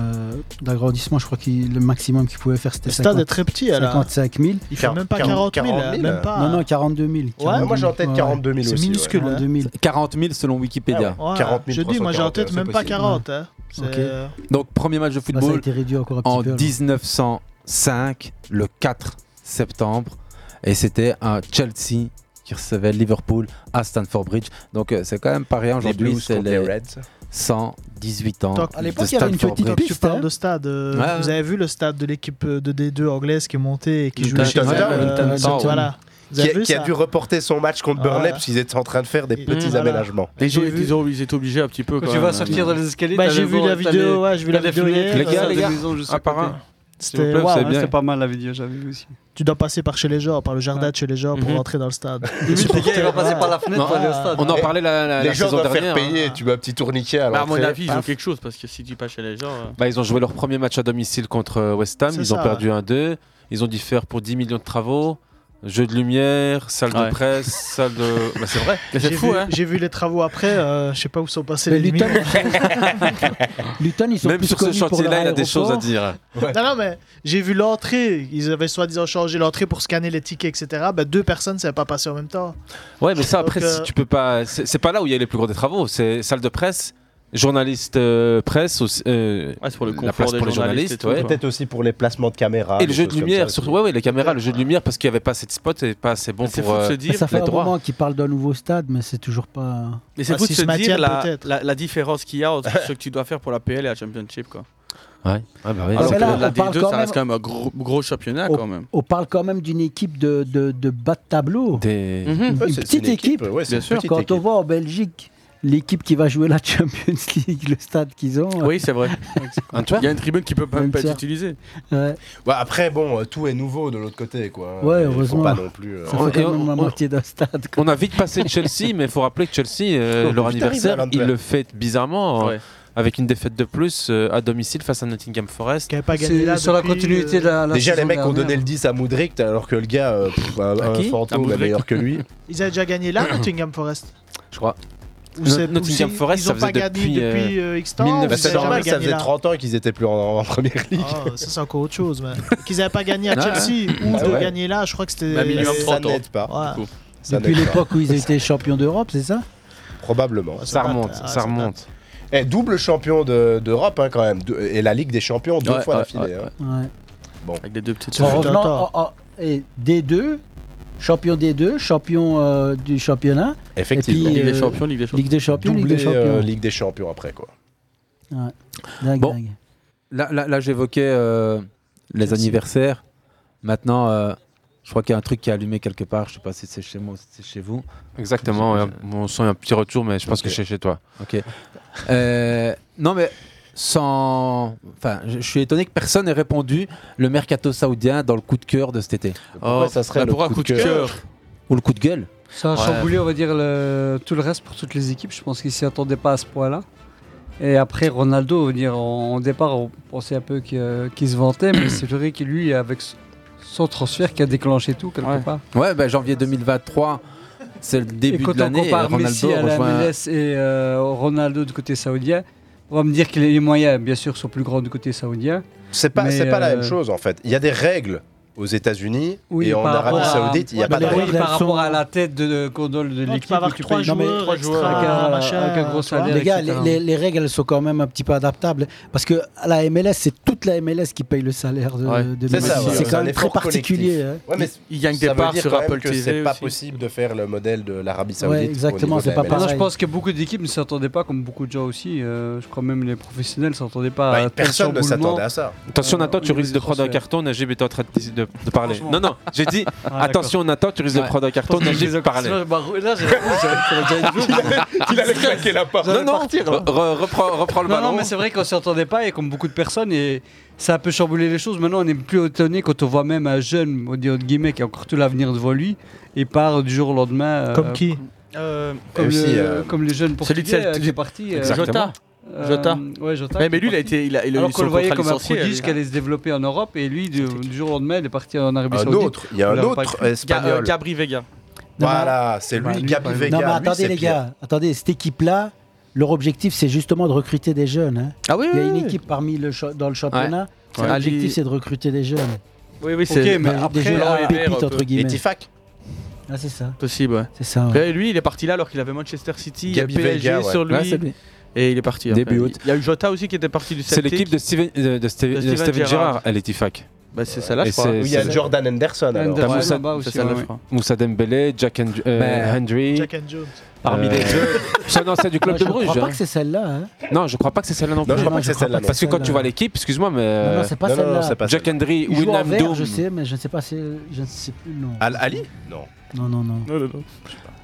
S2: d'agrandissement. Je crois que le maximum qu'ils pouvaient faire, c'était
S11: Le stade
S2: 50
S11: est très petit, alors.
S2: 55 000.
S11: Il fait même pas 40 000, 40 000, même pas.
S2: Non, non, 42 000.
S11: moi, j'ai en tête 42 000 C'est aussi, ouais. minuscule, hein,
S2: 42
S9: hein.
S2: 000.
S8: 40 000 selon Wikipédia.
S11: Ouais, je dis, moi j'ai en tête même pas 40. Hein. C'est,
S8: Ok.
S11: euh,
S8: Donc, premier match de
S2: Bah, ça a
S8: football
S2: été réduit encore un petit
S8: en
S2: peu, alors.
S8: 1905, le 4 septembre. Et c'était un Chelsea qui recevait Liverpool à Stanford Bridge. Donc, euh, c'est quand même pas rien aujourd'hui.
S9: Blues
S8: C'est
S9: contre
S8: les
S9: les Reds.
S8: 118 ans.
S11: Tant-
S8: de Stamford
S11: Tant que
S8: Bridge.
S11: Tu parles de stade. euh,
S8: Ouais, ouais.
S11: Vous avez vu le stade de l'équipe euh, de D2 anglaise qui est montée et qui joue
S9: Milton
S11: chez
S9: Town,
S11: euh,
S9: Milton
S11: euh,
S9: Town.
S11: Voilà. Vous
S9: Qui,
S11: avez
S9: a,
S11: vu
S9: qui a
S11: ça
S9: dû reporter son match contre Burnley
S11: Voilà.
S9: parce qu'ils étaient en train de faire des petits
S11: voilà.
S9: aménagements.
S4: Les gens, ils, ils ont- ils étaient obligés un petit peu.
S9: Quand
S4: quand
S9: tu
S4: même,
S9: vas
S10: euh,
S4: hein.
S9: sortir dans les escaliers,
S11: Bah, j'ai vu la vidéo, ouais, j'ai vu la vidéo hier.
S20: Les gars,
S11: euh,
S20: les
S11: des
S20: gars,
S11: maisons juste
S20: un
S10: Ah,
S11: à
S20: par
S11: côté.
S20: un. S'il vous
S11: C'était
S20: plaît, vous
S11: ouais,
S20: savez
S11: hein,
S20: bien.
S11: c'était
S10: pas mal la vidéo, j'avais vu aussi.
S11: Tu dois passer par chez les gens, par le jardin de chez les gens pour
S10: Mhm.
S11: rentrer dans le stade.
S10: Limite, les gars, ils vont passer par la
S4: fenêtre pour aller au stade.
S8: On en parlait la, la-
S9: les
S8: la
S9: gens
S8: saison
S9: doivent
S8: dernière.
S9: faire payer, tu mets un petit tourniquet à
S4: hein. Bah, à
S9: l'entrée.
S4: mon avis, ils ont
S9: paf.
S4: quelque chose parce que si tu pas chez les gens. euh,
S20: Bah, ils ont joué leur premier match à domicile contre euh, West Ham.
S4: C'est
S20: Ils ont
S4: ça,
S20: perdu 1-2. Ils ont dû faire pour 10 millions de travaux. Jeu de lumière, salle
S4: Ouais.
S20: de presse, salle de. Bah, c'est vrai.
S11: J'ai vu,
S9: hein.
S11: j'ai vu les travaux après, euh, je sais pas où sont passés
S20: Mais
S11: les
S20: Luton-
S11: lumières.
S2: Luton, ils sont
S20: Même
S2: plus
S20: sur ce
S2: connus pour
S20: chantier-là, il y a
S2: leur
S20: des choses à
S2: aéroport.
S20: dire.
S11: Non, non, mais j'ai vu l'entrée. Ils avaient soi-disant changé l'entrée pour scanner les tickets, etc. Bah, deux personnes, ça va pas passer en même temps.
S20: Ouais, mais ça,
S11: Donc,
S20: après,
S11: euh,
S20: si tu peux pas. C'est c'est pas là où il y a les plus gros des travaux. C'est salle de presse, journaliste euh, presse, aussi, euh, la place pour les journalistes. ouais.
S9: Peut-être aussi pour les placements de caméras.
S20: Et le
S9: des
S20: jeu de
S9: choses comme
S20: lumière,
S9: ça.
S20: sur... ouais, ouais, les caméras, le jeu de lumière, parce qu'il n'y avait pas assez de spots et pas assez bon
S4: c'est
S20: pour
S4: fou de
S20: euh,
S4: se
S2: Mais ça fait
S20: les
S2: un
S20: droits.
S2: moment qu'ils parlent d'un nouveau stade, mais c'est toujours pas.
S8: Ah,
S11: Bah,
S4: Mais c'est fou de se
S11: Mathia,
S4: dire la,
S11: peut-être.
S4: la- la différence qu'il y a entre ce que tu dois faire pour la PL et la Championship. Quoi.
S8: Ouais. Ah bah oui.
S4: Alors
S8: Donc
S4: que
S8: là,
S4: la
S8: on parle
S4: D2,
S8: quand
S4: ça reste quand
S8: même-
S4: même un gros, gros championnat
S8: Oh.
S4: quand même.
S2: On parle quand même d'une équipe de, de, de bas de tableau.
S4: Mhm.
S2: Une
S4: Ouais, c'est-
S2: petite
S4: c'est une équipe,
S2: équipe.
S4: ouais, c'est une petite
S2: Quand on
S4: équipe.
S2: voit en Belgique l'équipe qui va jouer la Champions League, le stade qu'ils ont.
S4: Oui, c'est vrai. Il y a une tribune qui peut même
S2: Une
S4: pas être
S2: tiers.
S4: utilisée.
S2: Ouais.
S9: Ouais, après, bon, euh, tout est nouveau de l'autre côté, quoi.
S2: Ouais,
S9: Il faut
S2: heureusement.
S9: pas non plus. euh,
S2: Ça fait
S8: Et
S2: quand même la moitié d'un stade.
S8: On a vite passé Chelsea, mais il faut rappeler que Chelsea, euh,
S9: Oh,
S8: leur
S9: putain, il va
S8: anniversaire,
S9: à
S8: ils le
S9: l'Antwerp.
S8: fêtent
S20: hein.
S8: bizarrement. euh, Avec une défaite de plus euh, à domicile face à Nottingham Forest.
S11: Qui pas gagné C'est là sur la depuis, continuité de la- la
S9: Déjà, les
S11: saison
S9: mecs ont donné
S11: dernière.
S9: le 10 à Moudric, alors que le gars, euh, pff, un,
S8: À
S9: un
S8: qui À
S9: fantôme est
S8: Moudric.
S9: meilleur que lui.
S11: Ils avaient déjà gagné là, Nottingham Forest.
S8: Je crois.
S11: Ou c'est- ou
S8: Nottingham
S11: c'est-
S8: Forest,
S11: ils
S8: ça
S11: ont pas
S8: faisait
S11: gagné
S8: depuis, euh,
S11: depuis, euh, X temps, ou
S9: Bah,
S11: ils
S9: c'est
S11: avaient
S9: normal,
S11: jamais
S9: ça
S11: gagné
S9: faisait
S11: là
S9: 30 ans qu'ils étaient plus en, en première ligue.
S11: Oh, ça, c'est encore autre chose. mais Qu'ils n'avaient pas gagné à
S9: Ah,
S11: Chelsea ou
S9: bah
S11: de
S9: ouais.
S11: gagner là, je crois que c'était.
S9: Bah, minimum
S11: Ça
S9: 30 ans.
S11: n'aide pas,
S9: Ouais.
S11: hein. du coup.
S9: Ça
S2: Depuis
S9: n'aide pas.
S2: l'époque où ils étaient champions d'Europe, c'est ça
S9: Probablement.
S2: ça Ça date, remonte, ah, ça ça remonte.
S9: Eh, double champion de- d'Europe, hein, quand même. Deux- Et la Ligue des champions, deux
S4: Ouais,
S9: fois
S4: ouais,
S9: d'affilée.
S4: ouais,
S9: hein.
S2: Ouais.
S9: Bon.
S4: Avec les deux petites
S2: En revenant en- en- et D2, champion D2, champion euh, du championnat.
S9: Effectivement.
S2: Et puis,
S9: Ligue des
S2: euh,
S9: champions,
S4: Ligue des
S2: Ligue des champions, Ligue des
S9: Doublé,
S2: champions.
S9: euh, Ligue des champions après, quoi.
S2: Ouais. Dingue,
S8: Bon.
S2: dingue.
S8: Là, là, là, j'évoquais euh, les anniversaires. Maintenant, euh, je crois qu'il y a un truc qui est allumé quelque part. Je sais pas si c'est chez moi ou si c'est chez vous.
S16: Exactement, ouais.
S8: on sent un petit retour, mais
S16: je pense que c'est chez toi.
S8: Ok. Euh, non, mais sans. Enfin, je je suis étonné que personne n'ait répondu le mercato saoudien dans le coup de cœur de cet été.
S9: Pourquoi ça serait bah, le pourquoi coup de coup de cœur cœur
S8: Ou le coup de gueule
S10: Ça a
S8: Ouais.
S10: chamboulé, on va dire, le- tout le reste pour toutes les équipes. Je pense qu'ils s'y attendaient pas à ce point-là. Et après, Ronaldo, on va dire, en, en départ, on pensait un peu qu'il euh, qu'il se vantait, mais c'est vrai qu'il, lui, avec s- son transfert, qui a déclenché tout, quelque part.
S8: Ouais, bah, janvier 2023, c'est le
S10: Et
S8: début
S10: quand
S8: de
S10: on
S8: l'année.
S10: compare
S8: Ronaldo
S10: Messi à la
S8: rejoint-
S10: MLS et euh, Ronaldo du côté saoudien, on va me dire que les moyens, bien sûr, sont plus grands du côté saoudien.
S9: C'est pas,
S10: Mais,
S9: c'est pas la
S10: euh,
S9: même chose, en fait. Il y a des règles aux États-Unis
S10: Oui,
S9: et en
S10: par
S9: Arabie
S10: rapport à-
S9: Saoudite, il n'y a
S10: ouais,
S9: pas de
S10: mais oui,
S9: règles.
S10: par rapport à la tête de, de condole de l'équipe,
S11: avoir
S10: où
S11: trois
S10: payes- Non, mais-
S11: joueurs
S10: trois
S11: extra,
S10: joueurs avec un,
S11: machin,
S10: avec un gros
S11: tu vois.
S10: salaire.
S11: Les
S2: gars,
S10: etc.
S2: les, les- les règles, elles sont quand même un petit peu adaptables. Parce que à la MLS, c'est toute la MLS qui paye le salaire de,
S4: Ouais.
S2: euh, de
S9: C'est
S2: Messi.
S9: ça, ouais.
S2: c'est
S9: C'est un
S2: quand même très
S9: effort
S2: particulier.
S9: collectif.
S2: hein.
S9: Ouais, mais
S4: Il gagne des
S9: ça veut
S4: parts
S9: dire
S4: sur
S9: quand même
S4: Apple
S9: que
S4: TV
S9: C'est pas
S4: aussi.
S9: possible de faire le modèle de l'Arabie
S2: Ouais,
S9: Saoudite. au niveau
S2: exactement,
S9: de
S2: c'est
S9: la
S2: pas
S9: MLS.
S10: Maintenant, je pense que beaucoup d'équipes ne s'attendaient pas, comme beaucoup de gens aussi. euh, je crois même les professionnels ne s'attendaient pas.
S9: Bah,
S10: à tel
S9: personne ne
S10: chamboulement.
S9: s'attendait à ça.
S8: Attention
S10: Euh,
S8: Nathan,
S10: au
S8: tu
S10: niveau
S8: risques
S10: des
S8: de prendre un
S10: transferts.
S8: carton, Najib est en train de, de- de parler.
S10: Franchement.
S8: Non, non, j'ai dit
S10: Ah,
S8: attention Nathan, tu risques de
S10: Ouais.
S8: prendre un carton,
S10: Parce que
S8: Najib
S10: je les- bah,
S8: parlait.
S10: Sinon, je barre- Là, j'ai
S9: claquer la porte.
S10: Non, non,
S8: Re- re- reprends, reprends le
S10: hein. non,
S8: ballon.
S10: non, mais c'est vrai qu'on s'y attendait pas et comme beaucoup de personnes, et ça a un peu chamboulé les choses. Maintenant, on est plus étonné quand on voit même un jeune, on dit entre guillemets, qui a encore tout l'avenir devant lui et part du jour au lendemain. euh,
S11: Comme qui
S10: comme,
S4: Et aussi,
S10: le-
S4: euh,
S10: comme les jeunes portugais
S4: celui de
S10: euh,
S4: Celtic-
S10: qui est parti. euh,
S4: Exactement. Jota.
S10: Euh,
S4: Jota.
S10: Ouais, Jota.
S4: Mais-
S10: qui
S4: mais
S10: est
S4: lui, il a
S10: parti.
S4: été- il a- il a eu
S10: Alors
S4: son
S10: qu'on le voyait
S4: contrat
S10: comme un
S4: licencié,
S10: prodige
S9: euh,
S4: là.
S10: qui allait se développer en Europe et lui, du, du jour au lendemain, il est parti en Arabie
S9: Un
S10: Saoudite.
S9: autre, il y a
S10: On
S9: un
S10: l'aurait pas
S9: autre
S10: cru.
S9: espagnol.
S4: Gabri Vega.
S9: Voilà, c'est lui, Gabi Vega.
S2: Non, mais
S9: lui,
S2: attendez,
S9: c'est
S2: les
S9: pire.
S2: gars. Attendez, cette équipe-là, leur objectif, c'est justement de recruter des jeunes. hein.
S4: Ah oui,
S2: Il y a
S4: oui,
S2: une
S4: oui.
S2: équipe parmi le cha- dans le championnat.
S4: Ouais.
S2: L'objectif,
S4: Ali-
S2: c'est de recruter des jeunes.
S4: Oui, oui, c'est.
S2: Ok, mais après,
S4: Laurent
S2: là,
S8: euh,
S4: Hébert,
S2: pépites,
S4: un peu.
S2: entre guillemets.
S4: Et Tifac.
S2: Ah, c'est ça.
S4: Possible, ouais.
S2: C'est ça.
S4: Et lui, il est parti là alors qu'il avait Manchester City,
S8: Gabi
S4: PSG
S8: Vega, ouais.
S4: sur lui.
S8: Ouais, c'est lui.
S4: Et il est parti.
S8: Début
S4: après.
S8: août.
S4: Il y a eu Jota aussi qui était parti du
S8: C'est
S4: Celtic.
S8: l'équipe de Steven, euh, de Steve- de
S4: Steven
S8: Steven Gerrard.
S4: Gerrard.
S8: elle est IFAC.
S4: Bah, c'est celle-là,
S8: Et
S4: je crois.
S8: c'est-
S9: Oui, il y a
S8: c'est-
S9: Jordan Anderson. alors.
S8: T'as Moussa,
S4: là-bas aussi,
S8: c'est ça,
S4: ouais,
S8: là,
S4: ouais.
S8: je crois. Moussa Dembélé, Jack and, euh,
S2: Mais-
S8: Henry.
S11: Jack and Jones.
S2: Parmi
S8: les
S2: les
S8: jeunes. Euh, Ça, non, c'est du club
S2: Moi,
S8: de
S2: je
S8: Bruges.
S2: crois pas
S8: hein.
S2: que c'est celle-là. hein.
S8: Non, je crois pas que c'est celle-là non plus.
S9: je crois pas que c'est celle-là,
S8: Parce que
S2: non.
S8: quand tu vois l'équipe, excuse-moi, mais.
S2: Non, non, c'est pas celle-là.
S8: Euh, Jack Henry,
S2: Il joue en
S8: William
S2: vert,
S8: Dome.
S2: je sais, mais je ne sais pas, c'est- je ne sais plus le nom.
S9: Al Ali Non.
S2: Non, non, non.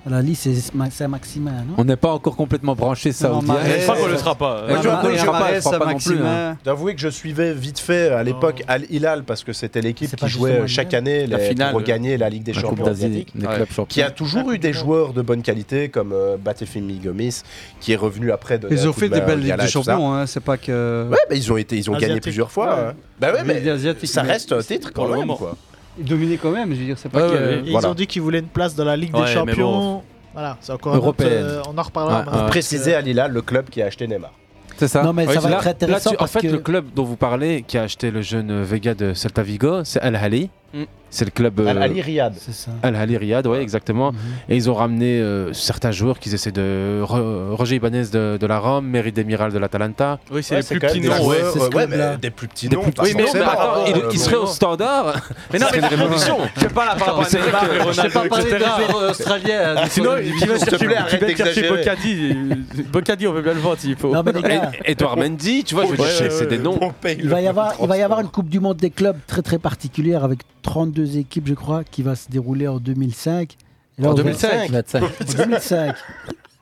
S2: La liste, c'est Ma- c'est Maximin, non
S8: On n'est pas encore complètement branché saoudien.
S9: Mahrez- Je crois qu'on le sera
S4: pas.
S8: Ouais, je crois qu'on le sera pas, je crois pas non plus, hein.
S9: J'avoue que je suivais vite fait à l'époque Al Hilal parce que c'était l'équipe
S2: pas
S9: qui jouait euh,
S2: justement
S9: chaque
S2: Al
S9: année
S8: La
S9: les-
S8: finale.
S9: pour gagner la Ligue des
S8: La Coupe
S9: Champions
S8: d'Asie,
S9: asiatiques,
S8: des clubs champions.
S9: qui a toujours eu des joueurs de bonne qualité comme euh, Batefimi Gomis qui est revenu après donner
S10: Ils
S9: un
S10: ont
S9: coup
S10: fait
S9: de
S10: des
S9: main au
S10: belles Ligues
S9: Gala
S10: des
S9: et tout ça.
S10: Champions, hein, c'est pas que.
S9: Ouais, mais ils ont été, ils ont gagné
S10: Asiatique.
S9: plusieurs fois.
S10: Ouais.
S9: hein. Bah ouais,
S10: Les
S9: mais
S10: Ligues asiatiques,
S9: ça
S10: mais-
S9: reste un titre quand
S10: Pour le
S9: même.
S10: moment.
S9: Quoi.
S10: Ils dominaient quand même, je veux dire, c'est pas
S11: Ouais,
S10: que.
S11: ouais, Ils
S9: Voilà.
S11: ont dit qu'ils voulaient une place dans la Ligue
S9: Ouais,
S11: des
S9: mais bon.
S11: Champions. Voilà, c'est encore un autre,
S9: Européenne.
S11: euh, on en reparlera.
S9: Pour
S11: maintenant.
S9: préciser à Lila le club qui a acheté Neymar.
S8: C'est ça.
S2: Non, mais ça va
S8: là-
S2: être intéressant
S8: là, tu-
S2: parce
S8: en fait,
S2: que-
S8: le club dont vous parlez, qui a acheté le jeune euh, Vega de Celta Vigo, c'est Al Hali.
S2: Mm.
S8: C'est le club.
S9: Al Ahly Riyad.
S8: euh, C'est ça. Al Ahly Riyad, ouais, exactement.
S2: Mm-hmm.
S8: Et ils ont ramené euh, certains joueurs qu'ils essaient de. Ro- Roger Ibanez de, de la Rome, Mary Demiral de l'Atalanta.
S4: Oui, c'est Ouais, les c'est plus quand même petits des noms. joueurs,
S9: Ouais, ouais, euh, ouais, mais des plus petits noms.
S8: Oui, mais par rapport, il, il serait au standard.
S4: Mais non, mais la révolution Je sais pas là par rapport à
S8: C'est vrai
S4: Neymar
S8: que-
S4: et
S8: je sais
S4: Ronaldo,
S8: pas parler
S4: etc.
S8: des joueurs, euh,
S10: australiens, hein,
S4: Sinon,
S10: des
S4: il
S10: fois,
S4: va
S10: s'il te
S4: chercher
S10: plaît, arrête
S4: il va chercher
S10: d'exagérer.
S4: Bocadi. Bocadi, on veut bien le vendre s'il faut.
S10: Non, mais les gars-
S4: Et- Edouard Mendy, tu vois, je veux dire, c'est- c'est des noms.
S2: Il va, y avoir, il va y avoir une Coupe du Monde des clubs très très particulière avec 32 équipes, je crois, qui va se dérouler en 2005. Et là,
S4: En
S2: on va-
S4: 2005.
S2: 25. En 2005.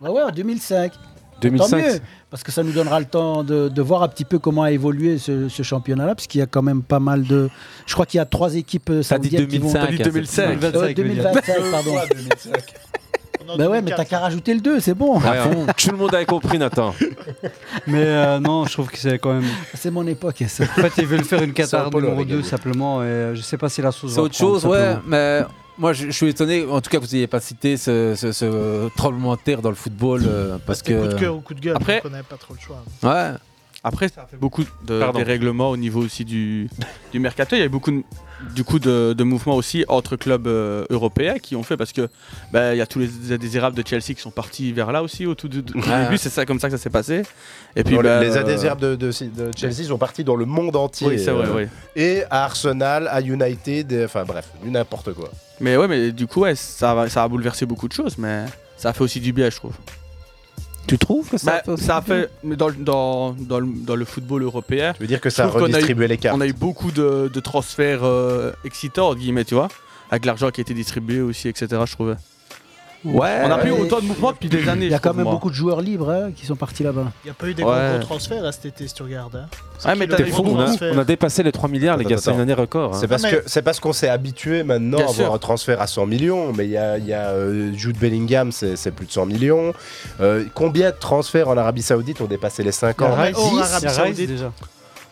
S2: Ah ouais, en 2005. Tant
S8: 2005.
S2: mieux, parce que ça nous donnera le temps de, de voir un petit peu comment a évolué ce, ce championnat-là, parce qu'il y a quand même pas mal de. Je crois qu'il y a trois équipes euh,
S8: T'as dit
S2: saoudiennes qui vont.
S8: 2005, T'as dit
S3: hein,
S8: 2005,
S2: Euh,
S8: 25,
S2: 2025, pardon. Ben ouais, mais t'as qu'à rajouter le 2, c'est bon.
S8: Ouais, hein. Tout le monde avait compris, Nathan.
S10: Mais euh, non, je trouve que c'est quand même.
S2: C'est mon époque, ça.
S10: En fait, ils veulent faire une Qatar
S8: Sao Paulo
S10: numéro
S8: avait
S10: 2
S8: gagné.
S10: simplement. Et euh, je sais pas si la sauce.
S8: C'est
S10: va
S8: autre
S10: prendre,
S8: chose, ouais.
S10: simplement.
S8: Mais moi, je, je suis étonné, en tout cas, que vous n'ayez pas cité ce, ce, ce tremblement de terre dans le football. euh, parce que.
S11: Coup de cœur ou coup de gueule,
S4: Après-
S11: donc on n'avait pas trop le choix.
S8: Ouais.
S4: Après, ça a fait beaucoup de
S21: Pardon.
S4: des règlements au niveau aussi du, du mercato. Il y a eu beaucoup de, du coup de, de mouvements aussi entre clubs euh, européens qui ont fait parce que bah, il y a tous les indésirables de Chelsea qui sont partis vers là aussi au tout du- du
S8: Ah.
S9: Ouais.
S4: début. C'est ça comme ça que ça s'est passé. Et puis
S9: Non,
S4: bah,
S9: les
S4: euh,
S9: adhésaires de, de- de Chelsea sont partis dans le monde entier. euh,
S4: Oui, c'est vrai, oui.
S9: Et à Arsenal, à United, et- enfin bref, du n'importe quoi.
S4: Mais ouais, mais du coup, ouais, ça, va- ça a bouleversé beaucoup de choses, mais ça a fait aussi du bien, je trouve.
S8: Tu trouves que
S4: ça a fait Ça a fait, mais dans, le- dans, dans, le, dans le football européen. Tu
S9: veux dire que ça a redistribué les cartes.
S4: On a eu beaucoup de, de transferts euh, excitants, entre guillemets, tu vois, avec l'argent qui a été distribué aussi, etc., je trouvais. Ouais, on a plus eu autant de mouvements depuis des années.
S2: Il y a
S4: je
S2: quand
S4: trouve,
S2: même
S4: moi.
S2: beaucoup de joueurs libres hein, qui sont partis là-bas.
S11: Il n'y a pas eu des
S4: Ouais.
S11: gros transferts à cet été, si tu regardes. hein. C'est
S4: Ouais, mais
S11: qui le
S4: t'as-
S11: gros
S4: fou, on a-
S11: transfert
S8: On a dépassé les 3 milliards, les
S9: Attends,
S8: gars, c'est
S9: attends.
S8: une année record. hein.
S9: C'est parce
S11: Non, mais-
S9: que c'est parce qu'on s'est habitué maintenant
S8: Bien
S9: à
S8: sûr.
S9: avoir un transfert à 100 millions, mais il y a, il y a, euh, Jude Bellingham, c'est c'est plus de 100 millions. Euh, combien de transferts en Arabie Saoudite ont dépassé les 50
S2: Il y a Rice,
S11: oh,
S2: il y a
S9: 10?
S2: Rice déjà.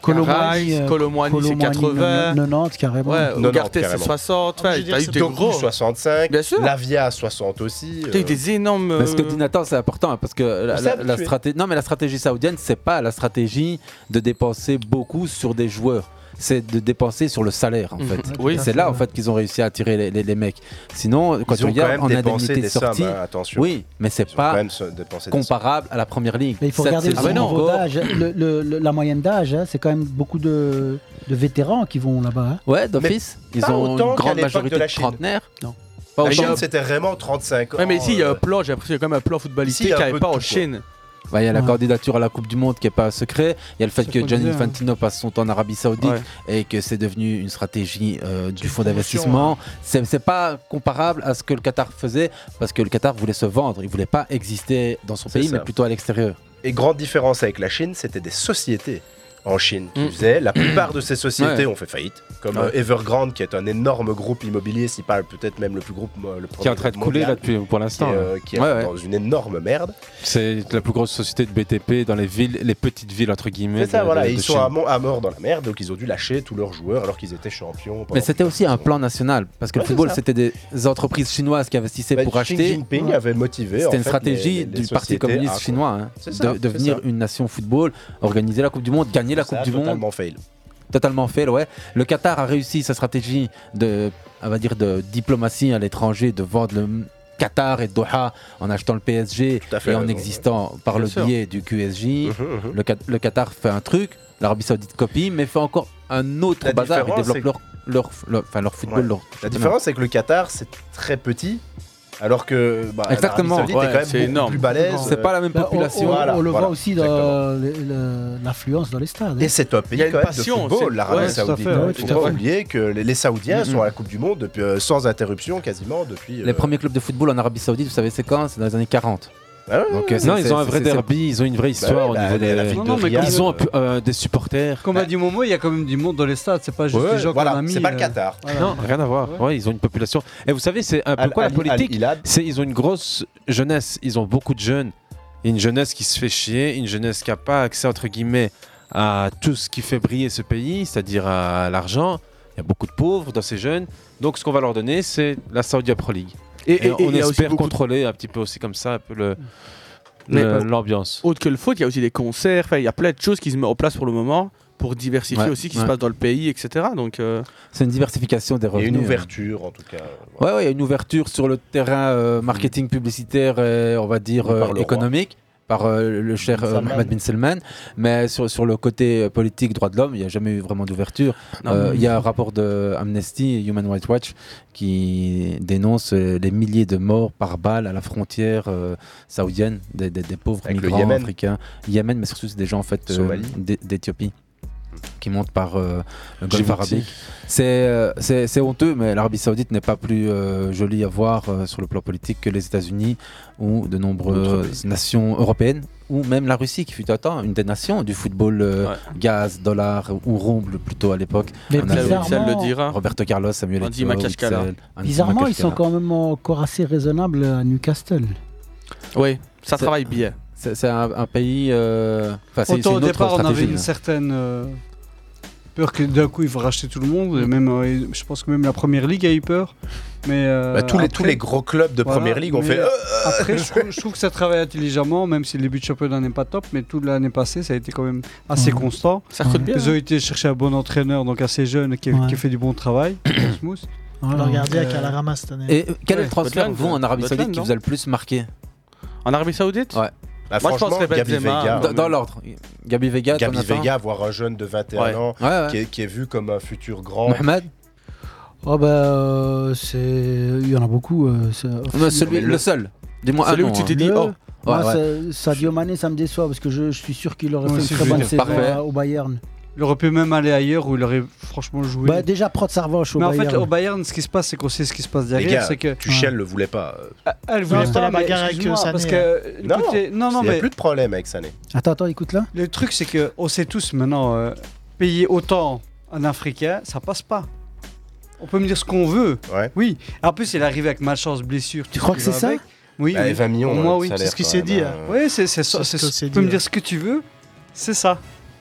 S2: Colomani,
S4: Rice,
S2: euh,
S4: Colomwani, c'est 80.
S2: 90 carrément.
S4: Ouais,
S9: Non, non,
S4: Ugarte, c'est
S9: carrément.
S4: 60.
S9: Ah, mais
S4: Ouais,
S9: je veux dire,
S4: t'as eu
S9: c'est
S4: des
S9: Doku,
S4: gros.
S9: 65.
S4: Bien sûr.
S9: Lavia, 60 aussi.
S4: T'as eu
S9: euh.
S4: des énormes.
S8: Mais ce que
S4: euh,
S8: dit Nathan, c'est important hein, parce que la,
S4: On s'est
S8: la-
S4: habitué.
S8: la straté- non, mais la stratégie saoudienne, c'est pas la stratégie de dépenser beaucoup sur des joueurs. C'est de dépenser sur le salaire en
S4: Mhm.
S8: fait.
S4: Oui.
S8: c'est là en fait qu'ils ont réussi à attirer les, les- les mecs. Sinon, quand
S9: Ils
S8: tu
S9: ont quand
S8: regardes
S9: même
S8: en
S9: dépensé
S8: indemnité
S9: des
S8: de sortie,
S9: sommes, hein, attention.
S8: oui, mais c'est pas
S9: dépensé des
S8: comparable à la première ligue.
S2: Mais il faut
S8: Cette
S2: regarder
S8: saison
S2: le niveau
S8: encore-
S2: d'âge, le- le- le- la moyenne d'âge. hein, c'est quand même beaucoup de, de vétérans qui vont là-bas. hein.
S8: Ouais, d'office,
S2: Mais
S8: ils
S2: pas autant
S8: ont une
S2: qu'à
S8: grande
S2: l'époque
S8: majorité
S2: de
S8: de,
S2: la Chine.
S8: trentenaires.
S2: Non.
S8: Pas
S9: La
S8: autant.
S9: Chine, c'était vraiment 35 ans. euh,
S4: Ouais, mais ici, il y a un plan, j'ai l'impression qu'il y a quand même un plan
S9: Ici, il
S4: footballistique
S9: y
S4: qui
S9: a un
S4: n'avait
S9: peu de
S4: pas
S9: tout,
S4: en
S9: quoi.
S4: Chine.
S8: Bah, il y a la
S4: Ouais.
S8: candidature à la Coupe du Monde qui n'est pas un secret. Il y a le fait
S4: Ça
S8: que
S4: qu'on
S8: Gianni
S4: disait, hein.
S8: Infantino passe son temps en Arabie Saoudite
S4: Ouais.
S8: et que c'est devenu une stratégie euh, du
S4: promotion,
S8: fonds d'investissement. C'est c'est pas comparable à ce que le Qatar faisait parce que le Qatar voulait se vendre. Il voulait pas exister dans son
S9: C'est
S8: pays,
S9: ça.
S8: mais plutôt à l'extérieur.
S9: Et grande différence avec la Chine, c'était des sociétés en Chine
S4: Mm.
S9: qui faisaient. La plupart de ces sociétés
S8: Ouais.
S9: ont fait faillite, comme
S8: Ouais.
S9: euh, Evergrande, qui est un énorme groupe immobilier, si pas peut-être même le plus groupe, euh, le
S8: Qui est en train de couler, là, depuis- pour l'instant, hein.
S9: qui, est,
S8: là.
S9: euh, qui est
S8: Ouais, ouais.
S9: dans une énorme merde.
S21: C'est la plus grosse société de BTP dans les villes, les petites villes entre guillemets.
S9: C'est ça,
S21: de-
S9: voilà.
S21: de-
S9: Ils
S21: de
S9: sont
S21: Chine.
S9: à, mon- à mort dans la merde, donc ils ont dû lâcher tous leurs joueurs alors qu'ils étaient champions. pendant
S8: Mais c'était aussi un plan national parce que
S9: Ouais, c'est
S8: le football,
S9: ça.
S8: c'était des entreprises chinoises qui investissaient
S9: Ben,
S8: pour
S9: Xi
S8: acheter.
S9: Jinping avait motivé, en
S8: C'était une
S9: fait,
S8: stratégie
S9: les- les- les
S8: du Parti
S9: sociétés à-
S8: communiste chinois hein,
S9: C'est ça,
S8: de
S9: c'est
S8: devenir
S9: ça.
S8: une nation football, organiser la Coupe du Monde, gagner la
S9: Ça
S8: Coupe
S9: a
S8: du Monde.
S9: totalement fail.
S8: Totalement fail, ouais. Le Qatar a réussi sa stratégie de, on va dire, de diplomatie à l'étranger, de vendre le Qatar et Doha en achetant le PSG
S9: à fait
S8: et en
S9: raison, Mmh,
S8: existant par
S9: Bien
S8: le
S9: sûr.
S8: biais du QSJ. Le, Qat- le Qatar fait un truc, l'Arabie Saoudite copie, mais fait encore un autre
S9: La
S8: bazar. Ils
S9: différence,
S8: développent
S9: c'est
S8: leur, leur, leur- enfin, leur football.
S9: Ouais.
S8: leur
S9: La
S8: championnat.
S9: différence, c'est que le Qatar, c'est très petit. Alors que bah,
S8: Exactement.
S9: l'Arabie Saoudite
S8: Ouais,
S9: est quand même
S8: c'est
S9: beaucoup
S8: énorme.
S9: plus balèze.
S8: C'est pas la même
S2: Bah, on-
S8: population.
S2: On, on
S9: Voilà,
S2: le
S9: voilà,
S2: voit aussi dans le- le- l'affluence dans les stades. hein.
S9: Et c'est un pays quand même de football, l'Arabie Saoudite.
S2: Ouais,
S9: Il
S2: tout
S9: faut
S2: à
S9: pas
S2: fait. Mm.
S9: oublier que les, les Saoudiens
S8: Mhm.
S9: sont à la Coupe du Monde depuis, euh, sans interruption quasiment depuis. euh,
S8: Les premiers clubs de football en Arabie Saoudite, vous savez, c'est quand C'est dans les années 40.
S9: Ah ouais,
S8: Donc,
S9: ouais, Bah
S8: euh, c'est-
S21: non, ils
S8: c'est-
S21: ont un
S8: c'est-
S21: vrai
S8: c'est-
S21: derby, ils ont une vraie histoire au niveau des. ils ont un peu, euh, des supporters.
S10: Comme a dit Momo, il y a quand même du monde dans les stades. C'est pas juste
S21: Ouais,
S10: les gens
S21: voilà,
S10: qu'on a mis.
S21: c'est pas le
S10: euh,
S21: Qatar.
S10: voilà.
S21: Non, rien à voir. Ouais, ils ont une population. Et vous savez, c'est un peu
S10: Al-
S21: quoi la
S10: Al- Al-
S21: politique
S10: Hilal.
S21: C'est ils ont une grosse jeunesse. Ils ont beaucoup de jeunes. Une jeunesse qui se fait chier, une jeunesse qui n'a pas accès entre guillemets à tout ce qui fait briller ce pays, c'est-à-dire à l'argent. Il y a beaucoup de pauvres dans ces jeunes. Donc, ce qu'on va leur donner, c'est la Saudi Pro League. Et,
S4: Et- et- et
S21: on
S4: il y a aussi
S21: espère
S4: beaucoup de-
S21: contrôler un petit peu aussi comme ça un peu le
S4: Mais-
S8: euh,
S4: euh,
S22: le- l'ambiance.
S4: Autre que le foot, il y a aussi des concerts, enfin, il y a plein de choses qui se mettent en place pour le moment pour diversifier
S22: Ouais,
S4: aussi ce qui
S22: ouais.
S4: se passe dans le pays, etc. Donc, euh,
S8: C'est une diversification des
S4: y a une
S8: revenus. hein.
S9: ouverture, en tout cas.
S8: Ouais, ouais, il y a une ouverture sur le terrain euh, marketing publicitaire, et, on va dire
S9: Hmm. Par
S8: euh,
S9: le roi.
S8: économique, par euh, le cher euh,
S9: Salman.
S8: Mohamed Bin Salman. Mais sur, sur le côté euh, politique, droits de l'homme, il n'y a jamais eu vraiment d'ouverture.
S4: Non,
S8: Euh,
S4: mais-
S8: il y a un rapport de Amnesty, Human Rights Watch, qui dénonce euh, les milliers de morts par balle à la frontière euh, saoudienne des, des- des pauvres
S9: Avec le
S8: migrants
S9: Yémen.
S8: africains, Yémen, mais surtout c'est des gens en fait euh,
S9: Somalie. Hmm.
S8: d'É- d'Éthiopie qui montent par euh, le Golfe
S9: Djibouti.
S8: arabique. C'est, euh, c'est, c'est honteux, mais l'Arabie Saoudite n'est pas plus euh, jolie à voir euh, sur le plan politique que les États-Unis ou de nombreuses nations européennes ou même la Russie qui fut un temps une des nations du football euh, gaz, dollar ou rouble plutôt à l'époque.
S2: Mais
S8: On avait-
S2: bizarrement- Witzel le
S4: dira.
S8: Roberto Carlos, Samuel
S4: Andy
S8: Eto'o,
S4: Makhachkala.
S8: Witzel, Andy
S2: Bizarrement, ils sont
S8: Makhachkala.
S2: quand même encore assez raisonnables à Newcastle.
S4: oui, ça
S8: C'est-
S4: travaille bien.
S8: C'est, c'est un, un pays. euh, enfin, c'est- c'est
S10: Autant au
S8: une autre
S10: départ, on avait
S8: stratégie,
S10: une
S8: hein.
S10: certaine euh, peur que d'un coup, ils vont racheter tout le monde. Et même, euh, je pense que même la première ligue a eu peur. Mais euh,
S9: Bah, tous, les, tous
S10: après-
S9: les gros clubs de
S10: Voilà,
S9: première ligue ont
S10: mais
S9: fait. euh,
S10: Après, je trouve, je trouve que ça travaille intelligemment, même si le début de championnat n'est pas top, mais toute l'année passée, ça a été quand même assez
S4: Mhm.
S10: constant.
S4: Ça recrute bien,
S10: Ils ont
S4: hein.
S10: été chercher un bon entraîneur, donc assez jeune, qui, qui fait du bon travail. Rasmus.
S11: On
S2: Ah,
S11: l'a regardé avec
S10: Euh,
S11: la ramasse cette année.
S8: Et quel est
S10: Ouais,
S8: le transfert,
S10: Scotland,
S8: vous, en Arabie
S10: Scotland,
S8: Saoudite, qui
S10: non
S8: vous a le plus marqué
S4: En Arabie Saoudite
S8: Ouais.
S9: Bah, Moi, je franchement, penserais Gabi Benzema, Vega. euh,
S8: Dans, dans l'ordre. Gabi Vega,
S9: Gabi
S8: Tonata.
S9: Vega, voire un jeune de 21
S8: Ouais.
S9: ans
S8: Ouais, ouais.
S9: Qui, est, qui est vu comme un futur grand.
S8: Mohamed
S2: Oh bah, euh, c'est... il y en a beaucoup. euh, c'est-
S8: Non, celui- le Ah, bah, seul. Dis-moi un Celui où nom, tu t'es hein. dit,
S2: Le-
S8: oh. Ouais,
S2: Moi,
S8: ouais.
S2: c'est- Sadio Mané, ça me déçoit parce que je, je suis sûr qu'il aurait
S10: Ouais,
S2: fait
S10: si,
S2: une très
S10: je
S2: bonne
S10: veux dire,
S2: saison
S10: parfait.
S2: à- au Bayern.
S10: Il aurait pu même aller ailleurs où il aurait franchement joué.
S2: Bah, déjà, prod Sarvanche au
S10: mais en
S2: Bayern.
S10: fait, au Bayern, ce qui se passe, c'est qu'on sait ce qui se passe
S9: Les
S10: derrière.
S9: gars,
S10: C'est que
S9: Tuchel le voulait pas.
S10: Ah, Elle voulait pas, mais excuse-moi, parce que,
S2: hein.
S10: euh,
S9: Non,
S10: écoutez, non, non,
S9: il y a
S10: mais-
S9: plus de problème avec Sané.
S2: Attends, attends, écoute là.
S10: Le truc, c'est que on sait tous maintenant, euh, payer autant un Africain, ça passe pas. On peut me dire ce qu'on veut. Oui. En plus, il est arrivé avec malchance, blessure. Tu
S9: crois que c'est ça
S10: Oui.
S9: Bah,
S10: oui.
S9: 20 millions,
S10: Pour
S9: hein,
S10: Moi,
S9: le
S10: oui.
S9: salaire, C'est ce qu'il quand s'est même, dit, hein. hein.
S10: Oui, c'est c'est ça.
S11: C'est ce
S10: c'est-
S11: que s'est
S10: Tu peux
S11: dit,
S10: me
S11: hein.
S10: dire ce que tu veux, c'est ça.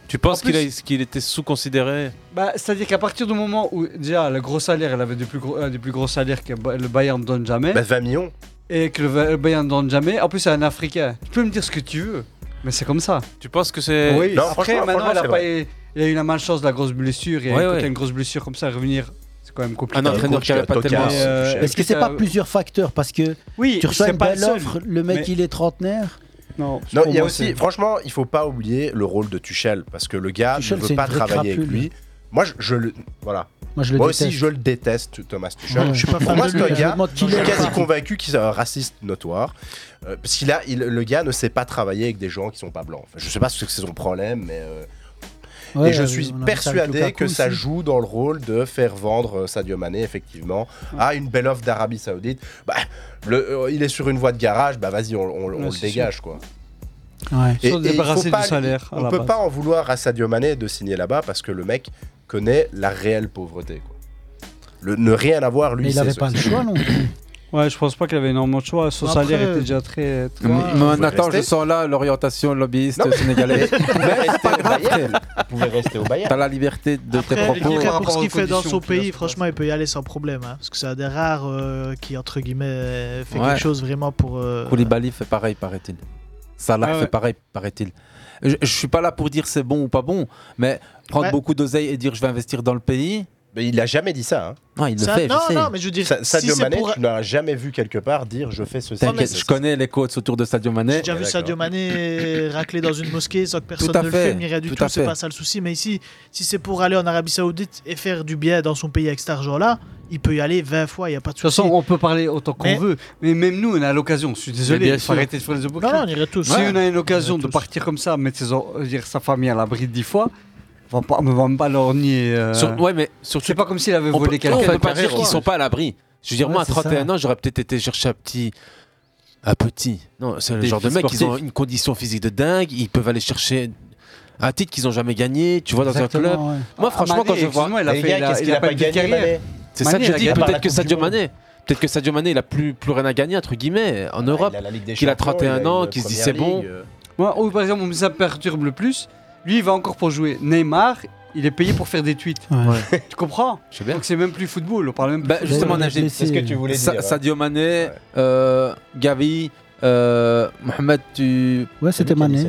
S22: Tu penses
S10: En plus-
S22: qu'il a- qu'il était sous-considéré
S10: Bah, C'est-à-dire qu'à partir du moment où déjà le gros salaire, elle avait des plus gros, un des plus gros salaires que ba- le Bayern ne donne jamais.
S9: Bah, 20 millions.
S10: Et que le, va- le Bayern ne donne jamais. En plus, c'est un Africain. Tu peux me dire ce que tu veux, mais c'est comme ça.
S22: Tu penses que c'est.
S10: Oui, après, maintenant, elle a pas eu- il a eu la malchance de la grosse blessure. Et
S22: Ouais,
S10: quand
S22: ouais.
S10: t'as une grosse blessure comme ça, revenir, c'est quand même compliqué.
S22: Un entraîneur qui avait pas tellement-
S10: Mais, euh,
S2: Est-ce que c'est pas
S10: euh,
S2: plusieurs facteurs Parce que
S10: Oui,
S2: tu reçois
S10: c'est
S2: une
S10: pas
S2: belle
S10: le seul,
S2: offre, le mec
S10: mais-
S2: il est trentenaire.
S10: Non,
S9: Non, il y a aussi, franchement, il faut pas oublier le rôle de Tuchel parce que le gars
S2: Tuchel,
S9: ne
S2: c'est
S9: veut
S2: une
S9: pas
S2: vraie
S9: travailler avec
S2: crapule.
S9: lui. Moi, je, je le, voilà.
S2: Moi, je le
S9: aussi,
S2: déteste.
S9: je le déteste, Thomas Tuchel.
S2: Ouais, je suis pas
S9: Pour
S2: fan
S9: moi,
S2: de
S9: c'est
S2: lui,
S9: un
S2: je me
S9: gars,
S2: demande
S9: je
S2: qui
S9: suis
S2: l'aime
S9: quasi
S2: pas.
S9: convaincu qu'il est un raciste notoire. euh, parce qu'il a, il- le gars ne sait pas travailler avec des gens qui sont pas blancs. Enfin, je sais pas ce que c'est son problème, mais. euh,
S2: Ouais,
S9: et je
S2: euh, on a
S9: suis
S2: vu ça avec
S9: persuadé
S2: Lukaku
S9: que ça
S2: aussi.
S9: joue dans le rôle de faire vendre euh, Sadio Mané, effectivement, à une belle offre d'Arabie Saoudite. Bah, le, euh, il est sur une voie de garage, bah vas-y, on, on- on
S10: Ouais,
S9: le
S10: c'est
S9: dégage,
S10: sûr.
S9: quoi.
S2: Ouais.
S9: Et-
S10: Ils sont
S9: et il faut
S10: débarrassés
S9: pas-
S10: du salaire. à
S9: On
S10: la
S9: peut
S10: base.
S9: pas en vouloir à Sadio Mané de signer là-bas parce que le mec connaît la réelle pauvreté. Quoi. Le, ne rien avoir, lui,
S10: Mais il
S9: c'est
S10: avait
S9: ce
S10: pas
S9: que
S10: le
S9: c'est.
S10: choix, non Ouais, je pense pas qu'il avait énormément de choix. Son
S9: Après-
S10: salaire était déjà très. très-
S8: Mais- mais
S9: Vous
S8: Nathan,
S9: restez
S8: je sens là l'orientation lobbyiste sénégalaise.
S9: Il pouvait rester au Bayern.
S8: Vous
S9: pouvez rester au Bayern.
S8: T'as la liberté de tes
S11: Après,
S8: propos.
S11: après, pour ce qu'il fait dans son pays, franchement, il peut y aller sans problème. hein, parce que c'est un des rares euh, qui, entre guillemets, euh, fait
S8: Ouais.
S11: quelque chose vraiment pour. euh,
S8: Koulibaly fait pareil, paraît-il. Salah
S11: Ah ouais.
S8: fait pareil, paraît-il. Je, je suis pas là pour dire c'est bon ou pas bon, mais prendre
S11: Ouais.
S8: beaucoup d'oseille et dire je vais investir dans le pays.
S9: Mais il a jamais dit ça.
S8: Non, il le
S9: Ça-
S8: fait.
S9: non,
S8: je sais.
S9: non, mais je veux dire, Sa- si Sadio c'est Mané, pour- tu ne l'as jamais vu quelque part dire je fais ceci.
S8: T'inquiète, je connais les coachs autour de Sadio Mané.
S9: J'ai
S11: J'ai déjà vu Sadio Mané racler dans une mosquée sans que personne
S8: Tout à
S11: ne le
S8: fait,
S11: filme ni rien du
S8: tout
S11: tout,
S8: à
S11: c'est
S8: fait.
S11: pas ça le souci. Mais ici, si c'est pour aller en Arabie Saoudite et faire du bien dans son pays avec cet argent-là, il peut y aller 20 fois, il n'y a pas de
S10: De toute
S11: souci.
S10: façon, on peut parler autant qu'on
S11: Mais-
S10: veut. Mais même nous, on a l'occasion. Je suis
S11: Mais
S10: désolé,
S11: bien
S10: il faut
S11: sûr.
S10: arrêter de faire les hypocrites.
S11: Non, non, on irait tous.
S10: Si
S11: Ouais.
S10: on a une occasion de partir comme ça, mettre ses or- dire sa famille à l'abri dix fois, on va pas, on va pas leur nier. euh,
S22: Sur- ouais, mais surtout.
S10: C'est pas comme s'il avait
S22: On
S10: volé
S22: peut, on
S10: quelqu'un.
S22: peut pas dire qu'ils sont pas à l'abri. Je veux dire,
S10: Ouais,
S22: moi, à
S10: c'est
S22: 31
S10: ça.
S22: ans, j'aurais peut-être été chercher un petit. Un petit. Non, c'est le
S8: Des
S22: genre de mec, ils
S8: sportifs.
S22: ont une condition physique de dingue, ils peuvent aller chercher un titre qu'ils ont jamais gagné, tu vois, dans
S10: Exactement,
S22: un club.
S10: ouais.
S22: Moi,
S10: Ah,
S22: franchement,
S10: Mané,
S22: quand je vois.
S10: excuse-moi, il a Mais fait- gars, il a- qu'est-ce il qu'il a a pas pas eu de gagné, carrière. Mané
S22: C'est ça que
S10: Mané,
S22: je
S10: il a
S22: dis,
S10: gagné par la
S22: peut-être que
S10: Coupe
S22: Sadio
S10: du monde.
S22: Mané. Peut-être que Sadio Mané, il a plus, plus rien à gagner, entre guillemets,
S10: Ah,
S22: en Europe. Qu'il a 31 ans, qu'il se dit c'est bon.
S8: euh.
S10: Moi, ou par exemple, ça me perturbe le plus. Lui, il va encore pour jouer. Neymar, il est payé pour faire des tweets. tu comprends Donc c'est même plus
S2: Bah,
S10: football. On parle même. plus
S8: Bah,
S10: football.
S8: justement, Najib, Sa- Sadio Mané, euh, Gavi, Euh, Mohamed, tu.
S2: Ouais, c'était Mané.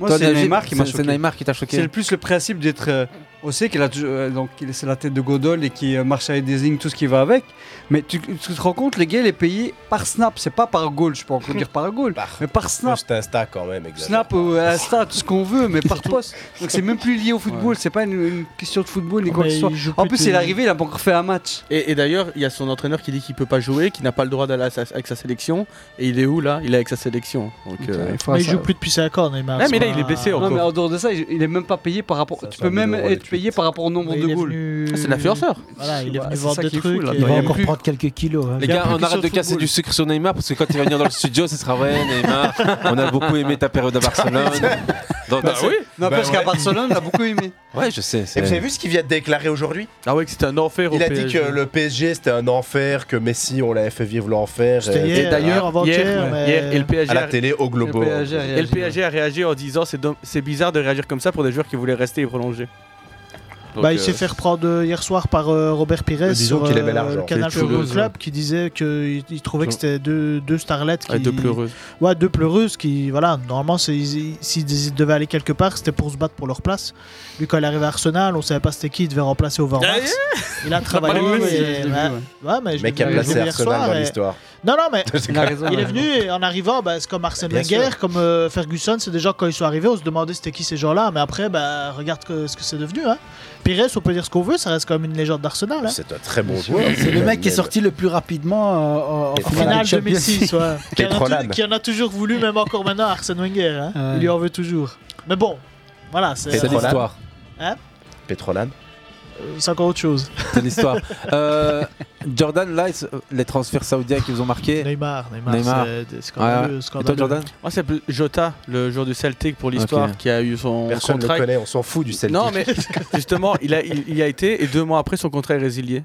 S10: Moi,
S8: Ton
S10: c'est
S8: avis-
S10: Neymar qui m'a
S8: c'est-
S10: choqué.
S8: C'est Neymar qui t'a choqué.
S10: C'est le plus le principe d'être. euh, on sait qu'il a toujours- euh, donc il- c'est la tête de Godol et qui euh, marche avec des lignes, tout ce qui va avec. Mais tu, tu te rends compte, les gars, il est payé par snap, c'est pas par goal. Je peux encore dire par goal, mais par snap.
S9: Post Insta quand même, exact.
S10: Snap ou Insta, tout ce qu'on veut, mais par poste. Donc c'est même plus lié au football, c'est pas une, une question de football ni quoi que ce soit. En plus, il est arrivé, il a pas encore fait un match.
S4: Et, et d'ailleurs, il y a son entraîneur qui dit qu'il peut pas jouer, qu'il n'a pas le droit d'aller à sa- avec sa sélection. Et il est où là Il est avec sa sélection. Donc, euh,
S11: mais il joue plus depuis 5 ans, Neymar.
S10: Ouais,
S11: c'est pas-
S10: Non, mais en dehors de ça, il il est même pas payé par rapport. tu peux même être payé par rapport au nombre
S11: Mais
S10: de
S11: il est
S10: goals.
S11: venu- euh,
S4: Ah, c'est l'influenceur.
S11: Voilà, il est
S10: Bah,
S11: venu
S10: c'est
S11: vendre
S10: ça
S11: des
S10: qui est
S11: trucs.
S10: fou, là.
S11: et-
S10: Il
S2: Il va
S10: y a
S2: encore
S10: plus
S2: prendre quelques kilos. hein.
S8: Les gars, on arrête de casser du sucre sur Neymar parce que quand il va venir dans le studio, ce sera vrai, Neymar. On a beaucoup aimé ta période à Barcelone. Donc,
S9: Bah oui.
S10: Non,
S9: Bah
S10: parce qu'à
S9: ouais.
S10: Barcelone, on a beaucoup aimé.
S8: Ouais, je sais.
S9: Et vous avez vu ce qu'il vient de déclarer aujourd'hui
S4: Ah ouais, que c'était un enfer
S9: Il
S4: au
S9: a dit
S4: PSG.
S9: que le PSG c'était un enfer, que Messi on l'avait fait vivre l'enfer.
S4: C'était
S9: euh,
S4: hier, Et d'ailleurs, avant-hier, hier, mais- hier, et le PSG
S9: à la
S4: a-
S9: télé au Globo.
S4: Et le PSG a réagi en disant c'est dom- c'est bizarre de réagir comme ça pour des joueurs qui voulaient rester et prolonger. Donc,
S11: bah, il
S4: euh,
S11: s'est fait reprendre euh, hier soir par euh, Robert Pires
S4: Disons
S11: sur
S4: qu'il aimait
S11: euh,
S4: l'argent.
S11: le
S4: Qu'il
S11: Canal
S4: était heureux,
S11: Football
S4: ouais.
S11: Club qui disait qu'il il trouvait que c'était deux, deux starlettes. Qui...
S4: Ouais, deux pleureuses.
S11: Ouais, deux pleureuses qui, voilà, normalement, c'est- ils- s'ils ils devaient aller quelque part, c'était pour se battre pour leur place. Lui, quand il arrive à Arsenal, on savait pas c'était qui, il devait remplacer Overmars. Il a travaillé.
S9: parlé de Messi,
S11: et-
S9: j'ai vu,
S11: ouais.
S9: ouais.
S11: Ouais, mais je
S9: Mec
S11: l'ai
S9: qui a
S11: vu-
S9: placé
S11: je l'ai vu hier
S9: Arsenal
S11: soir,
S9: dans
S11: et-
S9: l'histoire.
S11: Non, non, mais
S9: Il a raison,
S11: il est
S9: ouais.
S11: venu et en arrivant, bah, c'est comme Arsène
S9: Bien sûr.
S11: Wenger, comme euh, Ferguson, c'est des gens quand ils sont arrivés, on se demandait c'était qui ces gens-là, mais après, bah, regarde que- ce que c'est devenu. Hein. Pires, on peut dire ce qu'on veut, ça reste quand même une légende d'Arsenal. hein.
S9: C'est un très bon joueur.
S2: Ouais, C'est le mec qui est sorti le plus rapidement euh, en, en
S11: En finale
S2: finale Champions
S11: 2006,
S2: League.
S11: ouais. qui, en a tou- qui en a toujours voulu, même encore maintenant, Arsène Wenger. hein.
S2: Ouais.
S11: Il lui en veut toujours. Mais bon, voilà, c'est
S9: C'est l'histoire.
S11: Hein
S9: Pétrolane.
S11: Euh, c'est encore autre chose.
S8: C'est l'histoire. Euh, Jordan, là, ils- les transferts saoudiens qui vous ont marqué
S11: Neymar, Neymar, c'est- c'est
S8: Ouais, ouais.
S11: scandaleux,
S8: Et
S11: scandaleux.
S8: toi, Jordan
S4: Moi, Ah, c'est Bl- Jota, le joueur du Celtic pour l'histoire,
S8: Ok.
S4: qui a eu son
S9: Personne ne
S4: contrat.
S9: connaît, on s'en fout du Celtic.
S4: Non, mais justement, il, a, il, il y a été et deux mois après, son contrat est résilié.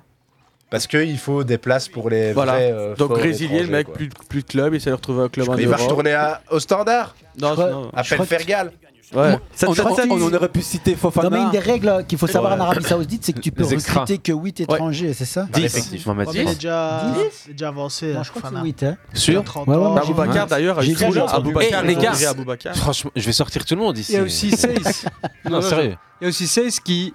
S9: Parce qu'il faut des places pour les
S4: Voilà.
S9: vrais. euh,
S4: Donc,
S9: forts
S4: résilié, le
S9: étrangers,
S4: mec,
S9: quoi.
S4: plus, de- plus de club, il s'est retrouvé un club en
S9: Il va
S4: Europe.
S9: retourner à- au standard
S4: Non, non.
S9: Appelle Fergal.
S4: Ouais. Ça-
S8: on,
S4: ça-
S8: on-
S4: ça-
S8: on- on aurait pu citer Fofana.
S2: Non, mais une des règles euh, qu'il faut savoir
S8: Ouais.
S2: en Arabie Saoudite, c'est que tu peux
S8: Les extras.
S2: recruter que 8 étrangers, c'est ça
S8: Dans l'effectif.
S11: Ouais, mais il est déjà, il est déjà avancé.
S2: Moi, je crois que c'est 8. Hein.
S8: Sûr
S11: 30
S2: Ouais, ouais,
S11: ans.
S2: moi, j'ai vu.
S4: Aboubacar, d'ailleurs, a eu
S2: J'ai
S4: trop
S2: vu,
S4: là.
S2: j'ai entendu
S4: Aboubacar,
S8: Eh, les
S4: ils ont
S8: gars,
S4: viré Aboubacar.
S8: franchement, je vais sortir tout le monde ici.
S10: Il y a aussi Seis.
S8: non, sérieux.
S10: Il y a aussi Seis qui,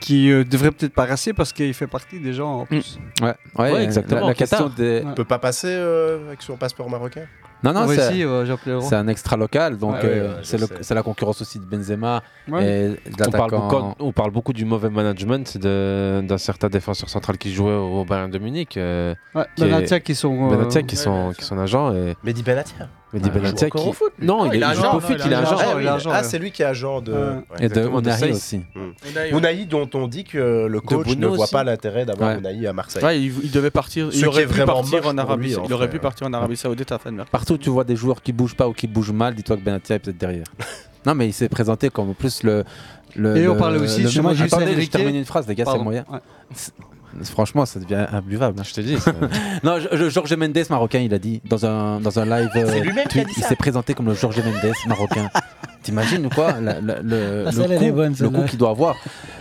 S10: qui euh, devrait peut-être pas passer parce qu'il fait partie des gens en plus.
S8: Ouais, ouais, exactement. La, la question des.
S9: Il peut pas passer euh, avec son passeport marocain
S8: Non, non,
S10: Ouais,
S8: c'est
S10: si, euh, Jean-Pierre Leroy.
S8: c'est un extra local, donc
S9: Ouais, ouais,
S8: euh,
S9: ouais,
S8: c'est
S9: je
S8: le-
S9: sais.
S8: c'est la concurrence aussi de Benzema.
S9: Ouais.
S8: et de
S19: on, parle
S8: l'attaquant-
S19: beaucoup, on parle beaucoup du mauvais management de- d'un certain défenseur central qui jouait au Bayern de Munich. euh,
S10: Ouais,
S19: qui est-
S10: Benatia qui sont, euh,
S19: Benatia qui sont, qui sont agents. Et...
S9: Mehdi Benatia.
S19: Mehdi Benatia qui. Non,
S8: Ah,
S19: Ah, il, est il joue au foot, il est agent.
S9: Ah, oui, Ah, c'est lui qui est agent de.
S19: Ouais.
S9: Ouais,
S19: Et de
S9: exactement,
S19: Unai
S9: Seis.
S19: aussi.
S9: Mm. Unai, dont on dit que le coach ne
S4: Bruno
S9: voit
S4: aussi.
S9: pas l'intérêt d'avoir
S4: Ouais.
S9: Unai à Marseille.
S4: Ouais, il, il devait partir.
S9: Ce qui
S4: Il aurait
S9: est
S4: pu
S9: vraiment
S4: partir
S9: moche
S4: en
S9: pour
S4: Arabie.
S9: lui,
S4: Il
S9: en
S4: aurait
S9: fait,
S4: pu
S9: ouais.
S4: partir en Arabie Saoudite à la fin de mercredi.
S8: Partout où tu vois des joueurs qui bougent pas ou qui bougent mal, dis-toi que Benatia est peut-être derrière. non, mais il s'est présenté comme en plus le. le-
S10: Et on
S8: le-
S10: parlait aussi
S8: Euh, le
S10: chez
S8: mémo-
S10: Maurice
S8: Attendez, je
S10: Enrique.
S8: termine une phrase, les gars, c'est
S10: Pardon.
S8: moyen.
S10: Ouais.
S8: C'est- Franchement, ça devient imbuvable. hein, Je te dis.
S19: ça.
S8: non, je- je- Jorge Mendes, marocain, il a dit dans un, dans un live. euh,
S19: C'est lui-même qui a
S8: tweet,
S19: dit
S8: Il
S19: ça
S8: s'est présenté comme le Jorge Mendes, marocain. T'imagines ou quoi la- la- le,
S2: Ah,
S8: le
S2: celle-là, elle est
S8: coup-
S2: bonne,
S8: le
S2: celle-là.
S8: coup qu'il doit avoir.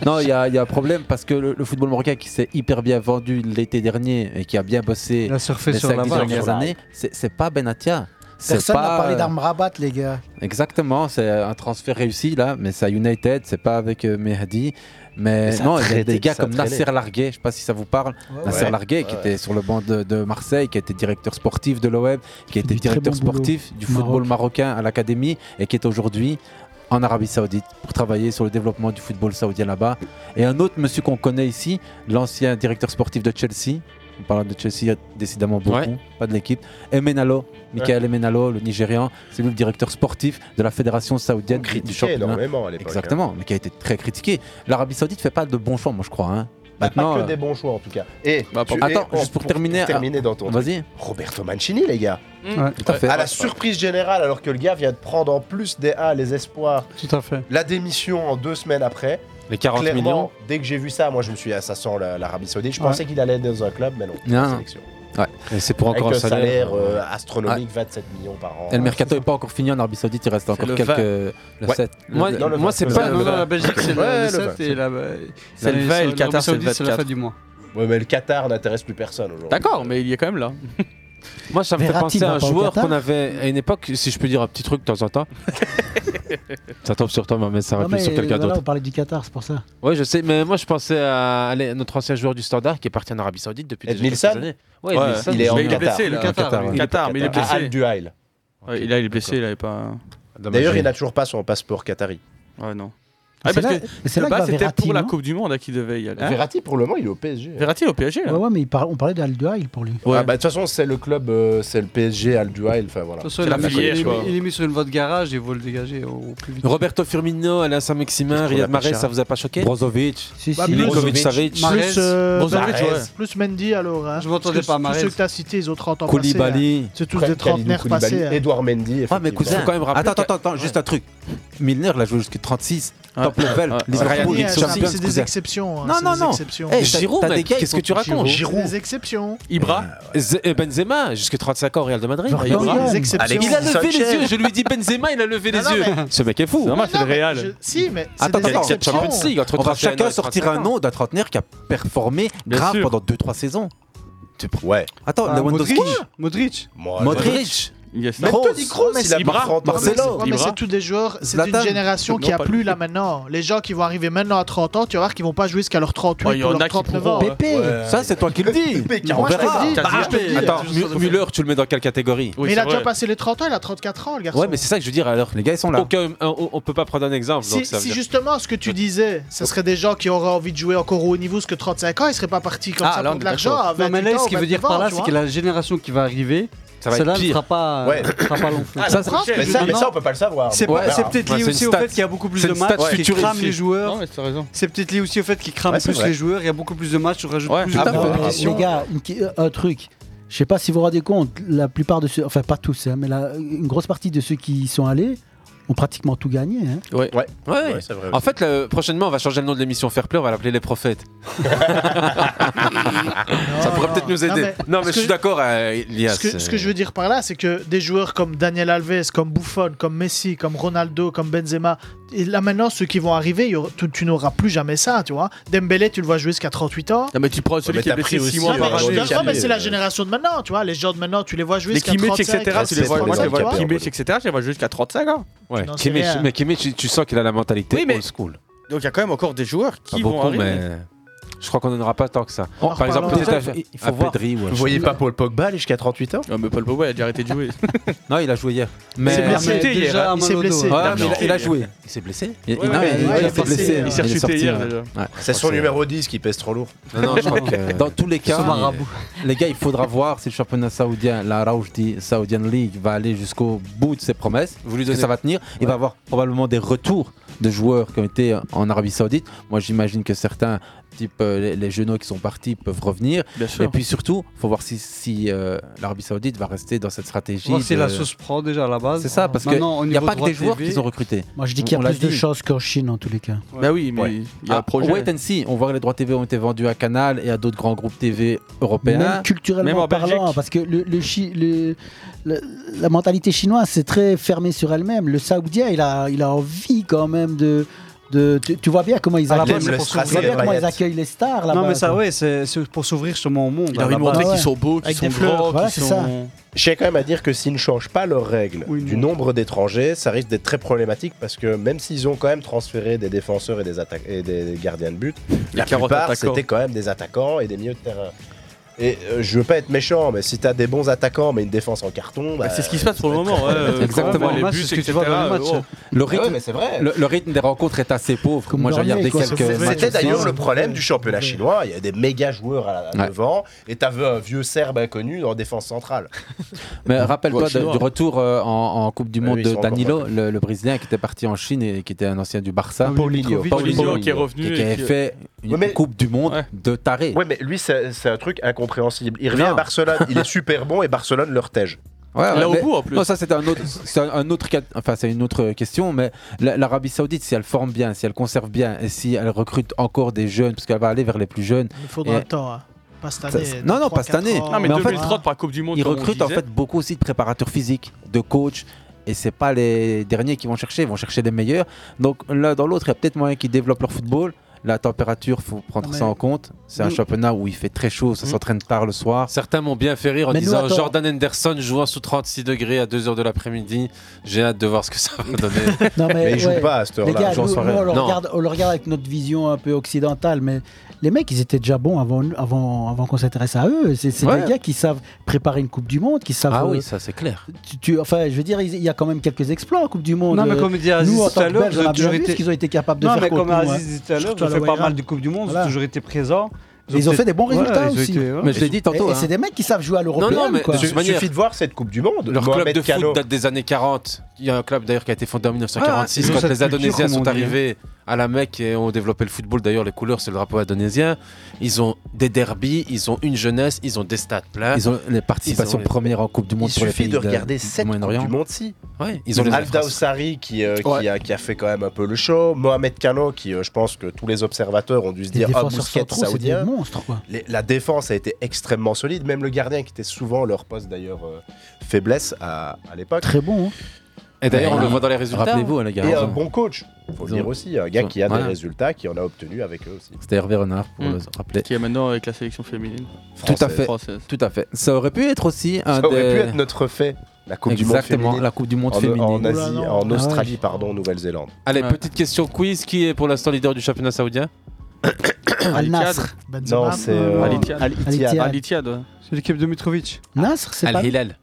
S8: Non, il y, a il y a un problème parce que le, le football marocain qui s'est hyper bien vendu l'été dernier et qui a bien bossé
S10: Il a surfé
S8: les
S10: sur
S8: cinq,
S10: la
S8: dix
S10: vague.
S8: dernières années, c'est c'est pas Benatia. C'est
S2: Personne n'a
S8: pas,
S2: parlé
S8: euh,
S2: d'Amrabat, les gars.
S8: Exactement, c'est un transfert réussi là, mais c'est à United, c'est pas avec euh, Mehdi. Mais,
S9: Mais ça a
S8: non, il y a
S9: traîné,
S8: des gars
S9: ça a
S8: comme
S9: traîné.
S8: Nasser Larguet, je sais pas si ça vous parle.
S9: Ouais,
S8: Nasser
S9: ouais.
S8: Larguet
S9: Ouais,
S8: qui
S9: ouais.
S8: était sur le banc de, de Marseille, qui était directeur sportif de l'OM, qui était
S2: du très
S8: directeur
S2: bon boulot
S8: sportif du
S2: au Maroc.
S8: football marocain à l'académie et qui est aujourd'hui en Arabie Saoudite pour travailler sur le développement du football saoudien là-bas. Et un autre monsieur qu'on connaît ici, l'ancien directeur sportif de Chelsea. On parle de Chelsea décidément beaucoup,
S19: Ouais.
S8: pas de l'équipe. Emenalo, Michael Emenalo, le Nigérian, c'est lui le directeur sportif de la Fédération saoudienne du- du
S9: critiquait
S8: championnat.
S9: énormément à l'époque, hein.
S8: Exactement, mais qui a été très critiqué. L'Arabie Saoudite fait pas de bons choix, moi je crois. hein.
S9: Bah,
S8: Maintenant,
S9: pas que
S8: euh,
S9: des bons choix en tout cas. Et
S8: Bah,
S9: tu-
S8: pour-
S9: et
S8: attends,
S9: on-
S8: juste pour terminer,
S1: euh,
S8: ah,
S9: dans ton.
S8: vas-y.
S9: truc, Roberto Mancini, les gars.
S8: Mm. Ouais, tout à fait.
S9: la surprise générale, alors que le gars vient de prendre en plus des A, les espoirs,
S10: Tout à fait.
S9: la démission en deux semaines après.
S8: Les 40
S9: Clairement,
S8: millions.
S9: Dès que j'ai vu ça, moi je me suis dit, ah, ça sent la- l'Arabie Saoudite. Je
S8: Ouais.
S9: pensais qu'il allait dans un club, mais non.
S8: euh, Non.
S9: Sélection.
S8: Et c'est pour encore
S9: Avec
S8: un salaire,
S9: euh,
S8: ouais.
S9: astronomique,
S8: Ouais.
S9: 27 millions par an.
S8: Et le mercato n'est pas encore fini en Arabie Saoudite, il reste encore
S9: le
S8: quelques.
S9: vingt.
S8: le
S9: Ouais.
S8: sept-
S9: Moi-
S8: le-
S9: non, le
S8: moi,
S9: vingt,
S8: c'est
S9: le
S8: pas.
S9: vingt.
S10: Non, non, la Belgique, c'est le,
S9: Ouais,
S10: le
S9: le
S10: 7
S9: vingt.
S10: et la.
S9: C'est le vingt et le
S10: l'Arabie
S9: Qatar, c'est le
S10: Saoudite, C'est la fin
S9: 24.
S10: du mois.
S9: Ouais, mais le Qatar n'intéresse plus personne aujourd'hui.
S4: D'accord, mais il y est quand même là.
S8: Moi, ça me fait
S2: Verratti
S8: penser
S2: va
S8: à un
S2: pas au
S8: joueur
S2: Qatar
S8: qu'on avait à une époque, si je peux dire un petit truc de temps en temps. ça tombe sur toi, mais ça va
S2: Non, mais
S8: plus sur quelqu'un
S2: voilà,
S8: d'autre.
S2: on parlait du Qatar, c'est pour ça.
S8: Ouais, je sais, mais moi je pensais à, allez, à notre ancien joueur du Standard qui est parti en Arabie Saoudite depuis déjà
S9: Edmilson
S8: quelques années. Ouais,
S9: Ouais,
S8: Edmilson,
S9: il est
S8: je
S9: en
S8: l'ai vu.
S9: Qatar.
S4: blessé, là.
S9: Il est au Qatar,
S4: Qatar,
S9: ouais.
S4: Qatar, mais il est
S9: Qatar.
S4: blessé. Ah,
S9: Al Duhail.
S4: Ouais, là, il est blessé, il avait pas.
S9: D'ailleurs, il n'a toujours pas son passeport qatari.
S4: Ouais, non.
S9: Mais
S4: Ouais,
S9: c'est
S4: parce
S9: là-
S4: que
S9: mais c'est
S4: de
S9: là que
S4: base,
S9: va
S4: c'était
S9: Verratti,
S4: pour la
S9: non
S4: Coupe du Monde hein, qu'il devait y aller. Hein
S9: Euh, Verratti, pour le moment, il est au PSG.
S4: Verratti est au PSG, là.
S2: Ouais, ouais, mais il par- on parlait d'Al Duhail pour lui.
S9: Ah, bah, De toute façon, c'est le club, euh, c'est le PSG Al Duhail. Enfin voilà.
S10: De toute façon, il est mis- il est mis- Il est mis sur une voie de garage et vous le dégager au plus vite.
S8: Roberto Firmino, Alain Saint-Maximin,
S10: qu'on
S8: Riyad
S10: appelle
S8: Mahrez,
S10: ça
S8: ça vous a pas choqué Brozovic,
S10: Si,
S11: Bah, si.
S8: Milinkovic Savic,
S11: Plus, euh,
S8: Brozovic,
S11: Mahrez,
S8: ouais.
S11: plus Mendy alors. Hein,
S10: Je m'entendais
S11: Parce que
S10: pas à Mahrez.
S11: Tous ceux que t'as cités, ils ont 30 ans
S8: Koulibaly.
S11: passés. hein. C'est tous des trentenaires passés. hein.
S9: Edouard Mendy.
S8: Ah, mais cousin,
S9: Faut quand même rappeler
S8: attends,
S9: que-
S8: attends, attends, juste un truc. Milner, il a joué jusqu'à 36. Temple Bell,
S9: Ouais.
S8: Liverpool,
S9: Ouais.
S8: Chelsea.
S9: Ouais.
S11: C'est des exceptions. hein,
S9: Non,
S11: c'est
S9: non,
S11: des
S9: non.
S11: exceptions.
S8: Eh, Giroud, t'as mec, des gars, qu'est-ce ils que tu font- racontes Giroud. Ah,
S11: C'est des exceptions.
S8: Ibra, eh, Benzema, jusqu'à 35 ans au Real de Madrid.
S11: Vargas,
S8: Ibra.
S11: les exceptions.
S8: Il a levé
S11: Sanchez.
S8: les yeux, je lui ai dit Benzema, il a levé les
S11: Non, non,
S8: yeux.
S11: mais-
S8: Ce mec est fou.
S11: C'est normal, c'est le Non, mais Real. je- si, mais c'est
S8: attends,
S11: des
S8: attends,
S11: exceptions.
S8: Champions League, entre
S23: On va
S8: 31
S23: chacun
S8: et
S23: sortir
S8: 35
S23: un
S8: ans.
S23: nom d'un trentenaire qui a performé
S8: Bien
S23: grave
S8: sûr. Bah,
S23: pendant 2-3 saisons.
S9: Ouais.
S23: Attends,
S10: Ah,
S23: Lewandowski.
S10: Modric.
S23: Modric.
S4: Yes.
S23: Même
S11: Kroos.
S23: Toni Kroos,
S11: Ouais,
S23: il a
S11: Ibra.
S23: pas rentré.
S11: Ouais, mais c'est-
S23: Marcelo.
S11: ouais, mais
S23: Ibra.
S11: c'est tous des joueurs, c'est une
S23: Zlatan.
S11: génération qui
S23: Non,
S11: a
S23: pas
S11: plus là maintenant. Les gens qui vont arriver maintenant à 30 ans, tu vas voir qu'ils vont pas jouer jusqu'à leurs 38
S8: Ouais, il y
S11: ou
S8: en a
S11: leurs
S8: qui
S11: 39
S8: pourront,
S11: ans.
S8: hein. Pépé. Ouais. Ça, c'est toi qui le dis.
S11: Pépé,
S8: On
S11: Moi, je te
S8: verra.
S11: le dis.
S8: Bah,
S11: Moi, je te le dis.
S8: Attends, Mu- Müller, tu le mets dans quelle catégorie
S11: Mais il a déjà passé les 30 ans, il a 34 ans, le garçon.
S8: Ouais, mais c'est ça que je veux dire. Alors, les gars, ils sont là. on, on peut pas prendre un exemple.
S11: Si,
S8: donc ça veut
S11: si
S8: dire-
S11: justement ce que tu disais, ce serait des gens qui auraient envie de jouer encore au haut niveau, ce que 35 ans, ils seraient pas partis comme
S8: Ah,
S11: ça pour de l'argent. à
S10: Non, mais
S11: 28
S10: là,
S11: ans,
S10: ce qu'il veut dire
S11: 29
S10: par
S11: ans,
S10: là,
S11: tu
S10: c'est
S11: vois.
S10: que la génération qui va arriver,
S8: Ça va être
S10: celle-là ne
S8: pire.
S10: sera pas,
S8: Ouais.
S10: sera pas long feu.
S9: Ah, ça, c'est- mais ça- mais ça, on peut pas le savoir.
S10: C'est
S9: Ouais.
S10: pas- c'est peut-être
S9: Ouais,
S10: lié
S9: c'est
S10: aussi
S9: une
S10: au
S9: stat.
S10: fait qu'il y a beaucoup plus
S9: C'est
S10: de
S9: une
S10: matchs
S9: stat
S10: qui
S9: futuriste.
S10: crament les joueurs.
S4: Non, mais t'as raison.
S10: C'est peut-être lié aussi au fait qu'ils crament
S9: Ouais, c'est
S10: plus
S9: vrai.
S10: les joueurs. Il y a beaucoup plus de matchs, tu rajoutes plus
S2: Ah,
S10: de
S2: bah,
S10: compétitions.
S2: les gars, une qui- euh, un truc. Je sais pas si vous vous rendez compte, la plupart de ceux, enfin pas tous, hein, mais la- une grosse partie de ceux qui y sont allés ont pratiquement tout gagné. hein.
S8: Ouais. Ouais.
S9: Ouais, c'est vrai
S8: en fait, le- prochainement, on va changer le nom de l'émission Fairplay, on va l'appeler Les Prophètes. ça pourrait peut-être nous aider.
S11: Non,
S8: Non,
S11: mais-
S8: mais,
S11: parce
S8: je
S11: que-
S8: suis d'accord, euh, Elias.
S11: Ce que, ce que je veux dire par là, c'est que des joueurs comme Daniel Alves, comme Buffon, comme Messi, comme Ronaldo, comme Benzema, et là maintenant, ceux qui vont arriver, il y aura- tu, tu n'auras plus jamais ça, tu vois. Dembélé, tu le vois jouer jusqu'à 38 ans.
S4: Non, mais tu prends celui
S9: mais
S4: qui est
S9: t'as
S4: blessé
S9: pris
S4: 6
S9: aussi,
S4: mois
S9: euh,
S4: par
S9: Ronaldo
S4: année.
S9: Qui a
S11: Non, mais
S9: mis,
S11: c'est la
S9: euh,
S11: génération de maintenant, tu vois. Les gens de maintenant, tu les vois jouer
S4: Les
S11: jusqu'à
S4: Kimmich,
S11: 35
S4: etc. Tu les vois, moi, je les vois. Kimmich, etc. Je les vois jusqu'à 35 ans.
S8: Ouais.
S11: Tu n'en sais
S8: Kimmich,
S11: rien.
S8: mais Kimmich, tu, tu sens qu'il a la mentalité
S4: Oui, mais-
S8: old school.
S4: Donc il y a quand même encore des joueurs
S8: Pas
S4: qui vont
S8: beaucoup,
S4: arriver.
S8: mais je crois qu'on n'aura pas tant que ça.
S4: En
S8: Par exemple,
S4: reparlant-
S8: peut-être à,
S4: Il faut
S8: à
S4: voir.
S8: Pedri ou à-
S9: Vous voyez pas Paul Pogba aller jusqu'à 38 ans
S4: Non, mais Paul Pogba, il a déjà arrêté de jouer.
S8: Non, il a joué hier. Mais
S4: s'est blessé
S8: mais
S4: hier,
S8: déjà
S4: hein.
S8: à
S4: Il s'est
S8: Malodo.
S4: blessé.
S8: Ouais,
S4: Il a
S8: mais il a-
S4: blessé
S8: il a
S4: hier.
S8: joué. Il s'est blessé
S4: Ouais, ouais, ouais, il
S8: il
S4: est
S8: s'est
S4: blessé. hein.
S8: blessé.
S4: Il s'est
S8: est
S4: rechuté
S8: sorti,
S4: hier,
S8: ouais.
S4: déjà.
S8: Ouais. euh,
S9: C'est son numéro 10 qui pèse trop lourd.
S8: Non, non, je crois que-
S23: Dans tous les cas,
S8: Son marabout.
S23: les gars, il faudra voir si le championnat saoudien, la Raoudi Saoudian League, va aller jusqu'au bout de ses promesses.
S8: Vous lui
S23: que
S8: donnez-
S23: ça va tenir. Il va avoir probablement des retours de joueurs qui ont été en Arabie Saoudite. Moi, j'imagine que certains, type euh, les, les genoux qui sont partis, peuvent revenir.
S4: Bien sûr.
S23: Et puis surtout, faut voir si, si, euh, l'Arabie Saoudite va rester dans cette stratégie.
S10: Voir si
S23: de-
S10: la sauce prend déjà à la base.
S23: C'est ça, parce qu'il
S10: Maintenant, au
S23: n'y a
S10: niveau
S23: pas que
S10: droit
S23: des joueurs
S10: TV,
S23: qu'ils ont recrutés.
S2: Moi je dis qu'il y a
S23: On l'a
S2: plus de
S23: dit.
S2: choses qu'en Chine en tous les cas.
S4: Bah oui, mais
S23: Ouais.
S4: il y a un
S23: Ah,
S4: projet.
S23: Wait and see. On voit que les droits TV ont été vendus à Canal et à d'autres grands groupes TV européens.
S2: Même culturellement parlant, parce que le, le chi- le- le- la mentalité chinoise, c'est très fermée sur elle-même. Le saoudien, il a, il a envie quand même de. de tu, tu vois bien comment ils
S23: Ah,
S10: À la
S2: accueillent,
S10: base, c'est pour
S2: tu
S10: se
S2: vois bien
S10: rassurer,
S2: comment
S10: les
S2: ils accueillent les stars.
S10: Non,
S2: là-bas,
S10: mais ça,
S2: quoi.
S10: ouais, c'est c'est pour s'ouvrir sûrement au monde.
S9: Il a envie de
S10: là-bas.
S9: montrer qu'ils sont beaux, qu'ils
S10: Avec
S9: sont
S10: des fleurs,
S9: grands,
S10: voilà,
S9: qu'ils
S10: c'est
S9: sont-
S10: ça.
S9: bah, Je tiens quand même à dire que s'ils ne changent pas leurs règles du nombre d'étrangers, ça risque d'être très problématique parce que même s'ils ont quand même transféré des défenseurs et des, atta- et des gardiens de but, la
S4: carottes
S9: plupart
S4: attaquants.
S9: c'était quand même des attaquants et des milieux de terrain. Et euh, je veux pas être méchant, mais si t'as des bons attaquants mais une défense en carton, bah,
S4: c'est ce qui se passe pour le moment, ouais, euh,
S23: Exactement.
S4: Les buts, etc. oh.
S23: Le rythme,
S9: Ah ouais, mais c'est vrai.
S23: Le, le rythme des rencontres est assez pauvre. Moi, j'ai regardé quelques.
S9: C'était
S23: matchs
S9: c'était d'ailleurs
S23: aussi.
S9: le problème du championnat chinois. Il y a des méga joueurs à- à
S23: Ouais.
S9: devant et t'avais un vieux serbe inconnu en défense centrale.
S23: Mais rappelle-toi
S9: Ouais,
S23: de-
S9: chinois.
S23: du retour euh, en, en Coupe du
S9: Ah
S23: Monde
S9: oui, ils
S23: de
S9: sont encore
S23: Danilo,
S9: pas-
S23: le, le Brésilien qui était parti en Chine et qui était un ancien du Barça.
S9: Paulinho. Paulinho
S4: qui est revenu
S23: Qui,
S4: et
S23: avait
S4: qui-
S23: fait une
S9: Ouais, mais-
S23: Coupe du Monde de taré.
S9: Ouais, mais lui, c'est c'est un truc incompréhensible. Il revient
S23: Non.
S9: à Barcelone, il est super bon et Barcelone le retège.
S23: Ouais, ouais,
S9: Là au
S23: mais-
S9: bout, en plus.
S23: Non, ça c'est un autre, c'est un- un autre, cas- enfin c'est une autre question, mais la- l'Arabie Saoudite, si elle forme bien, si elle conserve bien, et si elle recrute encore des jeunes, parce qu'elle va aller vers les plus jeunes.
S11: Il faudra
S23: et-
S11: le temps. hein. Pas cette
S23: Ça-
S11: année.
S23: c'est- non, non, pas cette année.
S4: Non, mais
S23: en fait,
S4: 2030 par Coupe du Monde,
S23: Ils
S4: comme on
S23: recrutent en
S4: disait.
S23: fait beaucoup aussi de préparateurs physiques, de coachs. Et c'est pas les derniers qui vont chercher, ils vont chercher les meilleurs. Donc l'un dans l'autre, il y a peut-être moyen qu'ils développent leur football. La température, faut prendre
S8: Mais-
S23: ça en compte. C'est un
S8: Nous-
S23: championnat où il fait très chaud, ça
S8: Mm.
S23: s'entraîne tard le soir.
S8: Certains m'ont bien fait rire en
S23: Mais nous,
S8: disant
S23: attends.
S8: Jordan Henderson jouant sous 36 degrés à 2h de l'après-midi. J'ai hâte de voir ce que ça va donner.
S2: Non, ouais. Les gars,
S8: joue en
S2: nous- nous,
S8: soirée.
S2: on, le
S8: Non.
S2: regarde, on le regarde avec notre vision un peu occidentale, mais les mecs, ils étaient déjà bons avant, avant, avant qu'on s'intéresse à eux. C'est c'est
S8: Ouais.
S2: des gars qui savent préparer une Coupe du Monde, qui savent.
S8: Ah
S2: euh,
S8: oui, ça c'est clair.
S2: tu- tu- enfin, je veux dire, ils- il y a quand même quelques exploits en Coupe du Monde.
S10: Non, mais comme
S2: Euh,
S10: dit Aziz
S2: nous, en
S10: tout
S2: tant
S10: à
S2: que
S10: l'heure,
S2: Belges,
S10: vous
S2: on
S10: avez
S2: a bien
S10: toujours
S2: vu
S10: été-
S2: ce qu'ils ont été capables de
S10: Non,
S2: faire
S10: mais comme
S2: contre nous,
S10: Aziz
S2: hein.
S10: dit tout à l'heure,
S2: Surtout
S10: on
S2: à
S10: fait
S2: la
S10: pas
S2: Weyra.
S10: mal de Coupe du Monde, ils ont
S2: Voilà.
S10: toujours été présents.
S2: Ils ont, fait des bons
S10: Ouais,
S2: résultats
S10: ils ont
S2: aussi.
S10: été- ouais.
S8: Mais je l'ai dit tantôt,
S2: Et, et
S8: hein.
S2: c'est des mecs qui savent jouer à l'Europe.
S8: Non, non, mais de
S9: Il
S8: toute manière-
S9: suffit de voir cette Coupe du Monde.
S8: Leur
S9: Mohamed
S8: club de
S9: Kano.
S8: foot date des années 40. Il y a un club d'ailleurs qui a été fondé en 1946
S9: Ah, ils ont
S8: quand
S9: cette
S8: les Indonésiens
S9: culture, comme
S8: sont
S9: on dit,
S8: arrivés à la Mecque et ont développé le football. D'ailleurs, les couleurs, c'est le drapeau indonésien. Ils ont des derbies, ils ont une jeunesse, ils ont des stades pleins.
S23: Ils ont les participations
S8: les-
S23: premières en Coupe du Monde
S8: Il
S23: pour les
S8: suffit
S23: pays
S8: de regarder
S23: du
S8: cette
S23: Moyen-Orient.
S9: Coupe du Monde, si.
S8: Ouais,
S9: ils ont
S23: les
S9: Al Daoussari qui, euh, qui a, qui a fait quand même un peu le show. Mohamed Kano qui, euh, je pense que tous les observateurs ont dû se
S2: Les
S9: dire Ah,
S2: défenseurs
S9: Busquets
S2: centraux, c'est des
S9: saoudien.
S2: monstres, quoi.
S9: Les- la défense a été extrêmement solide. Même le gardien qui était souvent leur poste d'ailleurs euh, faiblesse à, à l'époque. euh,
S2: Très bon.
S8: Et d'ailleurs, on le voit dans les résultats. hein.
S9: Et un bon coach, faut le
S8: Ils
S9: dire
S8: ont-
S9: aussi. Un gars
S8: ils ont-
S9: qui a
S8: voilà.
S9: des résultats, qui en a obtenu avec eux aussi.
S23: C'était Hervé Renard pour
S9: Mm.
S23: le rappeler.
S4: Hmm. Qui est maintenant avec la sélection féminine.
S23: Tout à
S9: Française.
S23: fait.
S4: Française.
S23: Tout à fait. Ça aurait pu être aussi un
S9: Ça aurait
S23: des-
S9: pu être notre fait. La Coupe du Monde
S23: Exactement,
S9: féminine.
S23: la Coupe du Monde
S9: En-
S23: féminine.
S8: Oh
S9: En
S23: Oula,
S9: Asie,
S23: non.
S9: en
S23: Ah
S9: Australie,
S23: ouais.
S9: pardon, en Nouvelle-zélande.
S8: Allez, petite question quiz. Qui est pour l'instant leader du championnat saoudien
S2: Al Nasr.
S9: Non, c'est, euh,
S4: Al Ittihad.
S9: Al Ittihad.
S4: Al Ittihad, ouais.
S10: C'est l'équipe de Mitrovic.
S2: Nasr, c'est pas.
S8: Hilal.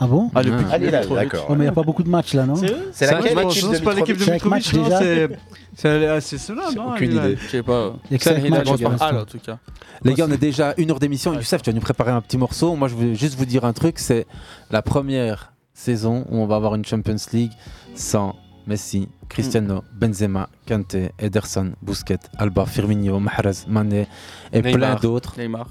S2: Ah bon
S4: Ah, le but
S9: Al Hilal, d'accord.
S2: Ouais, mais il n'y a pas beaucoup de matchs là, non
S9: C'est laquelle
S10: un match,
S9: équipe
S10: non,
S9: de
S10: C'est pas l'équipe de
S2: Mitrovic Cinq
S10: Mitrovic,
S2: matchs
S10: non,
S2: déjà
S10: c'est. C'est ah, c'est cela, non
S23: aucune
S10: Al-Hilal
S23: idée.
S4: Je sais pas.
S23: Il y a que cinq
S4: Al-Hilal
S23: matchs,
S4: commence par
S23: il y a
S4: Al,
S23: l'instant.
S4: en tout cas.
S23: Les gars, on est déjà une heure d'émission. Youssef, tu vas nous préparer un petit morceau. Moi, je voulais juste vous dire un truc c'est la première saison où on va avoir une Champions League sans Messi, Cristiano,
S2: Mm.
S23: Benzema, Kante, Ederson, Busquets, Alba, Firmino, Mahrez, Mané et plein
S8: Neymar.
S23: d'autres.
S4: Neymar.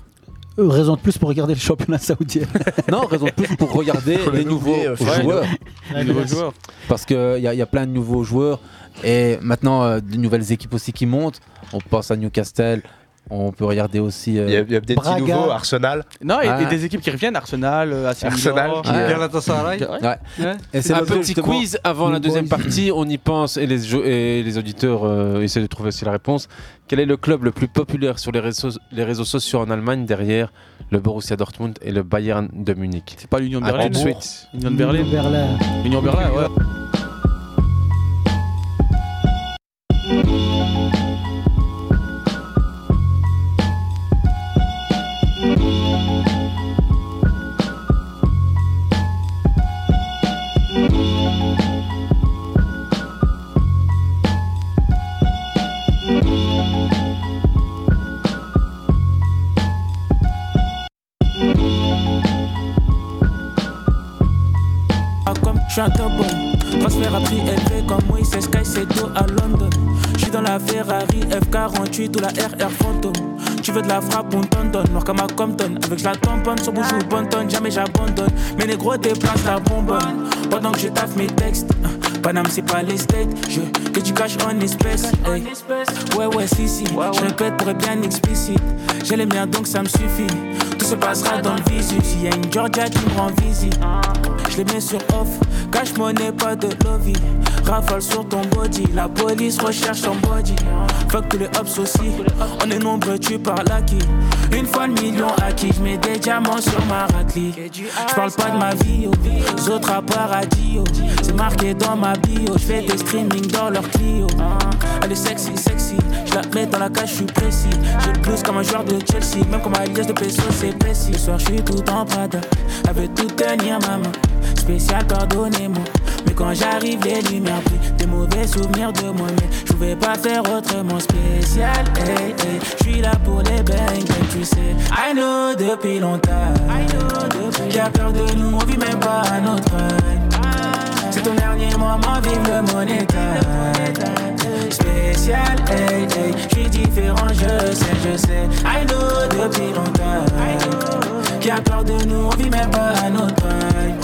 S2: Euh, Raison de plus pour regarder le championnat saoudien.
S23: Non, raison de plus pour regarder
S2: Faut
S23: les
S2: l'oublier,
S23: nouveaux
S2: euh, faut
S23: joueurs.
S2: l'oublier. Les nouveaux joueurs.
S23: Parce qu'il y, a- y a plein de nouveaux joueurs et maintenant euh, de nouvelles équipes aussi qui montent. On pense à Newcastle, on peut regarder aussi. euh,
S9: Il y a, il y a des petits nouveaux, Arsenal.
S4: Non, et, et
S23: Ah.
S4: des équipes qui reviennent, Arsenal, euh, AC Milan.
S9: Arsenal, qui-
S4: Ouais.
S10: Galatasaray.
S4: Ouais.
S23: Et c'est
S8: un
S23: l'objet,
S8: petit
S23: justement,
S8: quiz avant la
S23: New
S8: deuxième
S23: Boys.
S8: partie, on y pense et les, jo- et les auditeurs euh, essaient de trouver aussi la réponse. Quel est le club le plus populaire sur les réseaux, les réseaux sociaux en Allemagne derrière le Borussia Dortmund et le Bayern de Munich
S4: C'est pas l'Union
S8: de
S4: Berlin, Hambourg. Union de Berlin. Union Berlin, ouais.
S24: Ah, comme je suis un top bon. Transfert à prix élevé comme moi, c'est Sky, c'est tout à Londres. Je suis dans la Ferrari F48 ou la RR Phantom. Tu veux de la frappe, on t'en donne. Noir comme à Compton. Avec je la tamponne, sur bouche ou bonne jamais j'abandonne. Mais les gros déplacent la bonbonne. Pendant que je taffe mes textes. hein, Paname, c'est pas les states. Je que tu caches en espèces. hey. Ouais, ouais, si, si. Je répète pour être bien explicite. J'ai les miens donc ça me suffit. Tout se passera dans le visu. Ah. S'il y a une Georgia qui me rend visite. Je les mets sur off, cash monnaie, pas de lobby. Rafale sur ton body, la police recherche ton body. Fuck tous les hops aussi, on est nombreux, tu parles à qui Une fois le million acquis, je mets des diamants sur ma raclie. Je parle pas de ma vie, oh. les autres à paradis. oh. C'est marqué dans ma bio, je fais des streamings dans leur Clio. Elle est sexy, sexy, je la mets dans la cage, je suis précis. J'ai le plus comme un joueur de Chelsea, même comme Alias de Peso, c'est précis. Ce soir, je suis tout en Prada, elle veut tout tenir ma main. Spécial, pardonnez-moi. Mais quand j'arrive, les lumières brillent. Des mauvais souvenirs de moi, mais je pouvais pas faire autrement. Spécial, hey, hey. je suis là pour les bangs, tu sais. I know depuis longtemps. I know depuis. Y'a peur de nous, on vit même pas à notre âge. C'est ton dernier moment, vive le monétaire. Spécial, hey, hey. Je suis différent, je sais, je sais. I know depuis longtemps. Qui a peur de nous, on vit même pas à notre taille.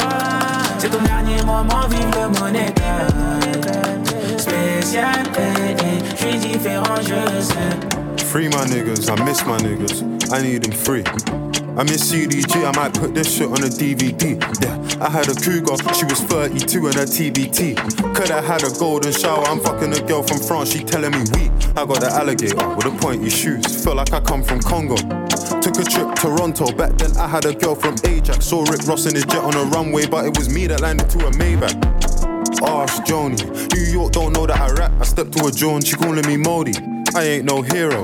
S24: C'est ton dernier moment, vive le monétaire. Spécial, hey, hey. Je suis différent, je sais.
S25: Free my niggas, I miss my niggas. I need them free. I miss CDG, I might put this shit on a DVD. Yeah, I had a cougar, she was 32 and a TBT. Coulda had a golden shower, I'm fucking a girl from France, she telling me we. I got an alligator with a pointy shoes, feel like I come from Congo. Took a trip Toronto, back then I had a girl from Ajax. Saw Rick Ross in his jet on a runway, but it was me that landed to a Maybach. Ask Joni. New York don't know that I rap. I stepped to a joint, she calling me Modi. I ain't no hero.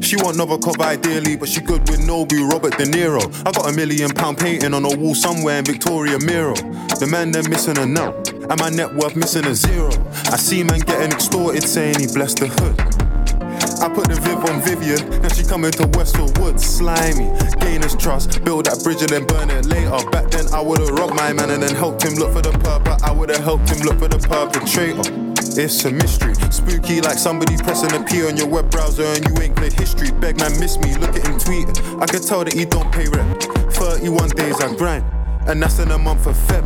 S25: She want Novikov ideally, but she good with Nobu, Robert De Niro. I got a million pound painting on a wall somewhere in Victoria Miro. The man they're missing a no, and my net worth missing a zero. I see man getting extorted, saying he blessed the hood. I put the Viv on Vivian, now she coming to Westfield Woods, slimy. Gain his trust, build that bridge and then burn it later. Back then I would've robbed my man and then helped him look for the purpose. I would've helped him look for the perpetrator. It's a mystery, spooky like somebody pressing a P on your web browser and you ain't played history. Beg man, miss me, look at him tweet. I could tell that he don't pay rent. 31 days I grind, and that's in a month of Feb.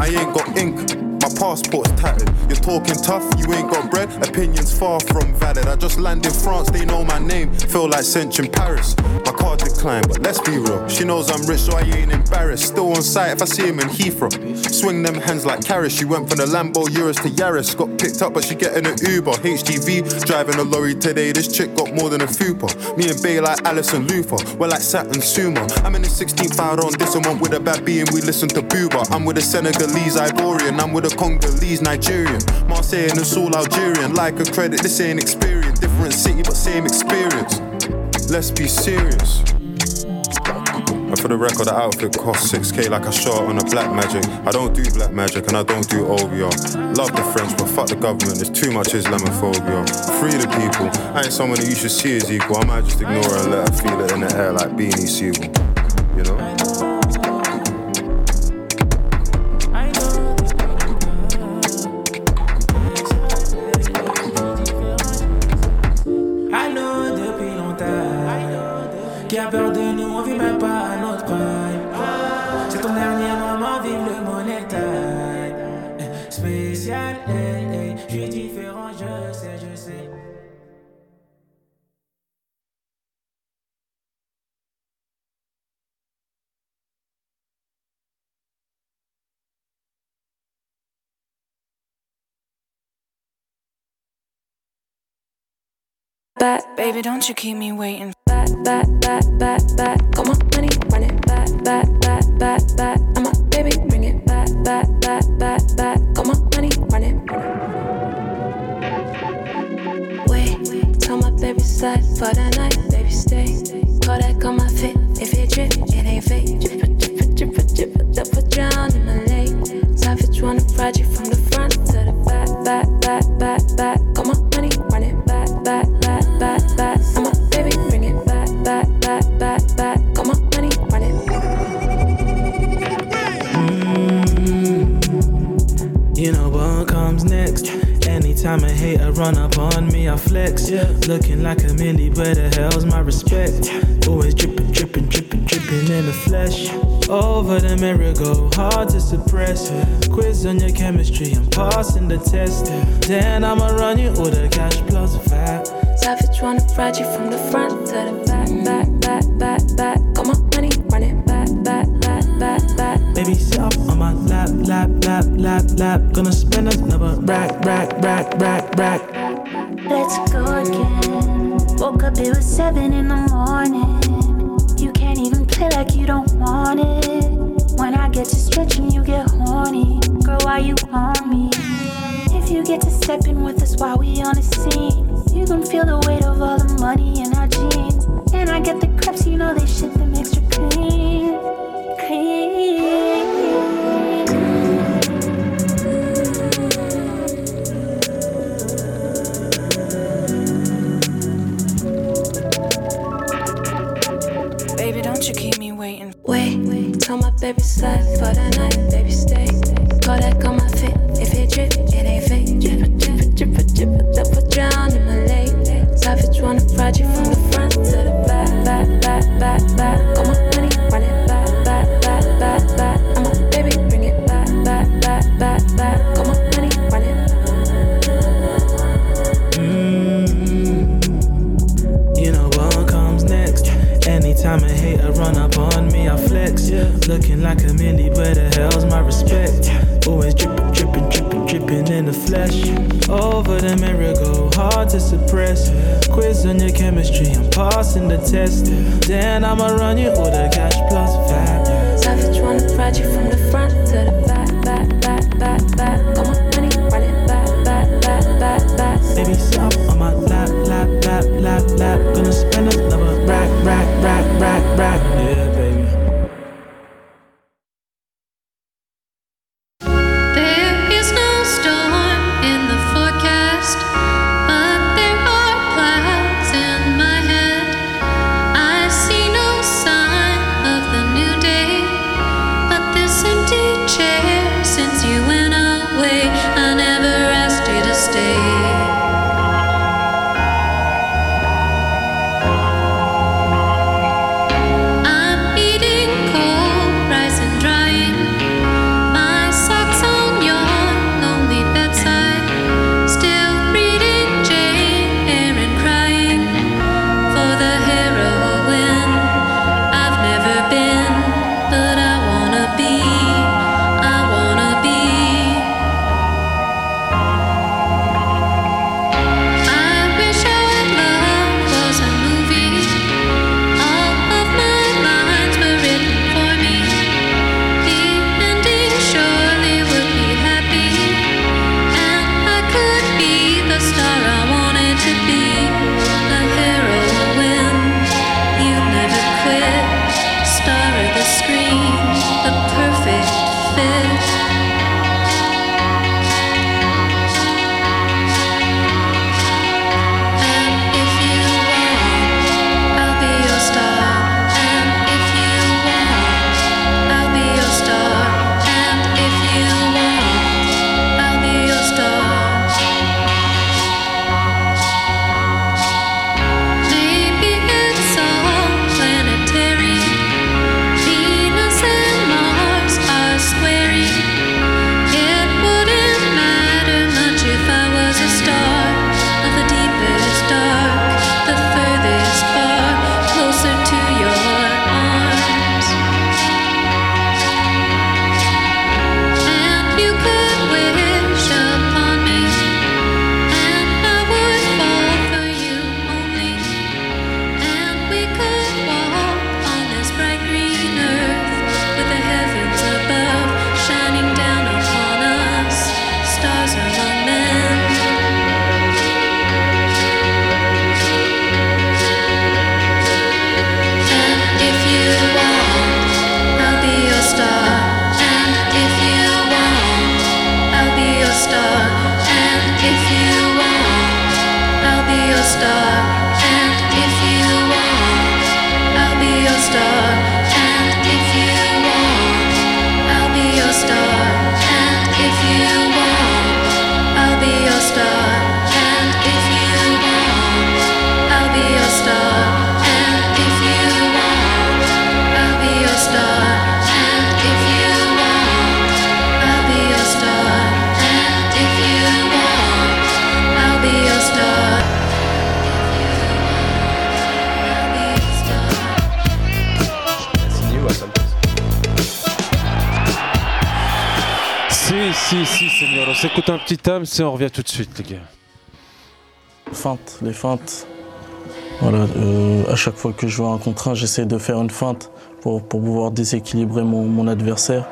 S25: I ain't got ink. My passport's tattered. You're talking tough, you ain't got bread. Opinions far from valid. I just landed France, they know my name. Feel like cinch in Paris. My car declined, but let's be real. She knows I'm rich, so I ain't embarrassed. Still on site if I see him in Heathrow. Swing them hands like carrots. She went from the Lambo Euros to Yaris. Got picked up, but she getting an Uber. HGV driving a lorry today. This chick got more than a fupa. Me and Bay like Alice and Luther. We're like Sat and Suma. I'm in the 16th hour on this one with a bad B and we listen to Booba. I'm with a Senegalese Ivorian. I'm with a Congolese, Nigerian. Marseille and it's all Algerian. Like a credit, this ain't experience. Different city, but same experience. Let's be serious. And for the record, the outfit cost 6k like I shot on a black magic. I don't do black magic and I don't do OVR. Love the French, but fuck the government, there's too much Islamophobia. Free the people, I ain't someone that you should see as equal. I might just ignore her and let her feel it in the air like Beanie Siegel. You know?
S24: I know depuis longtemps Qui a peur de nous, on vit même pas à notre prime C'est ton dernier moment, vive le monétaire Spécial, hey, hey. je suis différent, je sais, je sais
S17: back, baby, don't you keep me waiting. Back, back, back, back, back. Come on, money, run it back, back, back, back, back. I'm a baby, bring it back, back, back, back, back. Come on, money, run it. Wait, tell my baby side for the night, baby stay. Call that on my fit. If you drip, it ain't fake. Drip, drip, drip, drip, drip, drip, drip, drip, drown in my lake. Time for trying to project from the front to the back, back, back, back, back. Come on, money, run it back, back, back back, back. I'm a baby, bring it back, back, back, back, back. Come on, money, run it.
S24: Mm, You know what comes next. Anytime a hater run up on me, I flex. Looking like a millie, where the hell's my respect? Always dripping, dripping, dripping, dripping in the flesh. Over the mirror, go hard to suppress. Quiz on your chemistry, I'm passing the test. Then I'ma run you all the cash plus fat.
S17: Savage wanna ride you from the front to the back, back, back, back, back. Come on, money, run it back, back, back, back, back.
S24: Baby, sit up on my lap, lap, lap, lap, lap. Gonna spend another rack, rack, rack, rack, rack.
S26: Let's go again. Woke up, it was seven in the morning. You can't even play like you don't want it. When I get to stretching, you get horny. Girl, why you on me? If you get to stepping with us while we on the scene, you can feel the weight of all the money in our jeans. And I get the crepes, you know they ship them extra clean, clean.
S17: Baby, don't you keep me waiting. Wait, tell my baby slide for the night, baby stay. Call that on my fit. If it drip, it ain't fake. Drip, drip, drip, drip, drip, drip, drown in my lake. Savage wanna ride you from the front to the back, back, back, back, back. Come on.
S24: Mm-hmm. flesh. Over the miracle, hard to suppress. Quiz on your chemistry, I'm passing the test. Then I'ma run you with a cash plus fat.
S17: Savage wanna prod you from the front to the back, back, back, back, back. Got my money, run it back, back, back, back, back.
S24: Baby, stop on my lap, lap, lap, lap, lap. Gonna spend another rack, rack, rack, rack, rack. Yeah, baby.
S3: There is no storm in the forecast, but there are clouds in my head. I see no sign of the new day, but this empty chair since you went away, I never asked you to stay. I'm eating cold rice and drying my socks on your lonely bedside. Still reading Jane Eyre and crying for the heroine I've never been, but I wanna be. I wanna be. I wish our love was a movie. All of my lines were written for me. The ending surely would be happy, and I could be the star I wanted to be, a heroine. You never quit, star of the screen, the perfect fit. And if you want, I'll be your star. And if you want, I'll be your star. And if you want, I'll be your star. Maybe it's all planetary. Venus and Mars are squaring. It wouldn't matter much if I was a star of the deepest dark, the furthest far, closer to your arms. And you could wish upon me, and I would fall for you only. And we could walk on this bright green earth with the heavens above shining down upon us, stars among men. And if you want, I'll be your star. And if you want, I'll be your star. And if you want, I'll be your star. And if you want, I'll be your star. And if you want, I'll be your star. And if you want, I'll be your star. And if you want, I'll be your star. And if you want, I'll be your star. And if you want, I'll be your star. And if you want, I'll be your star.
S8: Si, si, si, Seigneur, on s'écoute un petit thème, et on revient tout de suite, les gars.
S21: Feinte, les feintes. Voilà, euh, à chaque fois que je vois un contre un, j'essaie de faire une feinte pour, pour pouvoir déséquilibrer mon, mon adversaire.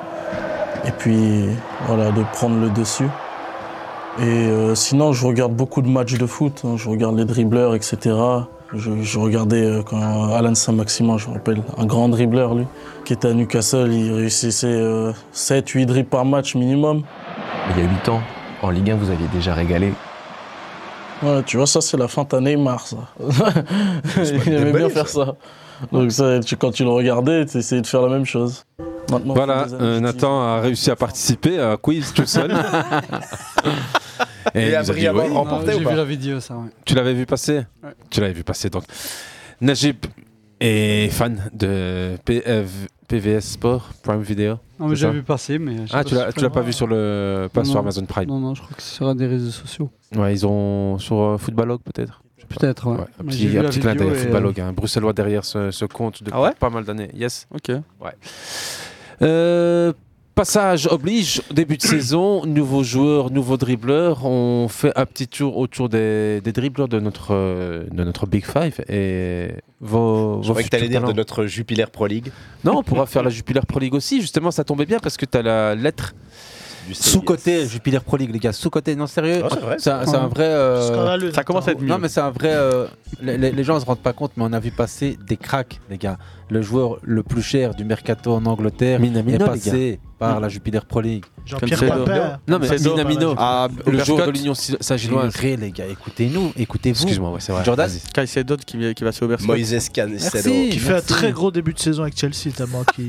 S21: Et puis, voilà, de prendre le dessus. Et euh, sinon, je regarde beaucoup de matchs de foot. hein, je regarde les dribbleurs, etc. Je, je regardais euh, quand Alan Saint-Maximin, je me rappelle, un grand dribbleur, lui, qui était à Newcastle. Il réussissait 7-8 dribbles par match minimum.
S27: Il y a 8 ans, en Ligue 1, vous aviez déjà régalé.
S21: Voilà, tu vois, ça, c'est la feinte à Neymar, ça. Il aimait Dembélé, bien faire ça. Donc, ça, tu- quand tu le regardais, tu essayais de faire la même chose. Maintenant,
S8: Voilà,
S21: au fil des années,
S8: euh, Nathan a réussi à participer à un quiz tout seul.
S21: Et
S8: il
S21: a
S8: nous
S21: pris
S8: dit
S21: à
S8: oui.
S21: remporter
S10: Ah, J'ai vu la vidéo, ça, ouais.
S8: Tu l'avais vu passer
S10: Ouais.
S8: Tu l'avais vu passer donc. Najib est fan de euh, PF PVS Sport, Prime Video.
S10: Non, mais
S8: c'est
S10: j'ai
S8: ça
S10: vu passer, mais je sais
S8: Ah,
S10: pas
S8: tu
S10: si
S8: l'as
S10: c'est
S8: tu l'as
S10: vraiment-
S8: pas vu sur, le, pas
S10: Non,
S8: sur
S10: non.
S8: Amazon Prime
S10: Non, non, je crois que ce sera des réseaux sociaux.
S8: Ouais, ils ont sur euh, Footballog peut-être Je sais pas.
S10: Peut-être, ouais.
S8: un
S10: Moi, j'ai
S8: petit,
S10: vu
S8: un
S10: la
S8: petit clin
S10: vidéo
S8: d'œil à
S10: et, euh,
S8: Footballog, un bruxellois derrière ce, ce compte depuis
S10: Ah ouais
S8: pas mal d'années. Yes.
S10: Ok.
S8: Ouais. Euh, Passage oblige, début de saison, nouveaux joueurs, nouveaux dribbleurs. On fait un petit tour autour des, des dribbleurs de notre, euh, de notre Big Five. Et vos,
S9: Je
S8: vos
S9: croyais que t'allais
S8: futurs
S9: dire de
S8: talents.
S9: notre Jupiler Pro League.
S8: Non, on pourra faire la Jupiler Pro League aussi. Justement, ça tombait bien parce que tu as la lettre sous-côté Jupiler Pro League, les gars. Sous-côté, non, sérieux.
S9: Ah, c'est vrai.
S8: un- c'est un vrai. euh,
S11: Scandaleux,
S8: ça commence à être Non, mais c'est un vrai. euh, les, les- les gens ne se rendent pas compte, mais on a vu passer des cracks, les gars. Le joueur le plus cher du mercato en Angleterre
S23: Minamino,
S8: est
S23: les
S8: passé
S23: gars.
S8: par
S23: Mm.
S8: la Jupiler Pro League.
S23: Jean-Pierre Cancelo. Papin.
S8: Non, mais
S23: Cancelo,
S8: Minamino.
S23: Ah,
S8: le
S23: Obercott.
S8: joueur de l'Union Saint-Gilloise.
S23: Ignorez, les gars. Écoutez-nous. Écoutez-vous.
S8: Excuse-moi, ouais, c'est vrai.
S23: Jordan,
S4: Caicedo qui, vient- qui va se Bercy.
S9: Moïse Caicedo.
S11: Qui fait un très gros début de saison avec Chelsea, tellement qui.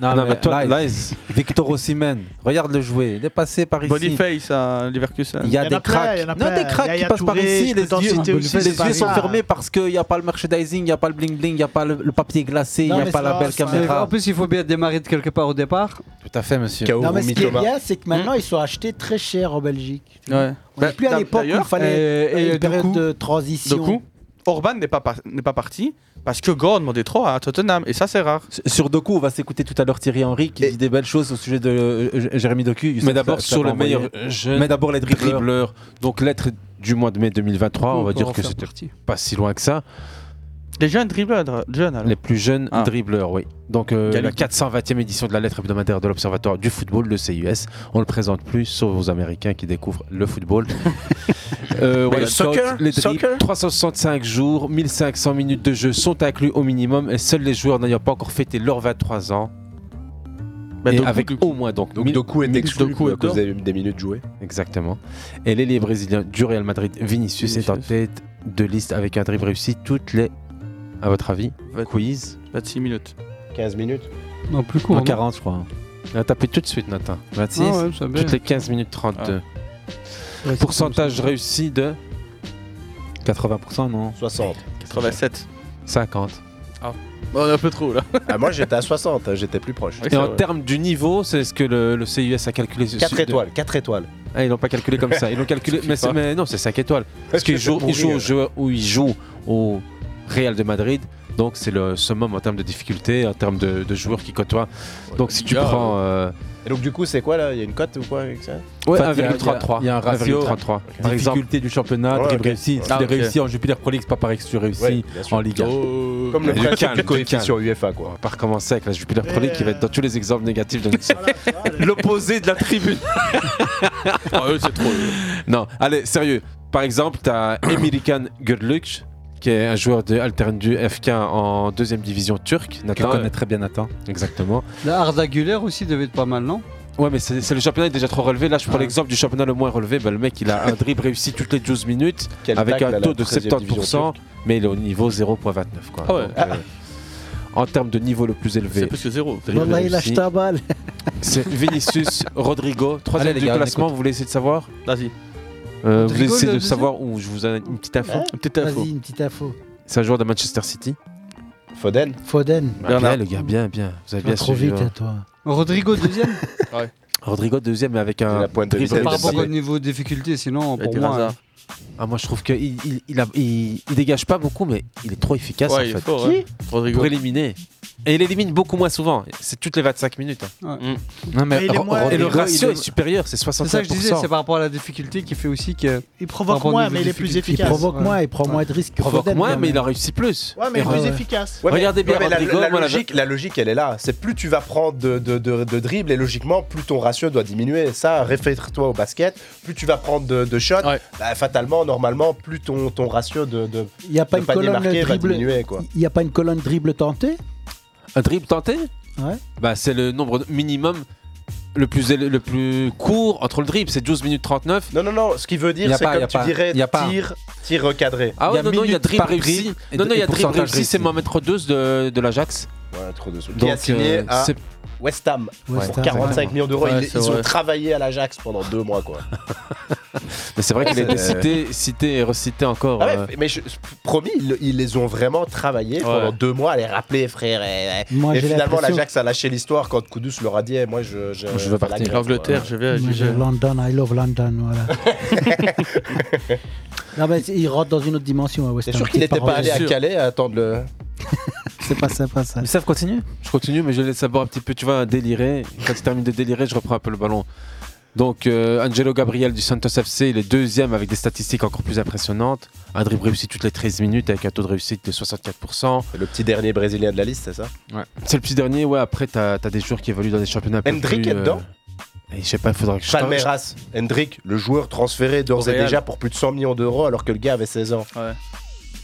S8: Non, mais toi,
S23: Lies.
S8: Lies, Victor Osimhen, regarde le jouer, il est passé par ici.
S4: Boniface à Leverkusen.
S8: Il y a des cracks. Non, des cracks qui passent par ici. Les yeux, les yeux sont fermés parce qu'il n'y a pas le merchandising, il n'y a pas le bling bling, il n'y a pas le, le papier glacé, il
S10: Non,
S8: n'y a
S10: mais
S8: pas
S10: ça
S8: la
S10: va,
S8: belle
S10: ça va. En
S8: caméra.
S10: plus, il faut bien démarrer de quelque part au départ.
S8: Tout à fait, monsieur.
S2: Non, mais ce qui est bien, c'est que maintenant, ils sont achetés très cher en Belgique.
S4: Ouais.
S2: On n'est plus à l'époque où il fallait
S4: euh, et,
S2: une période de transition.
S4: coup, Orban n'est pas, par- n'est pas parti parce que Gordon demandait trop à Tottenham et ça c'est rare.
S23: Sur Doku, on va s'écouter tout à l'heure Thierry Henry qui dit des belles choses au sujet de euh, J- Jérémy Doku. Youssef,
S8: Mais d'abord
S23: tu l'as
S8: sur
S23: pas
S8: le
S23: envoyé.
S8: meilleur euh, jeune
S23: Mais d'abord les dribbleurs.
S8: dribbleur. Donc lettre du mois de mai 2023,
S4: Coup,
S8: on va
S4: pour en
S8: dire que
S4: faire
S8: c'était
S4: partie.
S8: pas si loin que ça.
S4: Les jeunes dribbleurs, dr- jeunes alors.
S8: Les plus jeunes
S4: Ah.
S8: dribbleurs, oui. Donc euh,
S4: Galou-
S8: la 420e édition de la lettre hebdomadaire de l'Observatoire du football, le CIS. On le présente plus, sauf aux Américains qui découvrent le football. Euh,
S23: Mais le
S8: Wild Scout,
S23: soccer,
S8: les dribbles,
S23: soccer
S8: 365 jours, 1500 minutes de jeu sont inclus au minimum et seuls les joueurs n'ayant pas encore fêté leurs 23 ans.
S9: Mais
S8: et
S9: Bah, Doku-
S8: avec au moins donc
S9: Donc
S8: mille-
S9: Doku est
S8: mille-
S9: exclu
S8: Doku
S9: à
S8: est
S9: cause des,
S8: dehors.
S9: des minutes jouées.
S8: Exactement. Et l'ailier brésilien du Real Madrid, Vinicius, est en tête de liste avec un dribble réussi toutes les, à votre avis, quiz
S4: 26 minutes.
S9: 15 minutes
S10: Non, plus
S8: En
S10: court.
S8: 40, je crois. hein. Il a tapé tout de suite, Nathan. 26,
S10: Ah ouais, ça va.
S8: toutes les 15 minutes 32.
S10: Ah. Ouais,
S8: Pourcentage
S10: c'est comme ça.
S8: réussi de 80%, non
S9: 60.
S4: 87.
S8: 50.
S4: Ah. On est un peu trop là.
S9: Ah, moi j'étais à 60, hein, j'étais plus proche.
S8: Et en termes du niveau, c'est ce que le, le CIS a calculé.
S9: 4
S8: de-
S9: étoiles, 4 étoiles.
S8: Ah, ils l'ont pas calculé comme ça. Ils l'ont calculé. mais, c'est- mais euh, non, c'est 5 étoiles. Parce qu'ils
S9: Je vais
S8: jouent, ils jouent
S9: mourir.
S8: au jeu où ils jouent au Real de Madrid. Donc c'est le summum en termes de difficulté, en termes de, de joueurs qui côtoient. donc si tu
S9: Liga,
S8: prends.
S9: ouais.
S8: euh,
S9: Et donc du coup, c'est quoi là Il y a une cote ou quoi avec ça
S8: Ouais,
S23: Enfin, il y a-
S8: 1,33.
S23: Il y a un ratio. euh,
S8: 1,33. Par exemple.
S23: Difficulté du championnat,
S8: Ouais,
S23: dribble
S8: ok.
S23: réussi. Si
S8: Ah,
S23: tu les
S8: ok.
S23: réussis en Jupiler Pro League, c'est pas pareil que si tu
S8: Ouais,
S23: réussis
S8: bien sûr. Euh,
S23: en Liga.
S9: Comme le
S8: Du
S9: principe
S8: calme,
S9: du
S8: du
S9: coefficient
S8: calme.
S9: sur UEFA quoi.
S8: On va pas recommencer avec la Jupiler Pro League qui va être dans tous les exemples négatifs de notre
S23: L'opposé de la tribune.
S8: Ah, eux, c'est trop. non, allez, sérieux. Par exemple, t'as Emirican Gürlük, qui est un joueur de Altern du FK en deuxième division turque. Nathan
S23: connais
S8: très bien Nathan. Exactement.
S10: La Arda Güler aussi devait être pas mal, non
S8: Ouais, mais c'est c'est le championnat est déjà trop relevé. Là, je prends l'exemple du championnat le moins relevé. Ben, le mec, il a un dribble réussi toutes les 12 minutes
S9: Quel
S8: avec
S9: tacle à
S8: un
S9: la
S8: taux de
S9: 13e division
S8: 70%, mais il est au niveau 0.29. Quoi.
S4: Ah ouais.
S8: Donc, euh, en termes de niveau le plus élevé.
S4: C'est plus que zéro.
S8: dribble
S2: Voilà, il
S8: réussi,
S2: lâche ta balle.
S8: C'est Vinicius Rodrigo, troisième
S23: Allez, les
S8: du
S23: gars, on
S8: classement.
S23: écoute.
S8: Vous voulez essayer de savoir
S4: Vas-y.
S8: Euh, vous
S2: Rodrigo,
S8: essayez
S2: le
S8: de
S2: deuxième
S8: savoir où je vous donne une petite info.
S2: Hein
S8: Une petite info.
S2: Vas-y, une petite info.
S8: C'est un joueur de Manchester City.
S9: Foden
S2: Foden.
S8: Bah, bien, le gars, bien, bien. Vous avez
S2: Tu vas
S8: bien
S2: trop
S8: suivi,
S2: vite,
S8: hein.
S2: à toi.
S10: Rodrigo deuxième
S8: Rodrigo deuxième, mais avec un
S9: la pointe de
S8: dribble
S10: Par
S8: réussi.
S10: rapport au niveau de difficulté, sinon pour moi. hein.
S8: Ah, moi, je trouve qu'il il, il, a- il- il dégage pas beaucoup, mais il est trop efficace
S4: Ouais,
S8: en
S4: il est
S8: fait.
S4: fort, ouais. Qui Rodrigo.
S8: Pour éliminer. Et il élimine beaucoup moins souvent. C'est toutes les 25 minutes. hein.
S9: Mm.
S8: Non, mais
S10: Mais il est
S8: Ro-
S10: moins-
S8: et le
S10: Rodrigo, il est-
S8: ratio est supérieur, c'est
S10: C'est
S8: 65%.
S10: ça que je disais, c'est par rapport à la difficulté qui fait aussi que.
S11: Il provoque moins, mais il est plus efficace.
S2: provoque moins, il prend moins de risques que
S8: provoque
S2: Foden,
S8: moins,
S2: quand
S8: mais
S2: même.
S8: il a réussi plus.
S11: Ouais, mais
S8: Et
S11: il est plus
S8: Ro-
S11: efficace.
S9: Ouais, mais-
S8: Regardez bien
S9: ouais, mais la-
S8: Rodrigo,
S9: la,
S8: moi, la-
S9: logique, la logique, elle est là. C'est plus tu vas prendre de, de, de- de dribbles et logiquement, plus ton ratio doit diminuer. Ça, réfère-toi au basket. Plus tu vas prendre de, de shots, bah, fatalement, normalement, plus ton, ton ratio de, de,
S2: Il n'y a pas
S9: de
S2: une
S9: panier
S2: colonne
S9: marqué va
S2: dribble.
S9: diminuer. Quoi.
S2: Il n'y a pas une colonne dribble tentée
S8: Un dribble tenté
S2: Ouais.
S8: Bah, c'est le nombre minimum le plus, éle- le plus court entre le dribble, c'est 12 minutes 39.
S9: Non, non, non, ce qui veut
S8: Y
S9: dire,
S8: a
S9: c'est
S8: pas,
S9: comme
S8: y a
S9: tu
S8: pas,
S9: dirais
S8: y a pas.
S9: tir, tir recadré.
S8: Ah ouais, non, non, il y a
S9: minutes
S8: dribble
S9: par
S8: réussi.
S9: dribble et-
S8: Non, non,
S9: et
S8: il y a dribble
S9: pourcentage
S8: réussi, c'est Mohamed Rodeuse de, de l'Ajax.
S9: Ouais, trop de sous. Qui
S8: Donc,
S9: a signé
S8: euh,
S9: à
S8: c'est-
S9: West Ham
S8: West
S9: pour
S8: Ham,
S9: 45
S8: ouais.
S9: millions d'euros.
S8: Ouais,
S9: ils
S8: c'est
S9: ils ont
S8: vrai.
S9: travaillé à l'Ajax pendant deux mois. quoi.
S8: Mais c'est vrai qu'il a été
S9: Ouais, c'est-
S8: cité, cité et recité encore.
S9: Ah ouais,
S8: euh.
S9: mais je- promis, ils, ils les ont vraiment travaillé pendant deux mois à les rappeler, frère. Et, et-
S2: Moi,
S9: et
S2: j'ai
S9: finalement,
S2: l'impression-
S9: l'Ajax a lâché l'histoire quand Kudus leur a dit eh, Moi, je, je,
S8: Je veux partir.
S4: L'Angleterre, je vais.
S2: Moi,
S4: j'y
S2: j'ai
S4: vais.
S2: London, I love London, voilà. non, mais il rentre dans une autre dimension à West
S9: T'es
S2: Ham.
S9: sûr qu'il n'était
S2: parole.
S9: hein, pas allé à Calais à attendre le.
S11: C'est pas ça, pas ça.
S16: Ils savent continuer
S8: Je continue, mais je laisse savoir un petit peu, tu vois, délirer. Quand il termine de délirer, je reprends un peu le ballon. Donc, euh, Angelo Gabriel du Santos FC, il est deuxième avec des statistiques encore plus impressionnantes. Un dribble réussi toutes les 13 minutes avec un taux de réussite de 64%.
S9: Le petit dernier brésilien de la liste, c'est ça
S8: Ouais. C'est le petit dernier, ouais. Après, t'as as des joueurs qui évoluent dans des championnats. un peu
S9: Hendrick
S8: plus,
S9: est dedans
S8: euh, et Je sais pas, il faudra que je
S9: Palmeiras, Hendrick, le joueur transféré d'ores et
S8: Real.
S9: déjà pour plus de 100 millions d'euros alors que le gars avait 16 ans.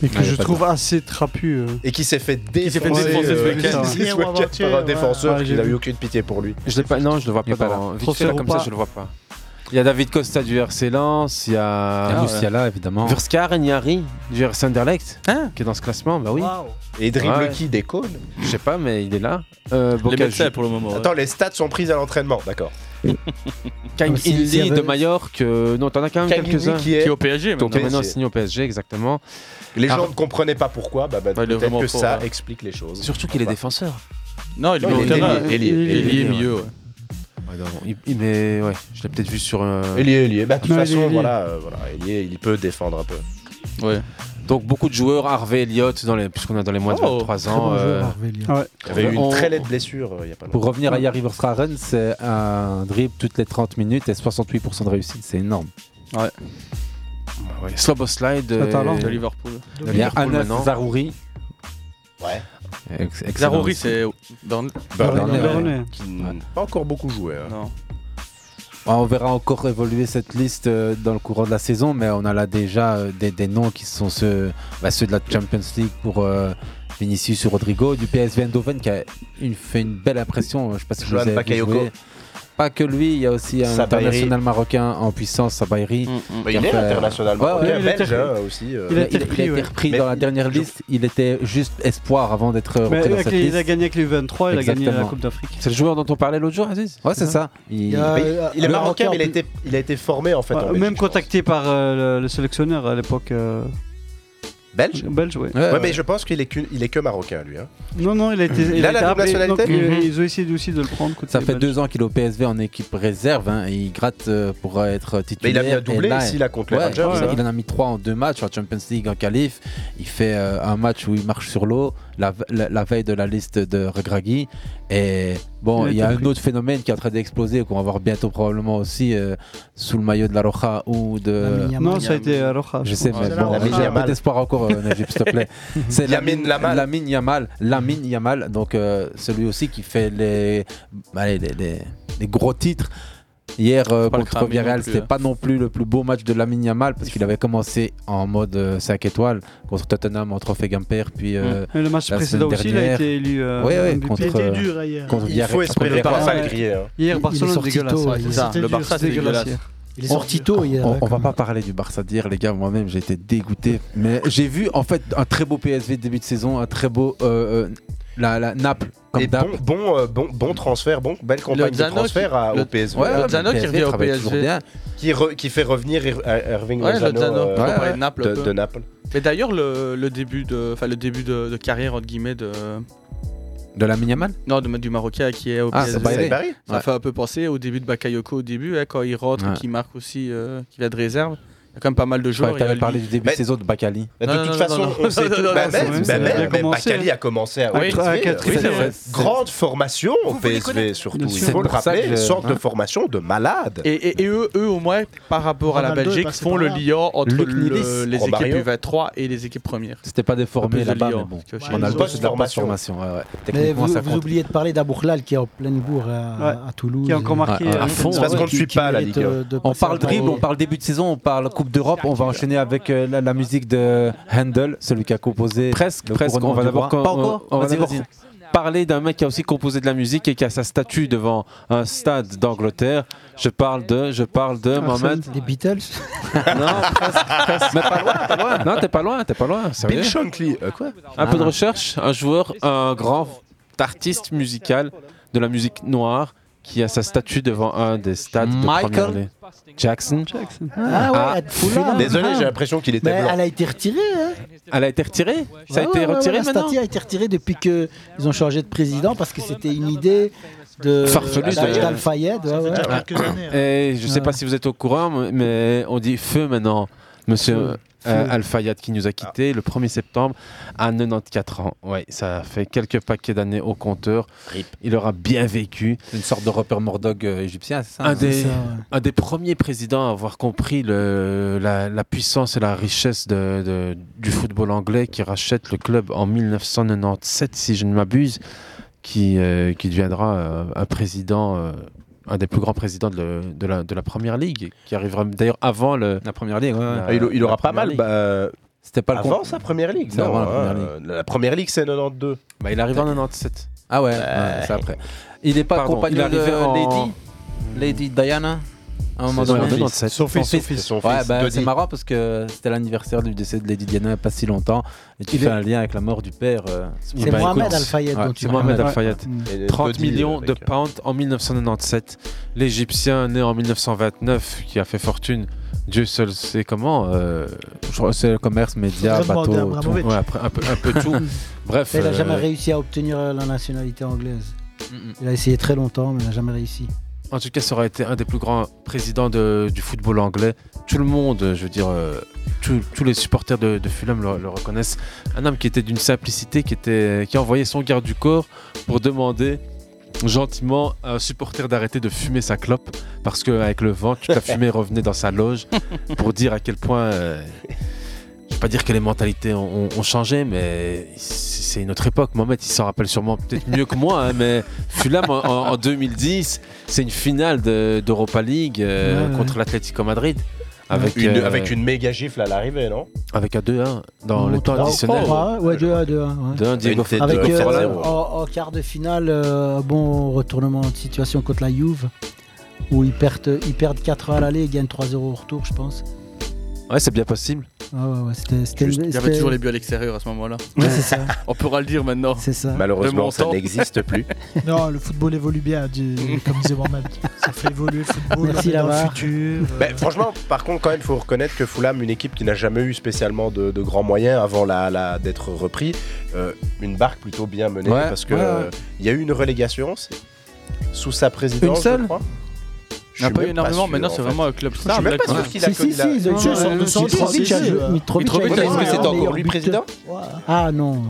S10: Et que
S9: Ouais, y a
S10: je
S9: pas de
S10: trouve assez trapu. euh.
S9: Et qui s'est fait
S10: Qui s'est fait
S9: défoncer,
S10: défoncer ce
S9: euh,
S10: week-end.
S9: ce
S10: Hier ou
S9: week-end
S10: avant-hier,
S9: par un
S10: ouais.
S9: défenseur
S10: Ouais,
S9: qui
S10: j'ai
S9: n'a
S10: vu.
S9: eu aucune pitié pour lui.
S8: Je l'ai pas, non, je le vois
S9: Il est
S8: pas.
S9: pas
S8: dans-
S9: là.
S8: vite
S9: Transfert
S8: fait, là,
S9: ou
S8: comme
S9: pas
S8: ça, je le vois pas. Il y a David Costa du RC Lens, il y a.
S16: Il y a Musiala, évidemment.
S8: Verskar Nyari du RC Anderlecht,
S9: Hein
S8: qui est dans ce classement, bah oui.
S9: Et il dribble qui Des cônes
S8: Je sais pas, mais il est là. Euh, Boca Ju-
S9: Attends, les stats sont prises à l'entraînement, d'accord.
S8: Kang
S9: S'il y
S8: In-Lee
S9: avait-
S8: Ah, de Majorque, euh, non, t'en as quand même
S9: Kang
S8: quelques-uns.
S9: In-Lee qui est- Qui est au PSG
S8: Donc,
S9: maintenant.
S8: maintenant
S9: PSG.
S8: signé au PSG, exactement. Ah,
S9: Les gens
S8: Ar-
S9: ne comprenaient pas pourquoi, bah, bah,
S8: Ouais, il est
S9: peut-être
S8: vraiment
S9: que
S8: fort,
S9: ça
S8: ouais.
S9: explique les choses.
S8: Surtout qu'il est
S9: Enfin.
S8: défenseur.
S4: Non, il est milieu de terrain.
S8: ailier,
S4: Il est
S8: ailier,
S4: ailier, milieu, ouais.
S8: Ouais, non, il, il est- ouais, je l'ai peut-être vu sur. euh,
S9: Ailier, ailier. Bah, de toute
S8: Ouais,
S9: façon,
S8: ailier, ailier.
S9: voilà, euh, voilà, ailier, il peut défendre un peu.
S8: Ouais. Donc beaucoup de joueurs, Harvey Elliott, dans les, puisqu'on est dans les moins de
S9: Oh,
S8: 23
S9: très
S8: ans. euh,
S9: bon joueur,
S16: Harvey Elliott.
S8: on-
S16: Ouais.
S9: Il y avait eu une
S8: on-
S9: très laide blessure euh, il y a pas longtemps.
S16: Pour revenir à Yari Verstraeren, c'est un dribble toutes les 30 minutes et 68% de réussite, c'est énorme.
S8: Ouais. ouais. Sloboslide
S16: Le talent.
S8: euh,
S16: De
S4: Liverpool.
S16: Il y a
S8: Liverpool
S16: Anas
S8: maintenant.
S16: Zarouri.
S9: Ouais.
S16: Ex- excellent
S4: Zarori,
S16: aussi.
S4: c'est. Dans...
S16: Burnley, ouais.
S9: Qui n'a pas encore beaucoup joué. hein.
S16: Ah, On verra encore évoluer cette liste euh, dans le courant de la saison, mais on a là déjà euh, des, des noms qui sont ceux, bah, ceux de la Champions League pour euh, Vinicius ou Rodrigo, du PSV Eindhoven qui a une- fait une belle impression. Je sais pas si vous
S9: Johan
S16: avez vu
S9: Bakayoko.
S16: jouer. Pas que lui, il y a aussi un
S9: Sabairi.
S16: international marocain en puissance, Sabairi.
S9: Bah,
S16: qui a
S9: il est
S16: fait-
S9: international
S16: Ouais,
S9: marocain,
S16: ouais, il a
S9: belge
S16: été-
S9: hein, aussi. euh.
S16: Il a été repris, dans la dernière liste. Il était juste espoir avant d'être
S10: Mais
S16: repris dans
S10: avec
S16: cette
S10: les-
S16: liste.
S10: il a gagné avec les 23, il a gagné la
S16: Exactement.
S10: Coupe d'Afrique.
S8: C'est le joueur dont on parlait l'autre jour, Aziz
S16: Ouais, c'est ça.
S9: Il, mais Bah, il- il est marocain, mais il a, été, il a été formé en fait.
S10: euh, Ouais,
S9: en Belgique.
S10: même contacté par euh, le, le sélectionneur à l'époque. euh,
S9: Belge
S10: Belge, ouais.
S9: Ouais, mais je pense qu'il est, qu'une- il est que marocain lui. hein.
S10: Non, non, il a été.
S9: Il
S10: il
S9: a
S10: a
S9: la
S10: été
S9: double
S10: appelé,
S9: nationalité
S10: donc, euh,
S9: Mhm.
S10: Ils ont essayé de- aussi de le prendre. côté
S16: Ça fait
S10: belge.
S16: deux ans qu'il est au PSV en équipe réserve hein, et il gratte euh, pour être titulaire.
S9: Mais il a mis un doublé
S16: Et
S9: ici, là, contre les
S16: ouais,
S9: Rangers,
S16: Il, a-
S9: hein.
S16: il en a mis trois en deux matchs en Champions League, en qualif. Il fait euh, un match où il marche sur l'eau la, ve- la- la veille de la liste de Regragui. Et bon,
S10: Il a
S16: il y a
S10: été
S16: un autre phénomène qui est en train d'exploser qu'on va voir bientôt probablement aussi euh, sous le maillot de la Roja ou de.
S10: Lamine Non, Yamal. ça a été, euh, Roja,
S16: Je
S10: je
S16: sais,
S10: crois.
S16: mais
S10: C'est
S16: bon,
S10: Lamine
S16: j'ai un peu
S10: Yamal.
S16: d'espoir encore, euh, Najib, s'il te plaît. C'est
S9: Lamine Lamal.
S16: Lamine Yamal, Lamine Yamal, donc euh, celui aussi qui fait les, bah, les, les- les- les gros titres. Hier euh,
S8: pas le
S16: contre
S8: cramer
S16: Villarreal,
S8: non plus,
S16: c'était
S8: hein.
S16: pas non plus le plus beau match de Lamine Yamal parce qu'il avait commencé en mode euh, 5 étoiles contre Tottenham en trophée Gamper puis euh,
S10: Et le match
S16: la
S10: précédent
S16: semaine
S10: aussi, il a
S16: dernière.
S10: été élu, euh,
S16: Ouais, ouais,
S10: MVP.
S16: contre,
S10: Il a été
S16: euh,
S10: dur, hein, hier.
S16: contre
S10: Il
S16: Villarreal-
S10: faut espérer
S16: contre
S10: pas
S16: Villarreal.
S10: ça, le griller, hein. Hier, Barcelone, dégueulasse, ouais, c'est ça.
S8: Le Barça, c'est dégueulasse.
S2: Il est sorti tôt hier.
S16: On, on va pas parler du Barça dire, les gars. Moi-même, j'ai été dégoûté. Mais j'ai vu en fait un très beau PSV de début de saison, un très beau euh, euh, la, la Naples comme
S9: Et
S16: d'hab.
S9: bon, bon, euh, bon, bon transfert, bon, belle campagne de
S16: Zano
S9: transfert
S16: qui-
S9: à-
S16: le-
S9: au PSV.
S16: Ouais, Le le Zano qui PSV revient au travaille toujours PSG. bien.
S9: Qui, re- qui fait revenir Ir- euh, Irving
S4: Ouais,
S9: Lozano,
S4: Lozano,
S9: euh,
S4: on parlait de Naples. un
S9: de,
S4: peu.
S9: de Naples.
S4: Mais d'ailleurs, le, le début, de, enfin, le début de, de carrière, entre guillemets, de.
S16: De la Yamal
S4: Non, de, du Marocain qui est au
S16: Ah,
S4: PSG.
S16: Sabairi. Sabairi
S4: Ça
S16: Ouais.
S4: fait un peu penser au début de Bakayoko au début, hein, quand il rentre,
S16: Ouais.
S4: qui marque aussi, euh, qui vient de réserve. Il y a quand même pas mal de
S16: Tu
S4: joueurs. Il y a
S16: avais
S4: lui-
S16: parlé du début de saison de Bakali.
S9: Mais de toute façon, on sait tout. Bah, même- bah, même- même Bakali a commencé à
S16: Oui,
S9: PSV.
S16: à quatre-
S9: Oui,
S16: oui,
S9: c'est
S16: c'est
S9: vrai.
S16: vrai.
S9: Grande formation au PSV, surtout. Il
S4: sûr.
S9: faut le
S4: C'est pour ça
S9: rappeler,
S4: que je-
S9: sorte de
S4: hein.
S9: formation de malade.
S4: Et, et- et eux, eux, au moins, par rapport à la
S9: Ronaldo est
S4: Belgique,
S9: passé
S4: font
S9: par
S4: le
S9: là.
S4: lien entre
S9: Luc
S4: le-
S9: Nilis,
S4: les équipes
S9: Romario.
S4: U23 et les équipes premières.
S16: C'était pas des formés
S4: Plus de
S16: là-bas, mais
S4: Lyon,
S16: bon.
S4: parce que
S16: On a
S4: ils
S16: le
S4: ont-
S16: poste de la formation. ouais, ouais.
S2: Mais
S16: Techniquement,
S2: vous,
S16: ça
S2: vous
S16: compte.
S2: oubliez de parler d'Abourlal qui est en pleine bourre à, à Toulouse.
S10: Qui a encore marqué,
S8: Ah, euh,
S16: Ouais, ouais, à fond.
S2: C'est qui- qui mérite, euh, de
S16: On
S2: passer
S16: parle
S2: à la
S16: dribble,
S2: Ligue.
S16: on parle début de saison, on parle Coupe d'Europe. On va enchaîner avec euh, la, la musique de Handel, celui qui a composé.
S8: Presque, presque. On va d'abord
S16: Pas
S8: quand-
S16: encore
S8: on- on va
S16: Vas-y,
S8: d'abord
S16: vas-y.
S8: parler d'un mec qui a aussi composé de la musique et qui a sa statue devant un stade d'Angleterre. Je parle de, je parle de Mohamed.
S2: Des Beatles
S8: Non, presque,
S2: Ah,
S8: presque. Mais pas loin, pas loin. Non, t'es pas loin, t'es pas loin. sérieux.
S9: Bill Shankly, euh, quoi
S8: Un peu de recherche, un joueur, un grand artiste musical de la musique noire qui a sa statue devant un des stades
S2: Michael
S8: de première Ligue. Jackson.
S2: Ah ouais,
S8: Ah,
S2: à Fulham.
S8: désolé, j'ai
S9: l'impression qu'il était
S2: Mais
S9: blanc.
S2: Elle a été retirée. hein.
S8: Elle a été retirée Ça a
S2: Ouais,
S8: été
S2: ouais, ouais,
S8: retiré
S2: La
S8: maintenant
S2: statue a été retirée depuis qu'ils ont changé de président parce que c'était une idée de
S8: Farfelu,
S2: d'Al-
S8: de-
S2: d'Al-Fayed. ouais, ouais.
S8: hein. Et je sais pas si vous êtes au courant, mais- mais on dit feu maintenant. Monsieur euh, Al Fayad qui nous a quittés le 1er septembre à 94 ans. Ouais, ça fait quelques paquets d'années au compteur. Il aura bien vécu.
S23: Une sorte de Rupert Murdoch euh, égyptien, c'est ça
S8: un,
S23: hein,
S8: des,
S23: c'est ça, ouais.
S8: un des premiers présidents à avoir compris le- la, la puissance et la richesse de- de- du football anglais qui rachète le club en 1997, si je ne m'abuse, qui, euh, qui deviendra euh, un président, euh, un des plus grands présidents de, le- de la, de la Première Ligue, qui arrivera d'ailleurs avant le,
S23: la Première Ligue.
S8: la-
S9: Ah, il, il
S8: la
S9: aura pas
S8: Première
S9: mal.
S8: Ligue.
S9: bah, euh,
S23: C'était pas le
S9: avant
S23: compte.
S9: sa première ligue.
S23: C'est
S9: non,
S23: avant la première
S9: hein,
S23: ligue.
S9: euh, la première ligue, c'est 92.
S8: Bah, il arrive en 97.
S23: Ah ouais,
S9: Ouais.
S23: ouais, c'est après. Il n'est pas
S9: Pardon,
S23: compagnon
S9: il arrivait
S23: de
S9: en-
S23: Euh, Lady, Lady Diana à un moment
S8: C'est son
S23: donné.
S8: fils. 97. Son fils, son fils, son
S23: Ouais,
S8: fils,
S23: bah,
S8: Dodi.
S23: c'est marrant parce que c'était l'anniversaire du décès de Lady Diana il n'y a pas si longtemps. Et tu
S8: Il
S23: fais
S8: est-
S23: un lien avec la mort du père. euh,
S8: Eh
S23: sur-
S8: ben,
S23: Bah, écoute,
S8: écoute, ouais,
S23: ouais,
S8: c'est Mohamed
S23: Ouais.
S8: Al-Fayad.
S23: Mm.
S8: 30 millions de pounds en 1997. L'Égyptien né en 1929 qui a fait fortune. Dieu seul sait comment. euh, je crois que c'est le commerce, médias,
S2: Faudrait demander à
S8: bateaux, tout.
S2: Abramovich.
S8: Ouais, après, un, peu, un peu tout. Bref.
S2: Il n'a
S8: euh,
S2: jamais réussi à obtenir euh, la nationalité anglaise. Il a essayé très longtemps, mais il n'a jamais réussi.
S8: En tout cas, ça aurait été un des plus grands présidents de- du football anglais. Tout le monde, euh, je veux dire, euh, tout- tous les supporters de, de Fulham le, le reconnaissent. Un homme qui était d'une simplicité, qui, était, qui envoyait son garde du corps pour demander gentiment à un supporter d'arrêter de fumer sa clope parce qu'avec le vent, toute la fumée revenait dans sa loge pour dire à quel point. euh, je vais pas dire que les mentalités ont, ont- ont changé, mais c'est c'est une autre époque. Mohamed, il s'en rappelle sûrement peut-être mieux que moi, hein, mais Fulham en, en- en 2010, c'est une finale de- d'Europa League euh,
S9: Ouais, ouais.
S8: contre l'Atlético Madrid.
S9: Avec une,
S8: euh,
S9: avec une méga gifle à l'arrivée, non
S8: avec un 2-1 dans le temps
S2: Ah,
S8: additionnel.
S2: ouais, ouais, 2 1 2 1.
S8: De un Diego Forlan.
S2: Avec
S8: Diego
S2: euh,
S8: Forlan.
S2: en, en quart de finale, euh, bon retournement de situation contre la Juve, où ils perdent, ils perdent 4 à l'aller et gagnent 3-0 au retour, je pense.
S8: Ouais, c'est bien possible.
S2: Ah ouais, ouais, c'était, c'était,
S4: Juste, il y avait
S2: c'était-
S4: toujours les buts à l'extérieur à ce moment-là.
S2: Ouais, c'est ça.
S4: On pourra le dire maintenant.
S2: C'est ça.
S4: De mon
S9: Malheureusement, ça
S4: temps.
S9: n'existe plus.
S11: Non, le football évolue bien, dit- comme disait Mohamed. Ça fait évoluer le football
S2: Merci,
S11: on est dans le
S2: Lamar.
S11: futur. euh,
S9: Ben, franchement, par contre, quand même, faut reconnaître que Fulham, une équipe qui n'a jamais eu spécialement de, de grands moyens avant la, la- d'être repris, euh, une barque plutôt bien menée
S23: Ouais,
S9: parce que
S23: ouais, ouais.
S9: euh, il y a eu une relégation c'est- sous sa présidence.
S23: Une seule
S9: je crois.
S4: Il n'y en a
S9: Je
S4: pas
S9: suis
S4: eu
S9: même pas
S4: énormément,
S9: sûr,
S4: maintenant
S9: en
S4: c'est
S9: fait.
S4: vraiment un club
S9: Je suis
S4: star.
S9: même
S4: là,
S9: pas
S4: quoi.
S9: sûr qu'il a Si, connu si, la- si, ils ont-
S11: Sur- sur-
S9: euh,
S11: sur-
S9: Mitrovic
S11: sur-
S9: a joué-
S11: euh,
S9: Mitrovic a
S11: Mitrovic
S9: joué.
S11: a
S9: Est-ce que
S11: joué
S9: c'était
S11: en
S9: encore
S11: meilleur
S9: lui
S11: buteur.
S9: président
S11: Ouais. Ah non, non.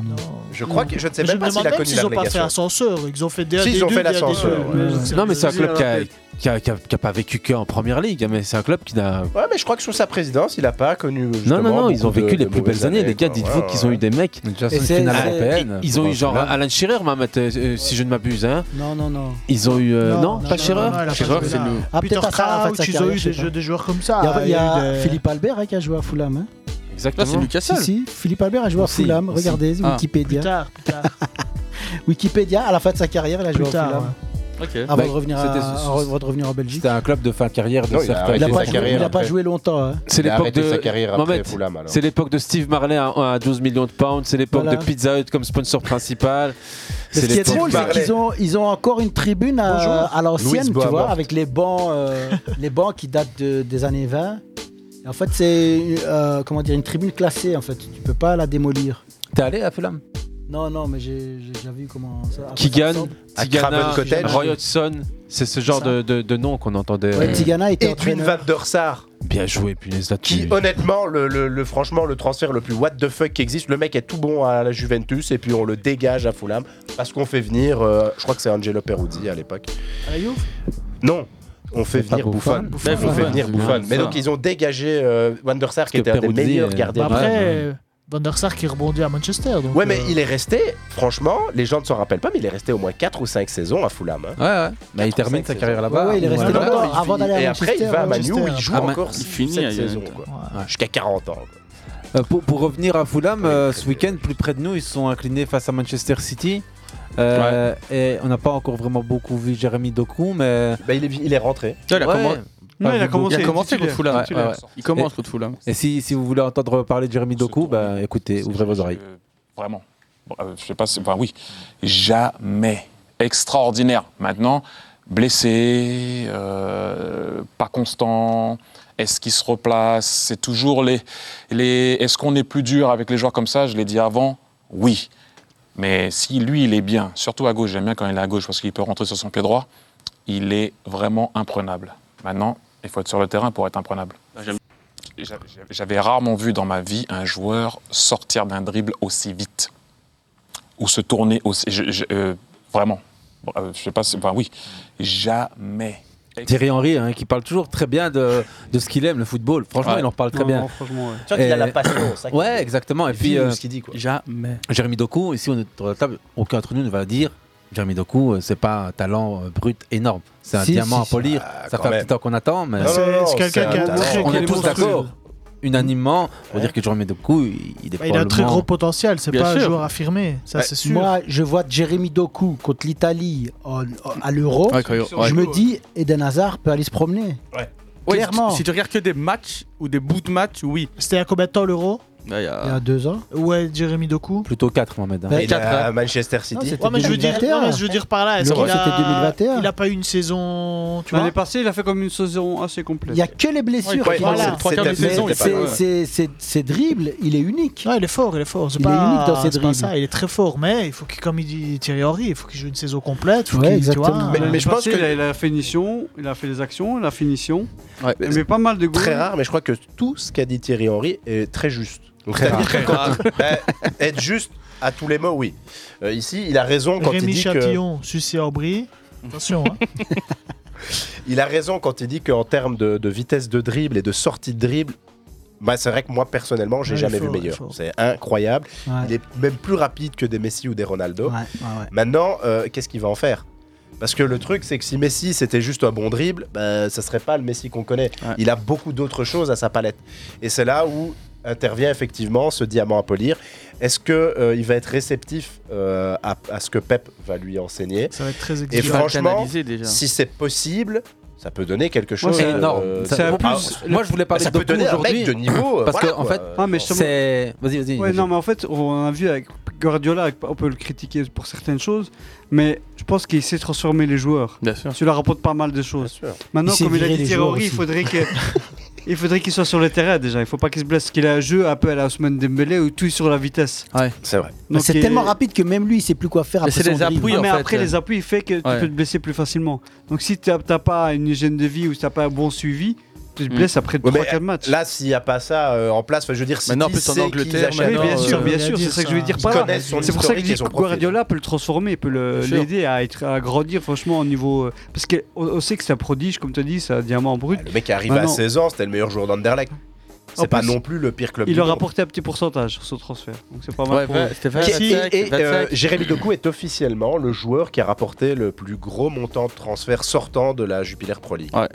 S9: Je crois que je ne sais
S11: Mais
S9: même
S11: me
S9: pas s'il a
S11: demande même
S9: connu
S11: s'ils
S9: la
S11: ont pas fait
S9: relégation.
S11: ascenseur. Ils ont fait des
S9: Si, ils ont fait l'ascenseur, ouais.
S8: Non, mais c'est un club qui a, qui a- qui a- qui a pas vécu que en première ligue, hein, mais c'est un club qui n'a
S9: Ouais, mais je crois que sous sa présidence, il n'a pas connu.
S8: Non,
S9: justement,
S8: non, non, ils ont
S9: beaucoup de-
S8: vécu les
S9: de
S8: plus
S9: mauvaises
S8: belles années. Les gars,
S9: quoi.
S8: dites-vous
S9: Ouais,
S8: qu'ils ont
S9: ouais.
S8: eu des mecs.
S23: c'est une finale européenne.
S8: Ils ont eu
S23: Bon,
S8: genre
S23: voilà.
S8: Alan Shearer, Mohamed, euh, euh, si je ne m'abuse. Hein.
S2: Non, non, non.
S8: Ils ont eu. euh,
S2: Non,
S8: non,
S2: non,
S8: pas
S2: non,
S8: Shearer
S2: non, elle a pas
S8: Shearer,
S2: joué
S8: c'est
S2: là.
S8: le.
S2: Ah,
S11: Peter
S2: peut-être après la fin de
S11: Crouch,
S2: sa
S11: ils ont
S2: carrière,
S11: eu
S2: je sais
S11: des,
S2: pas.
S11: jeux- des joueurs comme ça.
S2: Il y a, il y a
S11: eu des-
S2: Philippe Albert hein, qui a joué à Fulham. hein.
S8: Exactement.
S4: Là, c'est Newcastle.
S2: Si, si, Philippe Albert a joué à
S4: Aussi,
S2: Fulham.
S4: aussi.
S2: Regardez,
S4: Ah.
S2: Wikipédia.
S11: Plus tard, plus tard.
S2: Wikipédia, à la fin de sa carrière, il a joué
S11: Plus
S2: à
S11: tard,
S2: Fulham.
S4: Ok.
S2: Avant
S23: Bah,
S2: de revenir à-
S23: c'était-
S2: avant de revenir en Belgique.
S23: C'était un club de fin de carrière de
S9: Non, il a
S23: certains.
S9: arrêté
S2: Il n'a
S9: sa
S2: pas, joué-
S9: carrière
S2: il a pas
S9: après.
S2: joué longtemps. hein.
S8: C'est
S9: Il a
S8: l'époque
S9: arrêté
S8: de
S9: sa carrière après
S8: Mohamed,
S9: Fulham, alors.
S8: C'est l'époque de Steve Marley à, à 12 millions de pounds. C'est l'époque
S2: Voilà.
S8: de Pizza Hut comme sponsor principal.
S2: Mais Ce qui est drôle, c'est qu'ils ont, ils ont encore une tribune à,
S8: Bonjour.
S2: à l'ancienne,
S8: Louise
S2: tu vois,
S8: Boabort.
S2: avec les bancs, euh, les bancs qui datent de- des années 20. Et en fait, c'est euh, comment dire, une tribune classée. En fait, tu peux pas la démolir.
S23: T'es allé à Fulham
S2: Non, non, mais j'ai j'ai déjà vu comment ça. à quoi ça
S8: Keegan,
S2: ressemble.
S8: Tigana,
S9: Craven Cottage.
S8: Roy Hodgson. C'est ce genre de, de, de nom qu'on entendait.
S2: Ouais,
S8: euh,
S2: Tigana était
S9: Edwin
S2: entraîneur.
S9: Van der Sar.
S8: Bien joué, punaise. là, tu-
S9: Qui, honnêtement, le, le- le- franchement, le transfert le plus what the fuck qui existe, le mec est tout bon à la Juventus et puis on le dégage à Fulham parce qu'on fait venir, euh, je crois que c'est Angelo Peruzzi à l'époque.
S11: À
S2: Ah,
S11: la Juve
S9: Non, on fait
S23: pas
S9: venir Buffon.
S23: Buffon
S9: Mais
S23: Buffon,
S9: on fait
S23: ouais.
S9: venir
S23: Ouais,
S9: Buffon.
S23: c'est
S9: Mais
S23: ça.
S9: donc ils ont dégagé euh, Van der Sar qui
S23: Parce
S9: était
S23: que
S9: un des
S23: Peruzzi,
S9: meilleurs
S23: euh,
S9: gardiens. de
S11: Bah après,
S9: Fulham.
S11: euh, Van der Sar qui rebondit à Manchester. donc,
S9: Ouais, mais
S11: euh,
S9: il est resté, franchement, les gens ne s'en rappellent pas, mais il est resté au moins 4 ou 5 saisons à Fulham. hein.
S23: Ouais, ouais. Bah, il termine sa carrière là-bas.
S2: Ouais, ouais, il est resté
S9: Ouais,
S2: longtemps
S9: il
S2: avant
S9: finit.
S2: d'aller à
S9: Et après, il
S2: Manchester,
S9: va à
S2: ouais.
S9: Manu où il
S2: Manchester.
S9: joue
S23: Ah, Man-
S9: encore
S4: il
S9: 7
S4: finit, il y a-
S9: saisons. quoi. Jusqu'à 40 ans. quoi.
S23: Euh, pour, pour revenir à Fulham, euh, ce week-end, plus près de nous, ils se sont inclinés face à Manchester City. Euh, Et on n'a pas encore vraiment beaucoup vu Jérémy Doku, mais.
S9: Bah, il, est, il est rentré.
S4: Ouais, il a commen-
S23: Pas vu beaucoup.
S4: Il a commencé contre Fulham.
S23: Ouais, ouais, ouais.
S4: Il commence contre Fulham.
S23: Et si, si vous voulez entendre parler de Jérémy Doku, bah, écoutez, ouvrez vos oreilles.
S20: Vraiment. Bon, euh, je sais pas, si- enfin oui, jamais. Extraordinaire. Maintenant, blessé, euh, pas constant. Est-ce qu'il se replace C'est toujours les, les. Est-ce qu'on est plus dur avec les joueurs comme ça Je l'ai dit avant. Oui. Mais si lui, il est bien, surtout à gauche, j'aime bien quand il est à gauche parce qu'il peut rentrer sur son pied droit, il est vraiment imprenable. Maintenant, il faut être sur le terrain pour être imprenable. J'avais rarement vu dans ma vie un joueur sortir d'un dribble aussi vite ou se tourner aussi. je- je- euh, vraiment. Euh, je sais pas si. Enfin, oui. Jamais.
S8: Thierry Henry, hein, qui parle toujours très bien de, de ce qu'il aime, le football. Franchement,
S28: Ouais.
S8: il en parle très
S28: Non,
S8: bien.
S28: non, franchement, ouais.
S8: Tu vois qu'il a la passion, ça qui- Euh, Ouais, exactement. Et
S28: Il
S8: puis,
S28: filme
S8: euh,
S28: ce qu'il dit, quoi.
S8: Jamais. Jérémy Doku, ici, on est autour de la table, aucun d'entre nous ne va dire. Jérémy Doku, euh, c'est pas un talent euh, brut énorme. C'est un
S28: Si,
S8: diamant
S28: si,
S8: à
S28: si.
S8: polir.
S28: Ah,
S8: ça
S28: quand
S8: fait un
S28: même.
S8: petit temps qu'on attend, mais
S28: Non, non, C'est- non, c'est quelqu'un
S8: un
S28: qui a
S8: talent.
S28: montré
S8: On
S28: qu'il
S8: est
S28: est
S8: tous
S28: monstrueux.
S8: d'accord, unanimement, pour dire que Jérémy Doku, il, il est
S11: Bah, il a un très
S8: probablement-
S11: gros potentiel, c'est
S8: Bien
S11: pas un
S8: sûr.
S11: joueur affirmé, ça
S9: Bah,
S8: Ouais.
S11: c'est sûr.
S2: Moi, je vois Jérémy Doku contre l'Italie en- en- à l'Euro.
S4: Ouais, quand- ouais.
S2: Je me dis, Eden Hazard peut aller se promener.
S4: Ouais, si tu-
S2: Clairement.
S4: Si, tu regardes que des matchs ou des bouts de matchs, oui.
S11: C'était à combien de temps l'Euro
S4: Là, il y a-
S2: Il y a deux ans.
S11: Ouais, Jérémy Doku.
S8: Plutôt 4, Mohamed. hein.
S11: Mais Il est
S9: à Manchester City.
S11: Ouais, mais je veux dire,
S2: 2021.
S11: non, mais je veux dire par là, est-ce
S2: L'Euro,
S11: qu'il a...
S2: c'était 2021.
S11: il a pas eu une saison, tu
S10: L'année
S11: vois
S10: passée, il a fait comme une saison assez complète.
S2: Il n'y a que les blessures.
S10: Ouais,
S2: qui
S10: voilà. C'est
S2: comptent.
S10: le trois quarts
S2: Mais
S10: de saison, il est pas
S2: c'est-
S10: là, ouais.
S2: c'est- c'est- Ses dribbles, il est unique.
S11: il est fort, il est fort. C'est
S2: Il est unique dans ses
S11: c'est pas
S2: dribbles.
S11: ça, il est très fort, mais il faut qu'il, comme il dit Thierry Henry, il faut qu'il joue une saison complète. faut
S2: Ouais,
S11: qu'il- tu
S2: exactement.
S11: vois. hein.
S10: L'année passée, il a, il a la finition, il a fait les actions, la finition. Mais, mais pas mal de goût.
S9: Très rare, mais je crois que tout ce qu'a dit Thierry Henry est très juste. Donc,
S10: Très
S9: c'est-à-dire
S10: rare.
S9: que quand- Ben, être juste à tous les mots, oui. Euh, ici, il a raison quand
S11: Rémi
S9: il dit
S11: Chatillon, Sucy Orbry. Attention, hein.
S9: que il a raison quand il dit qu'en termes de, de vitesse de dribble et de sortie de dribble, bah, c'est vrai que moi personnellement, j'ai
S11: Ouais, il est
S9: jamais
S11: fort,
S9: vu
S11: il est
S9: meilleur.
S11: fort.
S9: C'est incroyable.
S11: Ouais.
S9: Il est même plus rapide que des Messi ou des Ronaldo.
S2: ouais.
S9: Maintenant, euh, qu'est-ce qu'il va en faire Parce que le truc, c'est que si Messi c'était juste un bon dribble, bah, ça serait pas le Messi qu'on connaît. Il a beaucoup d'autres choses à sa palette. Et c'est là où intervient effectivement ce diamant à polir. Est-ce que euh, il va être réceptif euh, à, à ce que Pep va lui enseigner
S11: Ça va être très
S9: Et
S11: exigeant. Il va le
S9: franchement,
S11: canaliser, déjà.
S9: si c'est possible. Ça peut donner quelque
S8: Moi,
S9: chose.
S8: c'est
S9: euh,
S8: énorme. Ça-
S9: de-
S8: pour-
S9: Ah,
S8: moi, je voulais parler
S9: ça
S8: de
S9: peut
S8: Doku
S9: donner un
S8: aujourd'hui.
S9: mec de niveau. euh,
S8: Parce
S9: voilà,
S8: que, en
S9: quoi.
S8: fait,
S10: Ah, mais justement-
S8: c'est. Vas-y, vas-y.
S10: Ouais,
S8: vas-y.
S10: non, mais en fait, on a vu avec Guardiola, avec- on peut le critiquer pour certaines choses, mais je pense qu'il sait transformer les joueurs.
S4: Bien sûr.
S10: Tu leur apportes pas mal de choses.
S9: sûr.
S10: Maintenant,
S4: Il sait
S10: comme il a
S4: virer
S10: dit
S4: les
S10: Thierry
S4: joueurs
S10: Henry, il
S4: aussi.
S10: faudrait que. Il faudrait qu'il soit sur le terrain déjà, il faut pas qu'il se blesse, parce qu'il a un jeu un peu à la Ousmane Dembélé où tout est sur la vitesse.
S4: Ouais,
S9: c'est vrai.
S10: Donc,
S2: C'est
S10: il-
S2: tellement rapide que même lui, il sait plus quoi faire après son dribble.
S10: Ouais, mais après, les appuis, il fait que
S2: Ouais.
S10: tu peux te blesser plus facilement. Donc, si t'as t'as pas une hygiène de vie ou si t'as pas un bon suivi, tu te blesses après
S9: Mm. Ouais, mais
S10: 3-4 matchs.
S9: Là, s'il n'y a pas ça euh, en place, enfin, je veux dire, si
S10: Maintenant, en
S9: non,
S10: plus, en Angleterre, maintenant, Oui, bien sûr, euh, bien sûr, c'est ça que je veux dire par là. C'est pour ça que je dis que Guardiola peut le transformer, peut le-
S9: Bien sûr.
S10: l'aider à, être- à grandir, franchement, au niveau. euh, Parce qu'on on sait que c'est un prodige, comme tu as dit, c'est un diamant brut.
S9: Ah, Le mec qui arrive à
S10: Maintenant,
S9: 16 ans, c'était le meilleur joueur d'Anderlecht.
S10: Bah En
S9: C'est pas
S10: plus,
S9: non plus le pire club
S10: Il
S9: du
S10: leur
S9: monde.
S10: a apporté un petit pourcentage sur ce transfert. Donc, c'est pas mal. pour eux.
S9: Qui- et, euh, Jérémy Doku est officiellement le joueur qui a rapporté le plus gros montant de transfert sortant de la Jupiler Pro League.
S4: Ouais.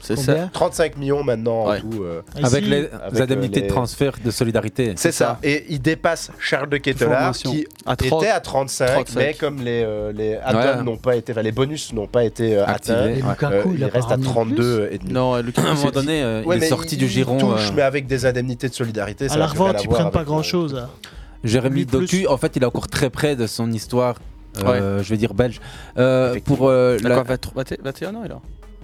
S9: C'est
S4: ça. Combien
S9: 35 millions maintenant en tout. euh,
S8: Avec les
S9: euh,
S8: indemnités
S9: les-
S8: de transfert de solidarité.
S9: C'est ça. Et il dépasse Charles de Ketelaar
S8: Formation.
S9: qui
S8: À 30.
S9: était à 35,
S8: 35.
S9: mais comme les, euh, les add-ons
S8: Ouais.
S9: n'ont pas été, enfin, les bonus n'ont pas été euh,
S8: Activés.
S9: atteints,
S8: Et Lukaku,
S9: euh,
S8: il
S9: il,
S8: a pas
S9: reste à
S8: ramené
S9: 32
S8: plus
S9: et demi.
S4: Non, euh, Lukaku,
S8: À un moment
S4: c'est-
S8: donné, euh, il
S9: Ouais,
S8: est
S9: mais
S8: sorti
S9: il-
S8: du
S9: il
S8: giron.
S9: touche,
S8: euh,
S9: mais avec des indemnités de solidarité, ça
S11: À
S9: n'a
S11: la
S9: plus rien
S11: revente,
S9: à
S11: ils
S9: voir
S11: prennent pas
S9: avec- euh,
S11: grand-chose.
S8: hein.
S11: là.
S8: Jérémy
S11: Ni plus.
S8: Doku, en fait, il est encore très près de son histoire, euh, je vais dire belge. Euh, pour euh,
S4: Il a
S8: la-
S4: quoi, 23 21 ans, il a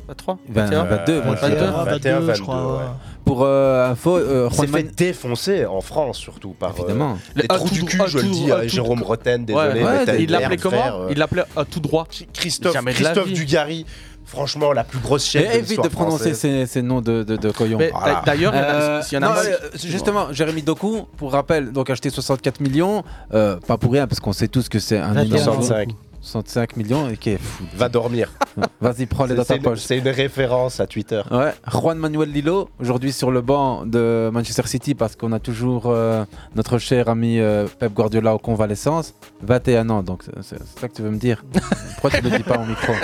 S4: 23
S8: vingt- 22,
S4: 21
S9: 22, je crois. ouais.
S8: Pour euh, info, euh,
S9: Il s'est
S8: Juanman-
S9: fait défoncer en France surtout par euh,
S8: Évidemment.
S9: les
S8: Le
S9: trous
S8: atout-
S9: du cul, je le
S8: atout-
S9: dis, euh,
S8: atout-
S9: Jérôme Roten,
S4: Ouais,
S9: désolé.
S4: ouais,
S9: mais t'as
S4: il
S9: une
S4: l'appelait
S9: merde, frère,
S4: comment
S9: euh,
S4: Il l'appelait à tout droit.
S9: Christophe,
S4: Jamais de la
S9: Christophe
S4: vie.
S9: Dugarry, franchement la plus grosse
S8: Et
S9: chef de
S8: Eh, évite
S9: l'histoire
S8: de prononcer
S9: française.
S8: ces, ces noms de, de, de coyons.
S9: Mais,
S8: Voilà.
S9: d'ailleurs, il y en a-
S8: Euh,
S9: s'il y en a
S8: non,
S9: un-
S8: euh, justement, Jérémy Doku, pour rappel, donc acheté 64 millions, euh, pas pour rien, parce qu'on sait tous que c'est un
S9: 21.
S8: énorme-
S9: 65.
S8: 65 millions, et qui est fou.
S9: Va dormir.
S8: Vas-y, prends-les dans
S9: C'est-
S8: ta
S9: c'est une-
S8: poche.
S9: C'est une référence à Twitter.
S8: Ouais, Juan Manuel Lillo, aujourd'hui sur le banc de Manchester City, parce qu'on a toujours euh, notre cher ami euh, Pep Guardiola en convalescence. 21 ans, donc c'est- c'est c'est ça que tu veux me dire. Pourquoi tu ne le dis pas en micro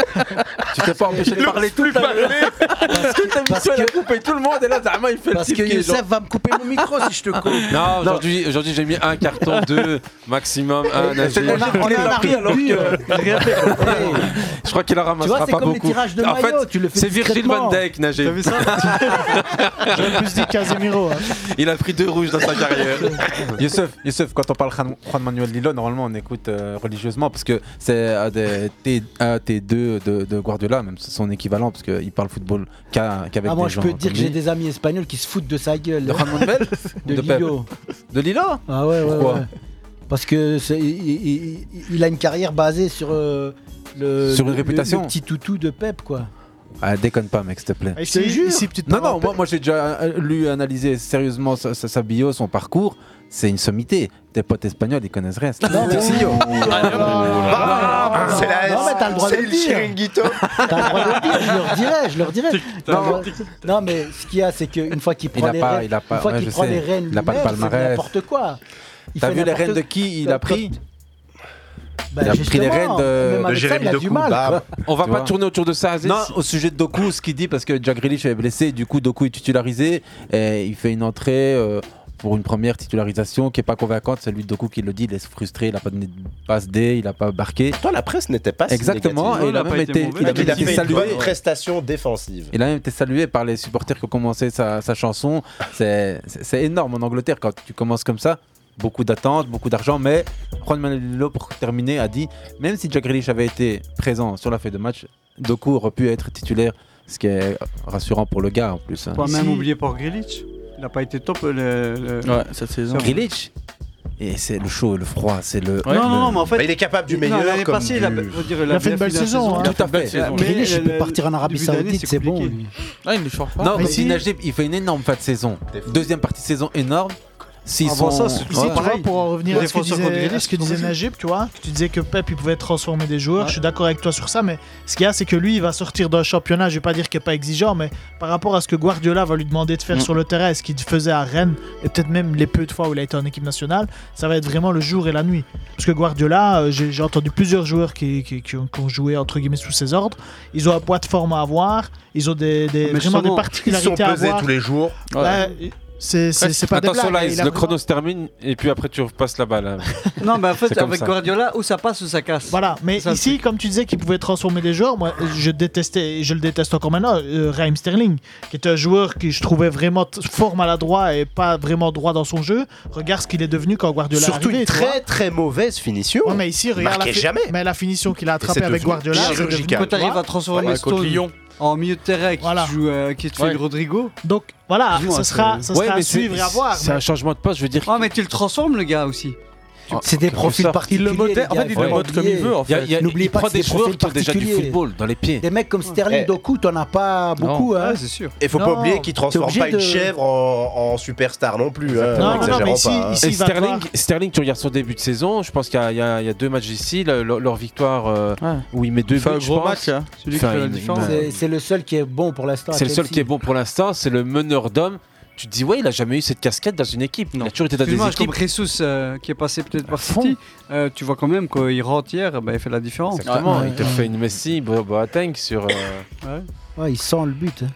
S8: Tu t'es pas empêché de parler tout à l'heure. Toute la mission, elle a coupé tout le monde, et là, Zahma, il fait
S2: Parce
S8: le
S2: que
S8: type qui est genre-
S2: Youssef va me couper mon micro si je te coupe.
S8: Non,
S29: aujourd'hui, aujourd'hui, j'ai mis un carton, deux, maximum, un
S2: Et-
S29: avis.
S2: et- on a- on a
S29: pris alors
S2: plus, euh,
S29: que. Je crois qu'il en
S2: Tu vois,
S29: ramassera
S2: c'est
S29: pas
S2: comme les
S29: beaucoup.
S2: tirages de
S29: en fait,
S2: maillots, tu le fais
S29: c'est Virgil
S2: discrètement.
S29: Van Dijk, Najib.
S2: T'as vu ça
S11: J'aurais plus dit Casemiro. hein.
S29: Il a pris deux rouges dans sa carrière.
S8: Youssef, Youssef, quand on parle Juan, Juan Manuel Lillo, normalement on écoute euh, religieusement parce que c'est un des T, 2 de, de Guardiola, même son équivalent, parce qu'il parle football qu'à- qu'avec
S2: Ah, moi,
S8: des
S2: je
S8: gens
S2: peux te dire
S8: comme
S2: que j'ai
S8: lui.
S2: des amis espagnols qui se foutent de sa gueule. De
S8: Ramon Bell
S2: De
S8: De Pep.
S2: Lillo.
S8: De Lillo
S2: Ah ouais, ouais,
S8: Pourquoi
S2: ouais. Parce que c'est- il, il- il- il a une carrière basée sur euh, le,
S8: Sur une
S2: le- le-
S8: réputation.
S2: le petit toutou de Pep, quoi.
S8: Ah, déconne pas, mec, s'il te plaît.
S11: Ah, je te jure. Ici, petite
S8: non, non,
S11: parenthèse.
S8: moi, moi, j'ai déjà euh, lu, analysé sérieusement sa, sa- sa bio, son parcours. C'est une sommité. Tes potes espagnols, ils connaissent rien. C'est
S2: Oh.
S8: Tercillo.
S2: Ah,
S11: Ah,
S9: Ah,
S2: C'est la- Non, mais t'as le droit de c'est le le dire. T'as le droit de le dire, je leur dirai, je leur dirai. Non, non, mais ce qu'il y a, c'est qu'une fois qu'il
S8: Il
S2: prend
S8: a
S2: les
S8: pas-
S2: rênes,
S8: il a pas-
S2: une fois
S8: ouais,
S2: qu'il
S8: je
S2: prend
S8: sais.
S2: les rênes,
S8: Il a pas de
S2: lui-même, fait
S8: palmarès.
S2: n'importe quoi. Il
S8: T'as
S2: fait
S8: vu les
S2: n'importe-
S8: rênes de qui il a pris
S2: Bah,
S8: Il a pris les
S2: justement,
S8: rênes
S2: même
S8: de, Bah,
S2: avec ça, il a du mal, quoi.
S8: On va
S2: Tu
S8: pas
S2: vois.
S8: tourner autour de ça. Aziz. Non, au sujet de Doku, ce qu'il dit, parce que Jack Grealish est blessé, du coup Doku est titularisé, et il fait une entrée euh, pour une première titularisation qui est pas convaincante. C'est lui Doku qui le dit, il est frustré, il a pas donné de passe D, il a pas marqué.
S9: Toi, la presse n'était pas si
S8: Exactement,
S9: négative.
S8: et il a même été, il a même été
S9: fait une bonne
S8: salué.
S9: prestation défensive.
S8: Il a même été salué par les supporters qui ont commencé sa, sa chanson. C'est c'est- c'est énorme en Angleterre quand tu commences comme ça. Beaucoup d'attentes, beaucoup d'argent, mais Juan Manuel Lillo, pour terminer, a dit même si Jack Grealish avait été présent sur la feuille de match, Doku aurait pu être titulaire, ce qui est rassurant pour le gars en plus. hein.
S10: Pas même oublié pour Grilich. Il n'a pas été top euh, le, le-
S8: Ouais, cette saison. Grealish Et c'est le chaud et le froid, c'est le.
S10: Non, non, non, mais en fait.
S9: Bah, il est capable du
S10: non,
S9: meilleur
S10: L'année
S9: comme
S10: passée,
S9: du-
S10: il a, faut dire,
S9: Il a fait une
S10: bien
S9: belle
S10: la
S9: saison, hein.
S10: il a
S8: Tout à
S10: une belle
S8: fait.
S10: saison.
S2: Grealish,
S10: Mais
S2: il peut
S10: le-
S2: partir en Arabie
S10: début d'année,
S2: Saoudite, c'est bon.
S10: compliqué.
S2: lui.
S4: Ah, il ne change pas.
S8: Non,
S2: Mais
S8: mais
S2: si.
S8: Najib, il fait une énorme fin de saison. Deuxième partie de saison énorme. S'ils
S11: Avant
S8: sont-
S11: Ah, ça, c'est
S8: Ouais.
S11: toujours pareil. pour en revenir à ce que disait, à ce que disait
S8: Grealish.
S11: Najib, tu vois, que tu disais que Pep il pouvait transformer des joueurs. Je suis d'accord avec toi sur ça, mais ce qu'il y a, c'est que lui, il va sortir d'un championnat. Je vais pas dire qu'il est pas exigeant, mais par rapport à ce que Guardiola va lui demander de faire
S4: Mm.
S11: sur le terrain, et ce qu'il faisait à Rennes et peut-être même les peu de fois où il a été en équipe nationale, ça va être vraiment le jour et la nuit. Parce que Guardiola, euh, j'ai j'ai entendu plusieurs joueurs qui, qui- qui ont, qui ont joué entre guillemets sous ses ordres. Ils ont un poids de forme à avoir. Ils ont des, des-
S9: Ah, Mais
S11: vraiment des
S9: justement,
S11: particularités
S9: ils sont
S11: à
S9: pesés
S11: avoir.
S9: tous les jours.
S11: Ouais,
S9: Ouais.
S11: c'est c'est- c'est pas des
S3: Attention,
S11: blagues,
S3: là,
S11: il a
S3: le
S11: vraiment-
S3: chrono se termine et puis après tu repasses la balle.
S11: Euh,
S10: Non, mais en fait,
S3: C'est comme
S10: avec
S3: ça.
S10: Guardiola, ou ça passe ou ça casse.
S11: Voilà, mais
S10: Ça,
S11: ici, comme tu disais qu'il pouvait transformer des joueurs, moi je détestais, et je le déteste encore maintenant, euh, Raheem Sterling, qui est un joueur que je trouvais vraiment t- fort maladroit et pas vraiment droit dans son jeu. Regarde ce qu'il est devenu quand Guardiola est
S9: Surtout
S11: arrivé.
S9: une
S11: tu vois.
S9: très très mauvaise finition.
S11: Ouais, mais ici, regarde la,
S9: Marquait
S11: fi-
S9: jamais.
S11: Mais la finition qu'il a
S9: c'est
S11: attrapée avec
S9: devenu
S11: Guardiola, c'est devenu-
S9: chirurgical.
S10: Quand t'arrives à transformer
S9: Ouais, contre
S10: Stone
S9: Lyon.
S10: en milieu de terrain qui
S11: Voilà.
S10: joue, euh, qui te fait
S11: Ouais.
S10: le Rodrigo.
S11: Donc voilà,
S10: Dis-moi,
S11: ça
S10: c'est-
S11: sera, ça
S10: Ouais,
S11: sera à
S10: mais c'est-
S11: suivre et à voir.
S10: c'est
S11: mais-
S10: un
S3: changement de poste, je veux dire.
S10: Ah, mais tu le transformes, le gars aussi.
S2: C'est des profils particuliers.
S10: Il le modèle-
S2: les gars,
S10: en fait, il
S2: faut
S10: le
S2: pas
S10: mode comme il
S2: oublier.
S10: veut, en fait.
S2: Il- il- N'oublie
S8: il
S2: pas
S8: prend
S2: que c'est
S8: des joueurs
S2: profils
S8: qui ont déjà du
S2: particuliers.
S8: football dans les pieds.
S2: Des mecs comme Sterling,
S8: Eh.
S2: Doku, t'en as pas beaucoup. hein.
S9: Et faut pas
S2: Non,
S9: oublier qu'il
S2: t'es
S9: transforme
S2: obligé
S9: pas une
S2: de-
S9: chèvre en, en superstar non plus. hein,
S11: Non, non, non,
S9: exagérons
S11: mais ici-
S9: pas, hein.
S11: ici,
S3: Et
S11: il va
S3: Sterling,
S11: falloir-
S3: Sterling, tu regardes son début de saison, je pense qu'il y, a- il y a il y a deux matchs ici, le- leur, leur victoire euh, où il met deux
S4: Il fait
S3: buts,
S4: un
S3: je
S4: gros
S3: pense.
S4: match, hein. Celui
S3: Enfin,
S4: qui fait la
S3: il- il-
S4: différence.
S2: C'est- C'est le seul qui est bon pour l'instant. à
S3: C'est le seul
S2: Chelsea.
S3: qui est bon pour l'instant, c'est le meneur d'hommes. Tu te dis, ouais, il a jamais eu cette casquette dans une équipe. Il a toujours été dans des
S10: Excuse-moi, je
S3: équipes.
S10: comprends Jesus euh, qui est passé peut-être par City. Euh, tu vois quand même qu'il rentre hier, bah, il fait la différence.
S3: Exactement, il te fait une Messi, Bo- Boateng sur. euh,
S10: Ouais.
S2: Ouais, il sent le but. hein.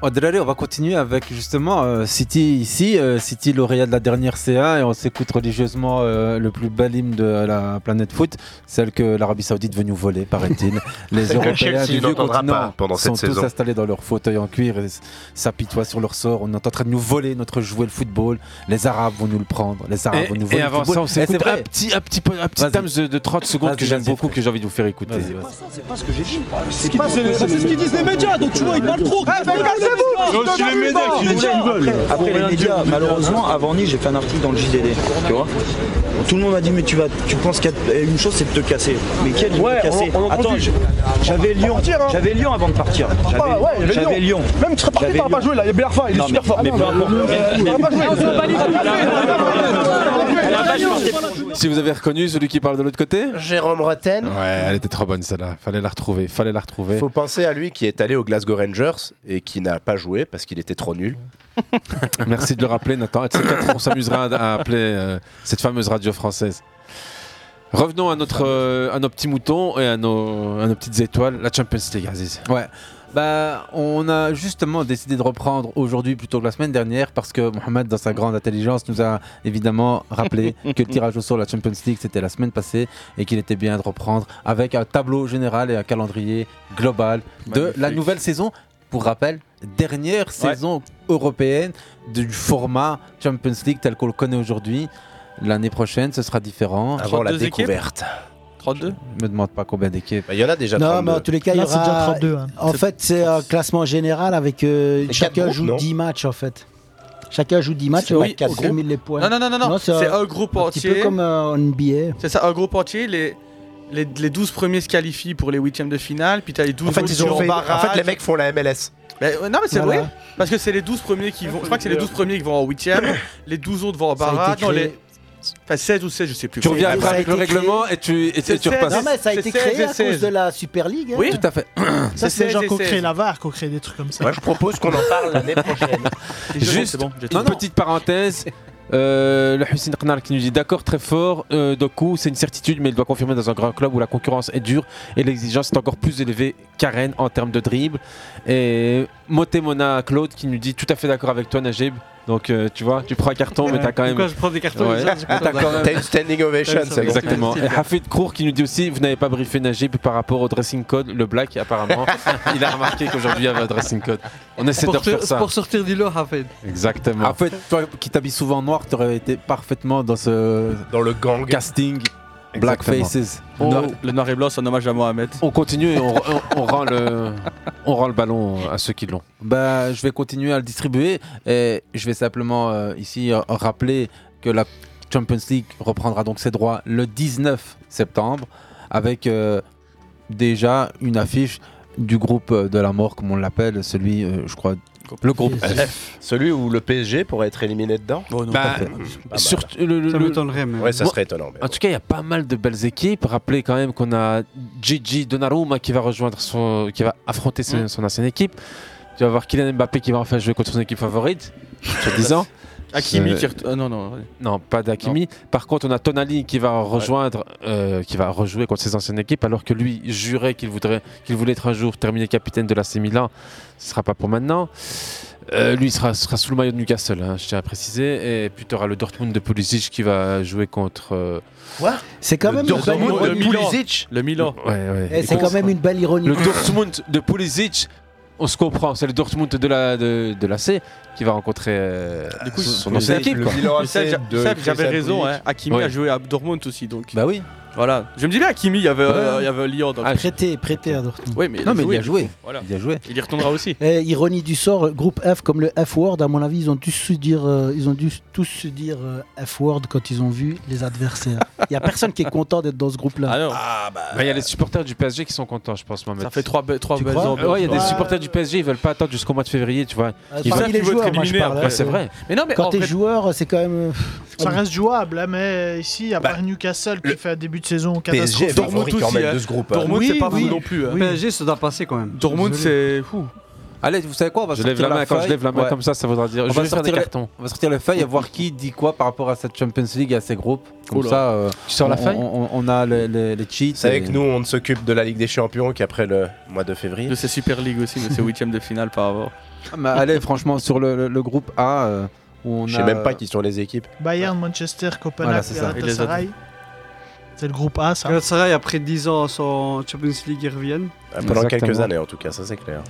S8: Adelaide, Oh, on va continuer avec justement euh, City ici, euh, City lauréat de la dernière CA et on s'écoute religieusement euh, le plus bel hymne de la planète foot, celle que l'Arabie Saoudite veut nous voler, paraît-il. Les
S9: Que
S8: Européens
S9: Chelsea
S8: du vieux
S9: n'entendra
S8: continent
S9: pas pendant
S8: sont
S9: cette
S8: tous
S9: saison.
S8: installés dans leur fauteuil en cuir et s- s'apitoient sur leur sort. On est en train de nous voler notre jouet le football. Les Arabes vont nous le prendre. Les Arabes vont nous
S3: Et,
S8: voler
S3: et
S8: le
S3: avant
S8: football.
S3: ça, on
S8: Eh, c'est
S3: s'écoute
S8: vrai.
S3: un petit, un petit, un petit thème de, de 30 secondes que j'aime beaucoup, que j'ai envie de vous faire écouter.
S30: C'est pas ce que j'ai dit.
S9: Ah,
S3: C'est pas- c'est- c'est ce qu'ils disent les médias, donc tu vois, ils parlent trop. Eh, mais cassez-vous, Non, c'est les médias qui disent ce qu'ils veulent.
S30: Après les médias, malheureusement, avant Nice, j'ai fait un article dans le JDD. Tu vois Tout le monde m'a dit, mais tu vas, tu penses qu'il y a une chose, c'est de te casser. Mais quelle de
S31: Ouais,
S30: te casser
S31: on- on en
S30: Attends,
S31: conduit.
S30: je- j'avais Lyon, j'avais Lyon avant de partir. J'avais-
S31: hein. Ah ouais, j'avais
S30: J'avais
S31: Lyon.
S30: Lyon.
S31: Même tu serais parti,
S30: J'avais
S31: t'aurais pas
S30: Lyon.
S31: joué, là, il est bien fort, il est
S30: Non,
S31: super
S30: mais-
S31: fort. Ah,
S30: Mais peu importe.
S31: T'aurais pas joué.
S3: Si vous avez reconnu celui qui parle de l'autre côté
S9: Jérôme Roten.
S3: Ouais, elle était trop bonne celle-là. Fallait la retrouver, fallait la retrouver.
S9: Faut penser à lui qui est allé au Glasgow Rangers et qui n'a pas joué parce qu'il était trop nul.
S3: Merci de le rappeler, Nathan. Et de ces quatre, on s'amusera à à appeler euh, cette fameuse radio française. Revenons à, notre, euh, à nos petits moutons et à nos, à nos petites étoiles, la Champions League, Aziz.
S8: Ouais. Bah, on a justement décidé de reprendre aujourd'hui plutôt que la semaine dernière parce que Mohamed, dans sa grande intelligence, nous a évidemment rappelé que le tirage au sort de la Champions League c'était la semaine passée et qu'il était bien de reprendre avec un tableau général et un calendrier global de la nouvelle saison. Pour rappel, dernière saison européenne du format Champions League tel qu'on le connaît aujourd'hui. L'année prochaine, ce sera différent.
S9: Avant la 32 équipes découverte. Bah,
S4: 32
S8: Je me demande pas combien d'équipes.
S9: Il y en a déjà
S2: Non, mais en tous les cas, il y aura.
S4: hein.
S2: En fait, c'est un classement général avec. euh,
S9: quatre
S2: chacun
S9: groupes,
S2: joue
S9: non
S2: 10 matcs, en fait. Chacun joue 10 matchs,
S4: C'est-
S2: et on
S4: oui, au groupe.
S2: cumule les points.
S4: Non, non, non, non, non, c'est un groupe
S2: petit peu euh,
S4: entier.
S2: comme euh, en NBA.
S4: C'est ça, un groupe entier, les, les, les 12 premiers se qualifient pour les huitièmes de finale, puis t'as les 12
S9: En fait,
S4: autres
S9: ils ont
S4: qui
S9: fait- en
S4: barrage.
S9: fait, les mecs font la MLS.
S4: Mais, euh, non, mais c'est
S9: Voilà.
S4: vrai. Parce que c'est les 12 premiers qui vont. Je crois que c'est les 12 premiers qui vont en huitième, les 12 autres vont en
S8: a été
S4: barrage. Non,
S8: créé-
S4: les. Enfin, 16 ou 16, je sais plus.
S8: Tu reviens après avec le règlement et tu, et, tu- et tu repasses.
S2: Non, mais ça a été créé à cause de la Super League. hein.
S8: Oui, tout à fait.
S11: Ça, c'est les gens qui ont créé
S8: là.
S11: la VAR, qui ont créé des trucs comme ça.
S9: je propose qu'on en parle l'année prochaine.
S8: Juste une petite parenthèse. Euh, le Hussein Khnal qui nous dit d'accord très fort euh, Doku c'est une certitude mais il doit confirmer dans un grand club où la concurrence est dure et l'exigence est encore plus élevée qu'Arène en termes de dribble et Motemona Claude qui nous dit tout à fait d'accord avec toi Najib donc euh, tu vois tu prends un carton mais t'as quand même
S9: Pourquoi je prends des cartons, les gens, je suis pas
S8: T'as quand
S9: d'accord.
S8: même-
S9: T'as une standing ovation, c'est bon.
S8: exactement
S9: C'est
S8: et
S9: stylé.
S8: Hafid Kour qui nous dit aussi vous n'avez pas briefé Najib par rapport au dressing code le black apparemment il a remarqué qu'aujourd'hui il y avait un dressing code on essaie de
S10: Pour te-
S8: refaire ça
S10: Pour sortir du lot, Hafed.
S8: Exactement.
S23: En fait, toi qui t'habilles souvent en noir, t'aurais été parfaitement dans ce.
S9: Dans le gang.
S23: Casting. Black Faces.
S8: Oh.
S4: Le noir- Le noir et blanc, c'est un hommage à Mohamed.
S8: On continue et on, on- on rend le, on rend le ballon à ceux qui l'ont.
S23: Bah, je vais continuer à le distribuer et je vais simplement euh, ici euh, rappeler que la Champions League reprendra donc ses droits le 19 septembre avec euh, déjà une affiche du groupe euh, de la mort, comme on l'appelle, celui, euh, je crois, le groupe F.
S9: Celui où le PSG pourrait être éliminé dedans
S8: non, Bah, pas fait.
S9: euh,
S8: sur- le- le- Ça le- m'étonnerait, mais-
S9: Ouais, ça
S8: Moi-
S9: serait étonnant. mais-
S8: En tout cas, il y a pas mal de belles équipes. Rappelez quand même qu'on a Gigi Donnarumma qui va rejoindre son, qui va affronter son, son ancienne équipe. Tu vas voir Kylian Mbappé qui va enfin jouer contre son équipe favorite sur 10 ans.
S4: Hakimi
S8: Euh,
S4: qui ret- ah, non, non. ouais.
S8: Non, pas d'Akimi. Par contre, on a Tonali qui va rejoindre, euh, qui va rejouer contre ses anciennes équipes, alors que lui jurait qu'il voudrait, qu'il voulait être un jour terminé capitaine de l'AC Milan. Ce sera pas pour maintenant. Euh, lui il sera, sera sous le maillot de Newcastle, hein, je tiens à préciser. Et puis tu auras le Dortmund de Pulisic qui va jouer contre. euh,
S2: Quoi C'est quand
S8: le
S2: même
S8: Dortmund
S2: une belle
S8: de
S2: ironie.
S8: Milan.
S2: Pulisic
S4: Le Milan.
S8: Ouais, ouais.
S2: Eh,
S8: Et
S2: c'est
S8: contre-
S2: quand même une belle ironie.
S8: Le Dortmund de Pulisic. On se comprend, c'est le Dortmund de la de, de l'AC qui va rencontrer euh, son
S4: Mais
S8: ancienne
S4: Seb,
S8: équipe. quoi.
S4: mais Seb, j'a- Seb, j'avais raison, hein. Hakimi
S8: Ouais.
S4: a joué à Dortmund aussi, donc.
S23: Bah oui.
S4: Voilà. Je me disais, Hakimi, il y avait, euh,
S2: Ouais.
S4: il y avait Lyon. donc-
S2: Prêté, prêté à Dortmund.
S4: Oui, mais il
S2: Non,
S4: a
S2: mais il
S4: joué.
S2: a joué.
S4: Voilà.
S23: Il a joué.
S4: Il y retournera aussi.
S2: Eh, ironie du sort, euh, groupe F comme le F-word, à mon avis, ils ont tous su dire, euh, ils ont dû tous se dire euh, F-word quand ils ont vu les adversaires. Il n'y a personne qui est content d'être dans ce groupe-là.
S8: bah. Il y a les supporters du PSG qui sont contents, je pense, Mohamed.
S4: Ça fait trois, be- trois
S8: Tu
S4: belles
S8: crois
S4: ambiances.
S8: Ouais, il y a des
S4: Ouais.
S8: supporters du PSG, ils veulent pas attendre jusqu'au mois de février, tu vois.
S23: Ah,
S2: Euh, parmi
S8: Ils veulent-
S2: les
S8: ils veulent
S2: joueurs,
S8: être
S2: moi, je
S8: éliminés
S2: parle,
S8: après.
S2: euh,
S8: Ouais, c'est vrai.
S2: quand t'es joueur, c'est quand même. euh,
S11: Ça reste jouable, hein, mais ici, à part Newcastle qui fait un début de saison catastrophique.
S2: hein.
S10: hein. Dortmund,
S11: Oui, oui. Oui.
S10: PSG, ça doit passer quand même.
S4: Dortmund, c'est fou.
S23: Allez, vous savez quoi on va
S8: Je lève
S23: sortir
S8: la main, quand je
S23: feuille.
S8: lève la main comme ça, ça voudra dire-
S23: On
S8: je
S23: va
S8: vais faire des
S23: sortir les-
S8: cartons.
S23: On va sortir le feuille et voir qui dit quoi par rapport à cette Champions League et à ces groupes.
S8: Oh
S23: Comme
S9: Oula.
S23: ça, euh,
S9: Tu sors la
S23: on-
S9: feuille
S23: on, on- on a les, les, les cheats.
S9: C'est avec
S23: et-
S9: nous, on ne s'occupe de la Ligue des Champions qu'après le mois de février.
S4: De ces Super League aussi, de ces huitièmes de finale par rapport.
S23: Ah, mais allez, franchement, sur le, le- le groupe A, euh, où on
S9: Je
S23: a,
S9: sais même pas qui sont les équipes.
S11: Bayern, Manchester,
S23: Voilà,
S11: Copenhague,
S23: c'est ça.
S11: Galatasaray. C'est le groupe A, ça.
S10: Galatasaray, après 10 ans sans Champions League, ils reviennent.
S9: Euh, Pendant quelques années en tout cas, ça c'est clair.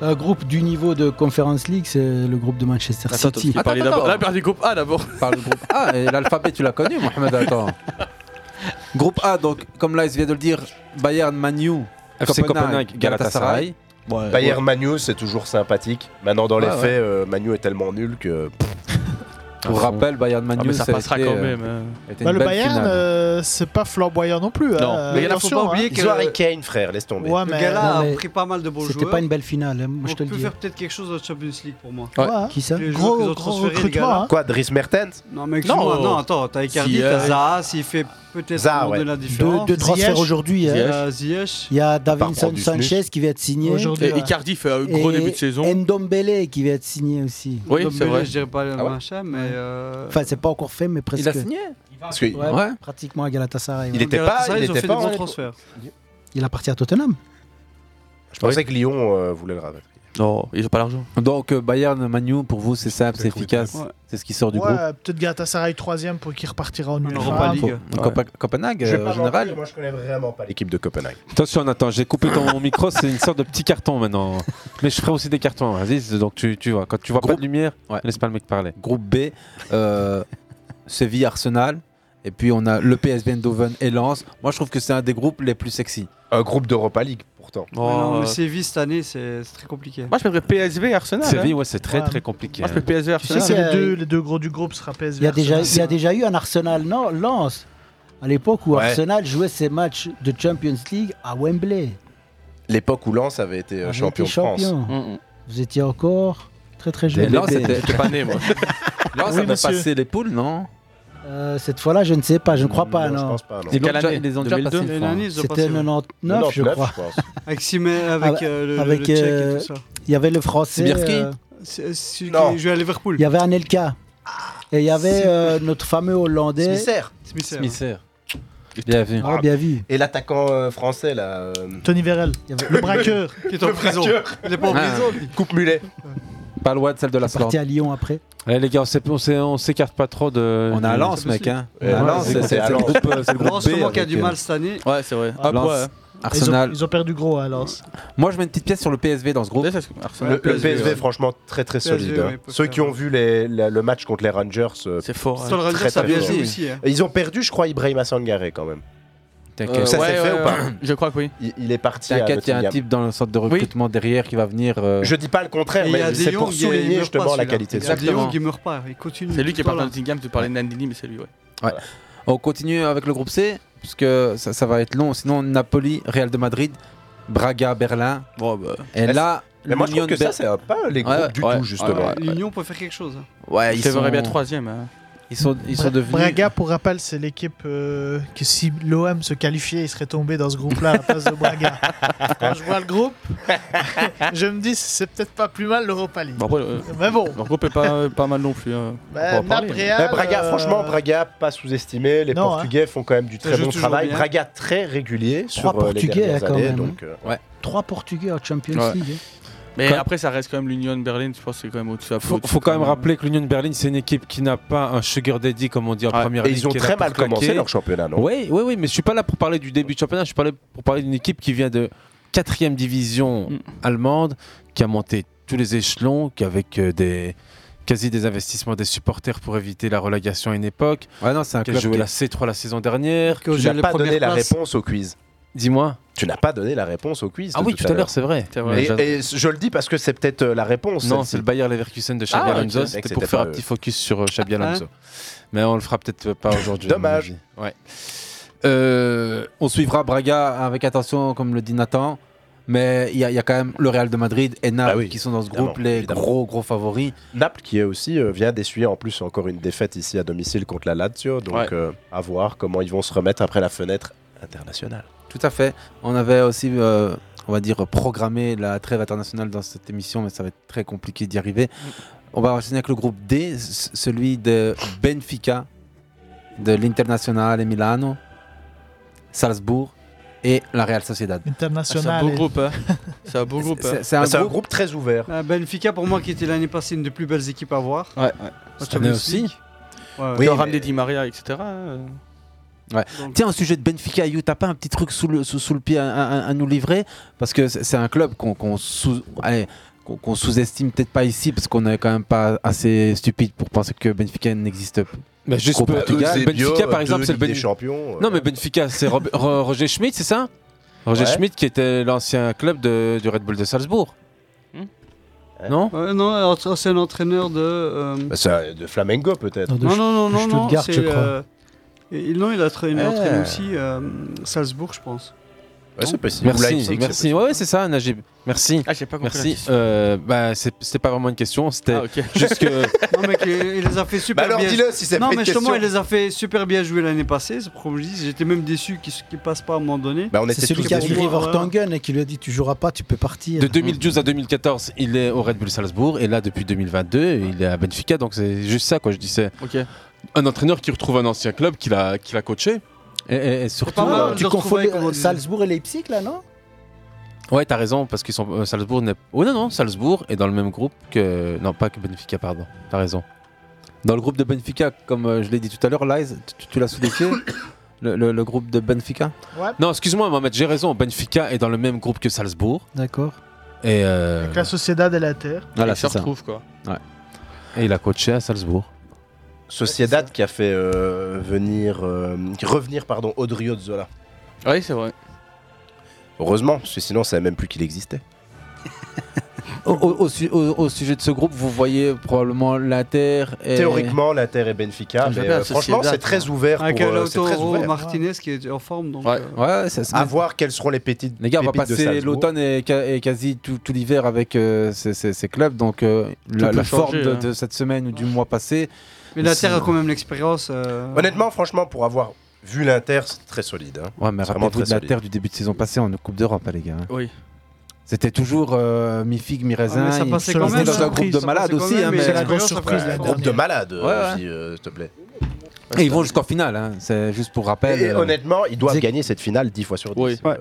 S2: Un groupe du niveau de Conference League, c'est le groupe de Manchester
S4: Attends,
S2: City.
S4: attends, parler d'abord. Là, parle du groupe A d'abord.
S23: Parle du groupe A, et l'alphabet, tu l'as connu, Mohamed, attends. Groupe A, donc, comme là, il vient de le dire, Bayern, Manu,
S9: FC Copenhague,
S23: Galatasaray. Ouais.
S9: Bayern Manu, c'est toujours sympathique. Maintenant, dans les
S23: Ouais,
S9: faits,
S23: ouais.
S9: euh, Manu est tellement nul que.
S23: Pour rappel, Bayern Manu,
S9: mais ça
S23: a
S9: passera
S23: été,
S9: quand
S23: euh,
S9: même, hein.
S23: était
S11: Bah,
S23: une
S11: le
S23: belle
S11: Bayern,
S23: finale.
S11: euh, c'est pas flamboyant non plus. hein. Attention, hein.
S9: Ils ont Harry Kane, frère, laisse tomber.
S11: Ouais,
S10: Le
S11: mais-
S10: gars là
S11: Non, mais
S10: a pris pas mal de beaux joueurs.
S2: C'était pas une belle finale, hein, moi, je te
S10: On
S2: le
S10: peut
S2: dis.
S10: faire peut-être quelque chose de Champions League pour moi.
S2: Ouais, hein. Qui ça
S10: Les joueurs qu'ils
S11: Gros,
S10: ont
S11: gros
S10: transférés, les gars, là.
S11: recrutement. hein.
S9: Quoi, Dries Mertens
S10: Non, mais excuse-moi, non, attends, t'as Icardi,
S9: Si,
S10: t'as
S9: euh,
S10: Zaha, s'il fait peut-être
S9: Zaha,
S10: un moment
S9: ouais.
S10: de la
S9: Deux-
S10: différence.
S2: deux transferts Ziyech. aujourd'hui, hein.
S10: Euh, Ziyech.
S2: Il y a
S10: Par
S2: Davinson
S10: contre,
S2: Sanchez qui vient de signer.
S10: Aujourd'hui, Et ouais.
S4: Icardi fait un gros début de
S2: saison. Ndombele qui vient de signer aussi.
S4: Oui,
S10: Ndombele, Je dirais pas le
S2: Ah
S10: machin, mais. euh,
S2: Enfin, c'est pas encore fait, mais presque.
S10: a signé
S9: Parce que-
S2: Ouais, Pratiquement à Galatasaray.
S9: Il
S2: ouais.
S9: était pas. Il
S10: Galatasaray, ils ont
S9: était
S10: fait
S9: pas.
S10: des bons
S9: en-
S10: transferts.
S2: Il appartient à Tottenham.
S9: Je pensais que Lyon euh, voulait le rapatrier.
S4: Non, ils ont pas l'argent.
S23: Donc, euh, Bayern, Manu, pour vous, c'est simple, c'est efficace. C'est ce qui sort du
S11: Ouais,
S23: groupe.
S11: peut-être Galatasaray 3ème pour qu'il repartira en UEFA.
S23: Faut- Copa- Copenhague,
S9: Je vais
S23: euh,
S9: pas
S23: en général.
S9: mentir, Moi, je connais vraiment pas l'équipe de Copenhague.
S8: Attention, Nathan, j'ai coupé ton micro, c'est une sorte de petit carton maintenant. Mais je ferai aussi des cartons, hein, vas-y, donc tu, tu vois. Quand tu vois pas de lumière, laisse pas le mec parler.
S23: Groupe B, euh, Séville, Arsenal. Et puis on a le PSV Eindhoven et Lens. Moi je trouve que c'est un des groupes les plus sexy.
S9: Un groupe d'Europa League pourtant.
S2: Oh,
S8: Oh,
S10: mais
S2: euh.
S8: euh,
S10: non, mais Séville cette année, c'est c'est très compliqué.
S4: Moi, je mettrais PSV et Arsenal.
S8: Séville,
S4: hein.
S8: ouais, c'est très, très compliqué.
S2: hein.
S4: Moi, je mets PSV et
S11: Tu sais,
S4: Arsenal.
S11: c'est les deux, les deux gros du groupe sera PSV.
S2: Il y a déjà, il y
S11: Arsenal.
S2: a déjà eu un Arsenal, non Lens. À l'époque où ouais. Arsenal jouait ses matchs de Champions League à Wembley.
S9: L'époque où Lens avait été avait champion de France.
S10: Mm,
S9: Champion.
S2: Vous étiez encore très très jeune.
S8: Lens, c'était pas né, moi. Lens oui, avait monsieur. passé les poules, non
S2: euh, cette fois-là, je ne sais pas, je ne crois non, pas. Non, je pense pas.
S8: Non. Ils, ont déjà, ils les ont déjà passés.
S2: C'était 99, 99, je crois.
S10: avec Simé,
S2: Ah
S10: avec, euh, le, avec le, le euh, et tout ça.
S2: Il y avait le français. euh,
S10: Sibirki Non. Qui jouait à Liverpool.
S2: Il y avait Anelka. Et il y avait euh, notre fameux Hollandais.
S9: Smisser.
S8: Smisser. Bien vu.
S2: Ah, bien vu.
S9: Et l'attaquant euh, français, là.
S11: Tony Vérel.
S10: Le braqueur qui est en prison.
S9: Il est pas en
S4: Ah,
S9: prison.
S8: Coupe mulet. Ah. Pas loin de celle de la
S2: Sortie à Lyon après.
S8: Allez les gars, on s'écarte pas trop de.
S32: On a Lens, mec. Hein.
S9: Ouais, c'est le groupe.
S23: euh,
S10: C'est le groupe B qui a du mal cette année.
S4: Ouais, c'est vrai.
S8: Ah, Lens, ouais. Arsenal.
S11: Ils ont, ils ont, perdu gros à Lens.
S8: Moi, je mets une petite pièce sur le PSV dans ce groupe.
S9: Arsenal, le, PSV, le PSV ouais. franchement, très très PSV, solide. Ouais, Ceux qui ont vu les, la, le match contre les Rangers, euh,
S4: c'est fort. hein.
S10: Très, Rangers, très, ça très fort. Aussi, hein.
S9: Ils ont perdu, je crois, Ibrahima Sangaré quand même.
S4: Euh,
S9: ça
S4: ouais,
S9: s'est fait ou pas
S4: Je crois que oui.
S9: Il, il est parti.
S8: T'inquiète, il y a un type dans le centre de recrutement oui. derrière qui va venir. Euh...
S9: Je dis pas le contraire, mais c'est pour souligner justement la qualité.
S10: Exactement. Il meurt pas, il continue.
S4: C'est lui qui est parti dans Nottingham. Tu parlais de Nandini, mais c'est lui, ouais.
S8: On continue avec le groupe C parce que ça, ça, va être long. Sinon, Napoli, Real de Madrid, Braga, Berlin.
S4: Oh bah.
S8: Et là,
S9: mais moi je trouve que Ber... ça c'est pas les groupes ouais, du ouais, tout justement. Ouais,
S10: L'Union peut faire quelque chose. hein.
S8: Ouais, ils
S4: sont bien troisième. Hein.
S8: Ils sont, ils sont devenus.
S11: Braga, pour rappel, c'est l'équipe euh, que si l'OM se qualifiait, il serait tombé dans ce groupe-là à la place de Braga. Quand je vois le groupe, je me dis c'est peut-être pas plus mal l'Europa League.
S4: Bon, après, euh,
S11: Mais bon.
S4: Le groupe est pas, pas mal non plus. Hein.
S11: Bah, parler, Réal,
S9: mais Braga, euh... franchement, Braga, pas sous-estimé. Les non, Portugais hein. font quand même du très bon travail. Bien. Braga, très régulier Trois sur Portugais, les dernières quand années. Même, hein. donc, euh,
S2: ouais. Trois Portugais en Champions ouais. League.
S4: Mais quand après, ça reste quand même l'Union Berlin. Je pense que c'est quand même au-dessus. Il
S8: faut, faut, quand
S9: euh,
S8: même rappeler que l'Union Berlin, c'est une équipe qui n'a pas un sugar daddy, comme on dit en ah, première
S9: et Ils ont très mal commencé
S8: claquer.
S9: leur championnat, non
S8: Oui, oui, oui. Mais je suis pas là pour parler du début de championnat. Je suis pas là pour parler d'une équipe qui vient de 4 division mm. allemande, qui a monté tous les échelons, qui avec euh, des quasi des investissements des supporters pour éviter la relégation à une époque.
S9: Ouais, Ah non, c'est un
S8: qui a joué la C3 la saison dernière.
S9: Que tu n'as pas donné la réponse au quiz.
S8: Dis-moi.
S9: Tu n'as pas donné la réponse au quiz.
S8: Ah oui, tout à l'heure, c'est vrai.
S9: vrai. Et, et, je le dis parce que c'est peut-être euh, la réponse.
S8: Non, c'est le Bayer Leverkusen de Xabi ah, Alonso. Okay. C'était pour faire un petit focus sur Xabi Alonso. Ah.
S9: Hein
S8: Mais on le fera peut-être euh, pas aujourd'hui.
S9: Dommage.
S8: Ouais. Euh, on suivra Braga avec attention, comme le dit Nathan. Mais il y, y, a quand même le Real de Madrid et Naples bah oui, qui sont dans ce groupe, les évidemment. gros gros favoris.
S9: Naples qui est aussi euh, vient d'essuyer en plus encore une défaite ici à domicile contre la Lazio. Donc ouais. euh, à voir comment ils vont se remettre après la fenêtre internationale.
S8: Tout à fait. On avait aussi, euh, on va dire, programmé la trêve internationale dans cette émission, mais ça va être très compliqué d'y arriver. On va enchaîner avec le groupe D, celui de Benfica, de l'Internationale Milano, Salzbourg et la Real Sociedad.
S11: Ah,
S4: C'est un beau groupe. Hein. C'est un beau groupe.
S9: Hein. C'est un,
S11: Bah,
S9: un, groupe très ouvert.
S10: Ah, Benfica, pour moi, qui était l'année passée une des plus belles équipes à voir.
S8: Ouais, ouais. aussi.
S4: Ouais, ouais. Oui, mais... ramené Di Maria, etc.
S8: Ouais. Tiens, un sujet de Benfica, You, t'as pas un petit truc sous le, sous, sous le pied à, à, à, nous livrer Parce que c'est un club qu'on qu sous. qu'on sous-estime peut-être pas ici parce qu'on est quand même pas assez stupide pour penser que Benfica n'existe pas.
S9: Mais juste Portugal,
S8: Benfica bio, par exemple, c'est le
S9: Benfica. champion.
S8: Non mais Benfica, c'est Ro Ro Roger Schmidt, c'est ça Roger ouais. Schmidt qui était l'ancien club de, du Red Bull de Salzbourg. Non
S10: euh, Non, c'est un entraîneur de. Euh...
S9: Bah, de Flamengo peut-être.
S10: Non, non, non, non, non, non c'est. Euh... Et, non, il a traîné, eh. aussi euh, Salzbourg, je pense.
S9: Ouais, c'est possible.
S8: Merci, Leipzig, merci. Ouais, ouais c'est ça, Najib. Merci.
S4: Ah, j'ai pas compris.
S8: Merci. Euh, bah, c'était pas vraiment une question, c'était ah, okay. juste que.
S10: non, mec, il, les a fait super
S9: bah, alors,
S10: bien.
S9: dis-le si c'est
S10: Non,
S9: fait
S10: mais
S9: une
S10: justement,
S9: question.
S10: il les a fait super bien jouer l'année passée. C'est pour que je dis, j'étais même déçu qu'ils ne qu passent pas à un moment donné.
S9: Bah, on
S2: c'est celui qui a écrit Vertonghen et qui lui a dit Tu joueras pas, tu peux partir.
S8: De 2012 à 2014, il est au Red Bull Salzbourg et là, depuis 2022, il est à Benfica. Donc, c'est juste ça, quoi. Je disais.
S4: Ok
S8: un entraîneur qui retrouve un ancien club qu'il a, qu a coaché. Et, et, et surtout,
S2: ah, euh, tu confonds euh, Salzbourg et Leipzig là, non
S8: Ouais, t'as raison parce qu'ils sont euh, Salzbourg. Oh non non, Salzbourg est dans le même groupe que non pas que Benfica pardon. T'as raison. Dans le groupe de Benfica, comme euh, je l'ai dit tout à l'heure, Lies, tu, tu l'as sous les pieds. Le, le, le, groupe de Benfica
S11: ouais.
S8: Non, excuse-moi, Mohamed, j'ai raison. Benfica est dans le même groupe que Salzbourg.
S2: D'accord.
S8: Et euh,
S11: Avec la Sociedad et la Terre.
S8: Voilà,
S4: se retrouve quoi.
S8: Ouais. Et il a coaché à Salzbourg.
S9: Sociedad qui a fait euh, venir, euh, revenir pardon, Odrio de Zola.
S4: Oui, c'est vrai.
S9: Heureusement, parce que sinon, on savait même plus qu'il existait.
S8: au, au, au, au, sujet de ce groupe, vous voyez probablement l'Inter. Et...
S9: Théoriquement, l'Inter et Benfica. Mais, euh, franchement, c'est très ouvert.
S10: Avec
S9: pour,
S10: euh, très ouvert. Martinez qui est en forme. Donc,
S8: ouais.
S9: Euh... Ouais, ça, à voir quelles seront les pétites.
S8: Les gars, on va passer l'automne et, et, quasi tout, tout l'hiver avec euh, ces, ces, ces, clubs. Donc, euh, la, la changer, forme hein. de, de, cette semaine ou du mois passé.
S10: Mais l'Inter a quand même l'expérience. euh,
S9: Honnêtement, franchement, pour avoir vu l'Inter, c'est très solide. Hein.
S8: Ouais, mais rappelez-vous de l'Inter du début de saison passée en Coupe d'Europe, hein, les gars.
S10: Oui.
S8: C'était toujours euh, mi figue mi raisin. Ah, ça
S10: passait quand même
S8: dans un groupe de malades aussi. Hein,
S9: c'est la grosse surprise. Ouais, groupe de malades, s'il ouais, ouais. euh, te plaît.
S8: Et ils vont jusqu'en finale, hein. c'est juste pour rappel.
S9: Et euh... honnêtement, ils doivent gagner cette finale 10 fois sur 10.
S2: Oui. Ouais.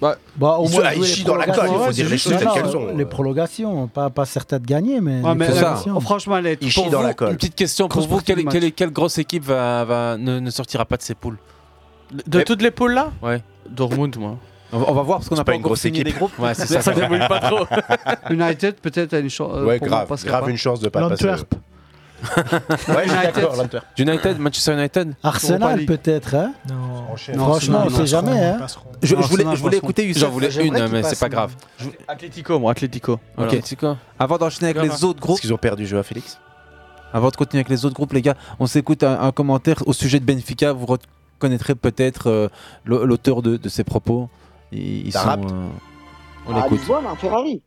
S2: Bah, bah, au
S9: ils
S2: moins,
S9: se... ils chient dans la colle, il faut dire les choses telles qu'elles sont.
S2: Les prolongations, pas, pas certes de gagner, mais. euh,
S10: Ouais, mais ça. Oh, franchement, les...
S9: ils chient dans la colle.
S33: Une petite question pour vous quelle, quelle, quelle grosse équipe va, va ne, ne, sortira pas de ses poules
S4: De toutes les poules là
S33: Ouais.
S4: Dortmund, moi.
S8: On va, on va voir parce qu'on n'a
S9: pas,
S8: pas
S9: une grosse équipe.
S8: Les groupes.
S4: Ouais, ça, ça pas trop.
S10: United peut-être a une chance. euh,
S9: Ouais, grave, grave une chance de pas passer. ouais, United.
S33: United, Manchester United.
S2: Arsenal peut-être. Hein non. Franchement, on sait jamais. Hein
S8: je, je, voulais, je voulais écouter J'en voulais une, mais c'est pas grave.
S4: Je... Atlético, moi, Atlético.
S8: Voilà. Okay. Atlético. Avant d'enchaîner avec les autres groupes.
S9: Parce qu'ils ont perdu le jeu à Félix.
S8: Avant de continuer avec les autres groupes, les gars, on s'écoute un, un, commentaire au sujet de Benfica. Vous reconnaîtrez peut-être euh, l'auteur de, de ses propos. Ils, ils sont, euh, on l'écoute.
S1: Ah, Ferrari.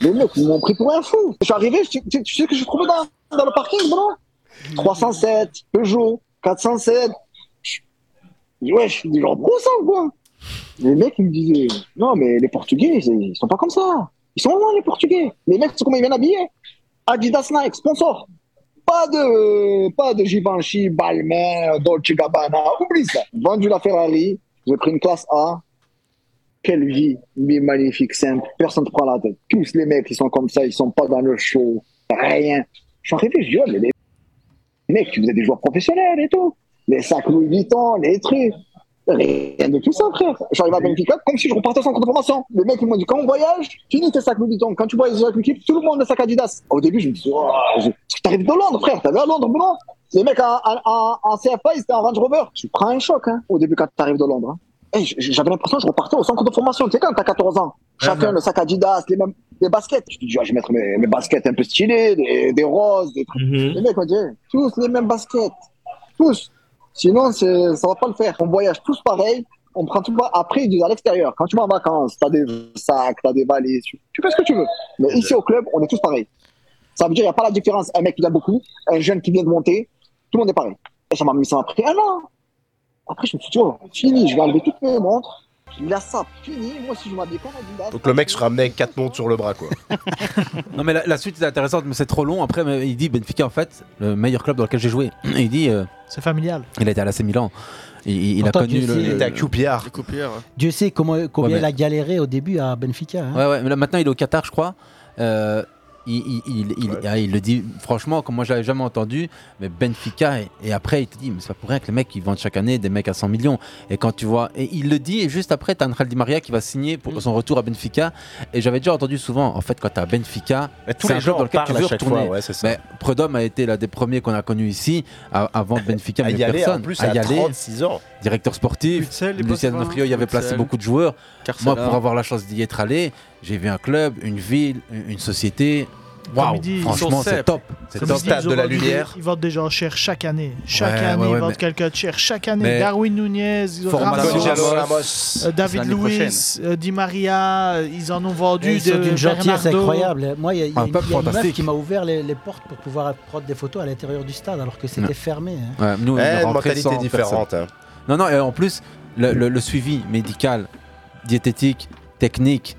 S1: Les mecs, ils m'ont pris pour un fou. Je suis arrivé, tu, tu, tu sais que je suis trouvé dans, dans le parking, non 307, Peugeot, 407. Je, ouais, je suis du genre gros sang, quoi. Les mecs, ils me disaient, non, mais les Portugais, ils sont pas comme ça. Ils sont loin, les Portugais. Les mecs, c'est comment ils viennent habiller Adidas Nike, sponsor. Pas de, pas de Givenchy, Balmain, Dolce Gabbana, oublie ça. Vendu la Ferrari, j'ai pris une classe A, quelle vie, mais magnifique, simple, personne ne prend la tête. Tous les mecs, ils sont comme ça, ils sont pas dans le show, rien. Je suis arrivé, je dis, oh, mais les mecs, vous êtes des joueurs professionnels et tout. Les sacs Louis Vuitton, les trucs. Rien de tout ça, frère. J'arrive à Benfica comme si je repartais sans contre-formation. Les mecs, ils m'ont dit, quand on voyage, finis tes sacs Louis Vuitton. Quand tu voyages avec l'équipe, tout le monde a sac Adidas. Au début, je me dis, oh, je... t'arrives de Londres, frère, t'avais à Londres, non Les mecs, en, en, en, CFA, ils étaient en Range Rover. Tu prends un choc, hein, au début, quand t'arrives de Londres. Hein. Hey, j'avais l'impression que je repartais au centre de formation. Tu sais, quand t'as 14 ans, chacun mmh. le sac Adidas, les mêmes les baskets. Je me dis, ah, je vais mettre mes, mes, baskets un peu stylées, des, des roses, des trucs. Mmh. Les mecs, on dit, tous les mêmes baskets. Tous. Sinon, ça va pas le faire. On voyage tous pareil. On prend tout après, ils disent à l'extérieur. Quand tu vas en vacances, t'as des sacs, t'as des valises, tu, tu, fais ce que tu veux. Mais ici, au club, on est tous pareils. Ça veut dire, il n'y a pas la différence. Un mec qui a beaucoup, un jeune qui vient de monter, tout le monde est pareil. Et ça m'a mis ça après un an. Après, je me suis dit, oh, fini, je vais enlever toutes mes montres. La sape, fini. Moi, si je m'habille comme Adidas.
S9: Donc, le mec se ramenait avec 4 montres sur le bras, quoi.
S8: non, mais la, la, suite est intéressante, mais c'est trop long. Après, mais il dit Benfica, en fait, le meilleur club dans lequel j'ai joué. il dit. Euh,
S11: c'est familial.
S8: Il a été à l'AC Milan. Il, il a connu
S9: le, Il était à QPR.
S2: Dieu sait comment, combien ouais, mais... il a galéré au début à Benfica. Hein.
S8: Ouais, ouais, mais là, maintenant, il est au Qatar, je crois. Euh, il, il, il, ouais. ah, il, le dit franchement, comme moi je l'avais jamais entendu, mais Benfica, et, et, après il te dit, mais c'est pas pour rien que les mecs ils vendent chaque année des mecs à 100 millions. Et quand tu vois, et il le dit, et juste après, t'as Angel Di Maria qui va signer
S9: Mm.
S8: pour mmh. son retour à Benfica. Et j'avais déjà entendu souvent, en fait, quand t'as Benfica,
S9: tous les gens
S8: dans lequel tu veux
S9: retourner. Fois, ouais,
S8: mais Predom a été l'un des premiers qu'on a connu ici, à, avant Benfica, mais
S9: y aller, hein,
S8: personne.
S9: En plus, à, à y aller, 36 ans.
S8: Directeur sportif, Lucien Nofrio, il y avait placé Putel. beaucoup de joueurs. Carcella. Moi, pour avoir la chance d'y être allé, j'ai vu un club, une ville, une société. Waouh, franchement, c'est top.
S9: C'est top. Stade de la lumière.
S11: Ils vendent des gens chers chaque année. Chaque ouais, année, ouais, ouais, ils vendent quelqu'un de cher. Chaque année, mais Darwin Nunez,
S9: Ramos,
S11: euh, David Luiz, euh, Di Maria, ils en ont vendu.
S2: D'une gentillesse incroyable. Moi, il y a, y a un une, y a une meuf qui m'a ouvert les, les, portes pour pouvoir prendre des photos à l'intérieur du stade alors que c'était fermé.
S8: Hein. nous, on est
S9: une Eh, mentalité différente. Hein.
S8: Non, non, et en plus, le, le, le suivi médical, diététique, technique,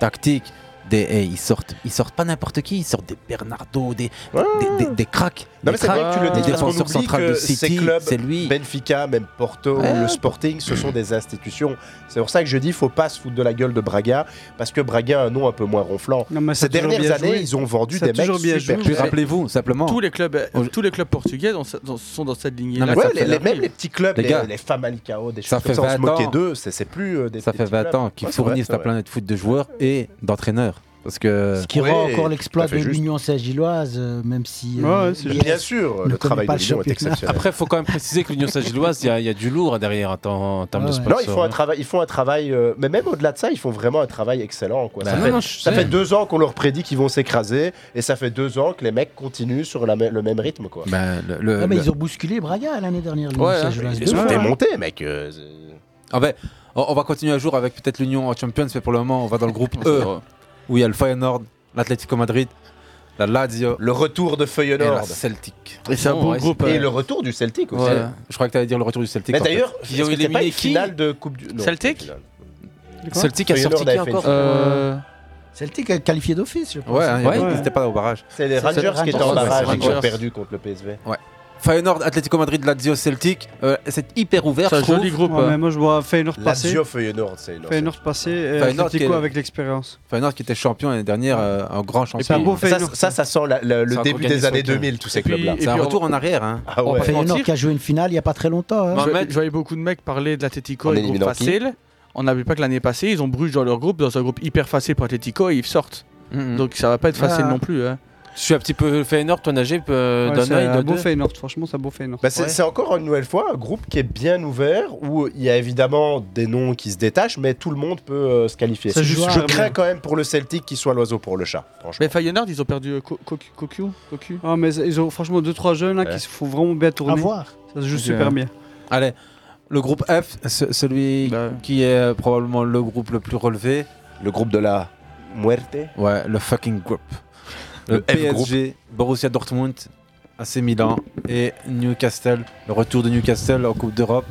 S8: tactique. Des, hey, ils sortent ils sortent pas n'importe qui ils sortent des Bernardo des ouais. des, des, des, cracks
S9: non
S8: des
S9: mais c'est vrai
S8: Ah.
S9: que tu le dis parce qu'on oublie que
S8: City,
S9: ces clubs
S8: c'est lui
S9: Benfica même Porto ouais. le Sporting ce sont des institutions c'est pour ça que je dis faut pas se foutre de la gueule de Braga parce que Braga a un nom un peu moins ronflant
S10: non, mais
S9: ces dernières années joué. ils ont vendu
S10: ça
S9: des mecs
S10: bien
S9: super
S8: joué. rappelez-vous simplement
S4: tous les clubs euh, tous les clubs portugais dans, dans, sont dans cette lignée
S9: ouais, les, les, même les petits clubs les, les Famalicão des choses comme ça on se moquait d'eux c'est plus euh,
S8: ça fait 20 ans qu'ils fournissent la planète foot de joueurs et d'entraîneurs Parce que...
S2: Ce qui oui, rend encore l'exploit de l'Union Saint-Gilloise, euh, même si.
S9: Euh, ouais, bien, bien sûr, le travail de l'Union est exceptionnel.
S8: Après, il faut quand même préciser que l'Union Saint-Gilloise, il y, y, a du lourd derrière en, en
S11: Ah
S8: termes ouais, de hein. sport.
S9: Non, ils font un travail, ils font un travail euh, mais même au-delà de ça, ils font vraiment un travail excellent. Quoi. Bah ça, non, fait, non, ça fait, deux ans qu'on leur prédit qu'ils vont s'écraser, et ça fait deux ans que les mecs continuent sur la le même rythme. Quoi.
S2: Bah,
S8: Ben,
S2: le, le, non, mais le... ils ont bousculé Braga l'année dernière, l'Union ouais, Saint-Gilloise.
S9: Ils sont démontés, mec.
S8: Ah ben, on va continuer un jour avec peut-être l'Union Champions, mais pour le moment, on va dans le groupe E où il y a le Feyenoord, l'Atlético Madrid, la Lazio.
S9: Le retour de Feyenoord. Et la
S8: Celtic.
S9: Et c'est un bon groupe. Et euh... le retour du Celtic aussi. Ouais.
S8: Je crois que tu allais dire le retour du Celtic.
S9: Mais d'ailleurs, ils ont éliminé pas une finale de Coupe du.
S4: Non, Celtic
S8: Celtic a sorti qui encore euh...
S2: Celtic a qualifié d'office, je pense.
S8: Ouais, hein, ouais, ouais. ils n'étaient pas au barrage.
S9: C'est les Rangers qui étaient en barrage et qui ont perdu contre le PSV.
S8: Ouais. Feyenoord, Atlético Madrid, Lazio, Celtic, euh, c'est hyper ouvert. C'est un
S10: joli groupe. Ouais, mais moi, je vois Feyenoord passer.
S9: Lazio, Feyenoord, c'est énorme.
S10: Feyenoord passé et Feyenoord euh, Atlético est... avec l'expérience.
S8: Feyenoord qui était champion l'année dernière, euh, un grand champion.
S9: Et beau ça, ça, ça, sent la, la, le début des années 2000, tous ces clubs-là.
S8: C'est un retour en arrière. Hein.
S2: Ah ouais. Feyenoord qui a joué une finale il n'y a pas très longtemps. Hein.
S4: Je, je voyais beaucoup de mecs parler de l'Atlético et groupe facile. On n'avait pas que l'année passée, ils ont Bruges dans leur groupe, dans un groupe hyper facile pour Atlético et ils sortent. Mm -hmm. Donc ça va pas être facile non plus.
S8: Ah.
S4: hein.
S8: Je suis un petit peu Feyenoord, toi Najib, euh, ouais, d'un œil, d'un
S10: beau Feyenoord, franchement c'est un beau Feyenoord.
S9: Bah c'est ouais. encore une nouvelle fois un groupe qui est bien ouvert, où il y a évidemment des noms qui se détachent, mais tout le monde peut euh, se qualifier. Juste je vraiment. crains quand même pour le Celtic qu'il soit l'oiseau pour le chat,
S4: Mais Feyenoord, ils ont perdu euh, Cocu co co co
S10: ah, mais ils ont franchement 2-3 jeunes là, ouais. qui se font vraiment bien tourner.
S2: À voir.
S10: Ça se joue super bien.
S8: euh, Allez, le groupe F, celui bah. qui est probablement le groupe le plus relevé.
S9: Le groupe de la muerte
S8: Ouais, le fucking group le PSG, Borussia Dortmund, AC Milan et Newcastle. Le retour de Newcastle en Coupe d'Europe.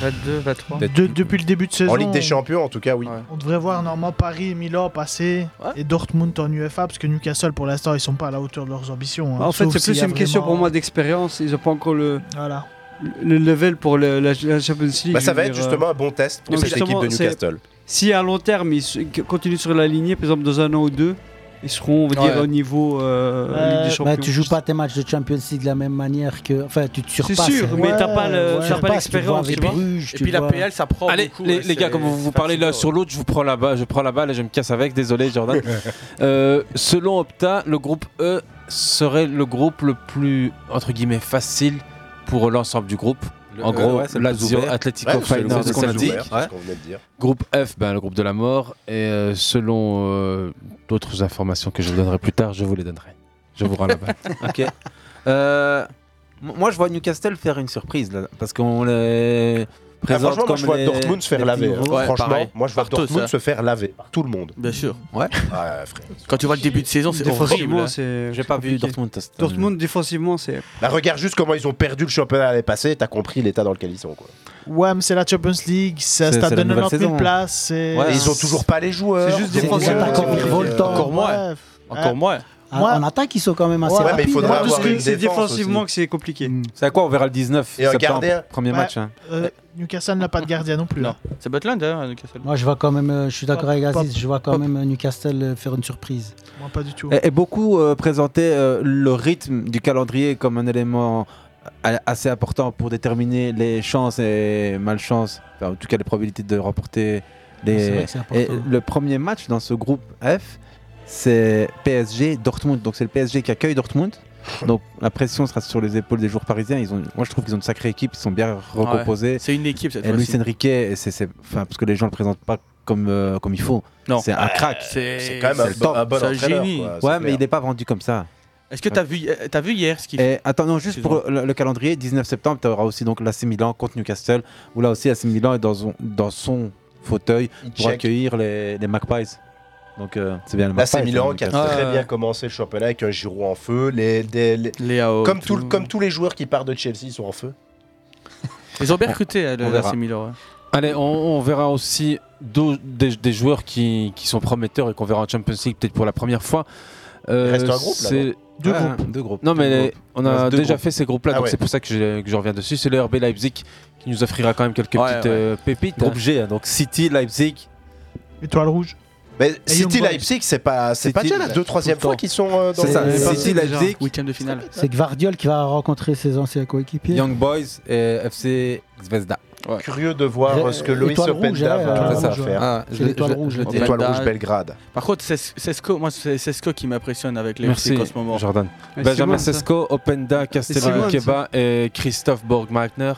S4: 22, 23.
S11: De, depuis le début de saison.
S9: En Ligue des Champions, en tout cas, oui. Ouais.
S11: On devrait voir normalement Paris et Milan passer ouais. et Dortmund en UEFA parce que Newcastle, pour l'instant, ils sont pas à la hauteur de leurs ambitions.
S10: Hein, en fait, c'est plus une vraiment... question pour moi d'expérience. Ils n'ont pas encore le. Voilà le level pour le, la, la, Champions League.
S9: Bah ça va être
S10: euh,
S9: dire, justement un bon test pour cette équipe de Newcastle.
S10: Si à long terme ils continuent sur la lignée, par exemple dans un an ou deux, ils seront on va ouais. dire, au niveau euh, euh, Ligue des Champions.
S2: Bah, tu joues pas tes matchs de Champions League de la même manière que. Enfin, tu te surpasses.
S10: C'est sûr, mais ouais, t'as pas l'expérience. Le, ouais,
S4: et puis la PL, ça prend.
S8: Allez,
S4: beaucoup, hein,
S8: les, les gars, comme vous, vous parlez l'un sur l'autre, je vous prends la balle, je prends la balle et je me casse avec. Désolé, Jordan. euh, selon Opta, le groupe E serait le groupe le plus entre guillemets facile pour l'ensemble du groupe. Le en gros, euh, ouais, Lazio, Atlético, ouais, Feyenoord, Celtic. Ouais. Groupe F, ben, le groupe de la mort. Et euh, selon euh, d'autres informations que je vous donnerai plus tard, je vous les donnerai. Je vous rends la balle. ok.
S9: Euh,
S8: moi, je vois Newcastle faire une surprise, là, parce qu'on les présente
S9: ah,
S8: comme
S9: moi, je vois
S8: les...
S9: Dortmund se faire laver. hein. franchement, pareil. moi, je vois
S8: Partout,
S9: Dortmund ça. se faire laver par tout le monde.
S4: Bien sûr.
S8: Ouais.
S9: Ah, frère.
S4: Quand tu vois le début de saison, c'est
S10: hein.
S4: horrible. hein.
S8: J'ai pas vu Dortmund.
S10: Dortmund défensivement, c'est.
S9: Bah, regarde juste comment ils ont perdu le championnat l'année passée. T'as compris l'état dans lequel ils sont, quoi.
S11: Ouais, mais c'est la Champions League, c'est un stade de 90 000 places.
S9: Ouais, ils ont toujours pas les joueurs.
S11: C'est juste défensivement.
S4: Encore moins. Encore moins.
S2: Moi, en attaque, ils sont quand même assez ouais, rapides.
S10: Mais c'est défensivement que c'est compliqué.
S8: C'est à quoi On verra le 19
S9: Et septembre, un
S8: premier
S11: ouais,
S8: match. Hein.
S11: Euh, Newcastle n'a pas de gardien non plus. Non.
S4: C'est Butland, hein, Newcastle.
S2: Moi, je vois quand même, euh, je suis d'accord avec Aziz, je vois quand pop. même euh, Newcastle faire une surprise.
S11: Moi, pas du tout.
S8: Et, et beaucoup euh, présentaient le rythme du calendrier comme un élément euh, assez important pour déterminer les chances et malchances, enfin, en tout cas les probabilités de remporter les. Et le premier match dans ce groupe F, c'est PSG Dortmund. Donc c'est le PSG qui accueille Dortmund. Donc la pression sera sur les épaules des joueurs parisiens. Ils ont, moi je trouve qu'ils ont une sacrée équipe, ils sont bien recomposés. Ouais.
S4: C'est une équipe cette
S8: Et Luis Enrique, c'est, parce que les gens le présentent pas comme, euh, comme il faut. Non. C'est un crack.
S9: C'est, quand même un, bon, un, bon un génie. Quoi,
S8: ouais, clair. mais il n'est pas vendu comme ça.
S4: Est-ce que tu as, vu, as vu hier ce qu'il
S8: fait Attends, non, juste pour le, le, calendrier, 19 septembre, tu auras aussi donc l'AC Milan contre Newcastle, où là aussi l'AC Milan est dans son, dans son fauteuil il pour check. accueillir les, les Magpies. Donc euh, c'est bien le
S9: Là, c'est Milan qui a ah, très bien commencé le championnat avec un Giroud en feu. Les, les, les...
S4: Léo,
S9: comme, tout, tout... comme tous les joueurs qui partent de Chelsea, ils sont en feu.
S4: Ils ont bien recruté euh, le AC Milan.
S8: hein.
S4: Ouais.
S8: Allez, on, on, verra aussi des, des, joueurs qui, qui, sont prometteurs et qu'on verra en Champions League peut-être pour la première fois.
S9: Euh, Il reste un groupe là.
S11: Deux, ah, groupes.
S8: deux, groupes. Non, mais les, on a déjà groupes. fait ces groupes-là, ah donc ouais. c'est pour ça que je, que je reviens dessus. C'est le RB Leipzig qui nous offrira quand même quelques ouais, petites euh, pépites.
S4: Groupe
S9: hein,
S4: G, donc
S8: City, Leipzig.
S11: Étoile rouge.
S9: Mais City Leipzig, c'est pas, c'est pas déjà la deux troisième fois qu'ils sont euh, dans ça,
S8: City Leipzig,
S4: huitième de finale.
S2: C'est Gvardiol qui va rencontrer ses anciens coéquipiers.
S8: Young Boys et FC Zvezda.
S9: Ouais. Curieux de voir euh, ce que Loïs Openda
S8: Euh,
S9: va,
S4: euh,
S9: va faire. Ah,
S2: L'étoile rouge,
S9: je, je, rouge Belgrade.
S4: Par contre, Sesco, moi, c'est Sesco qui m'impressionne avec les Merci, en ce moment.
S8: Jordan. Et Benjamin Sesco, Openda, Castellan Keba et Christophe Borgmagner.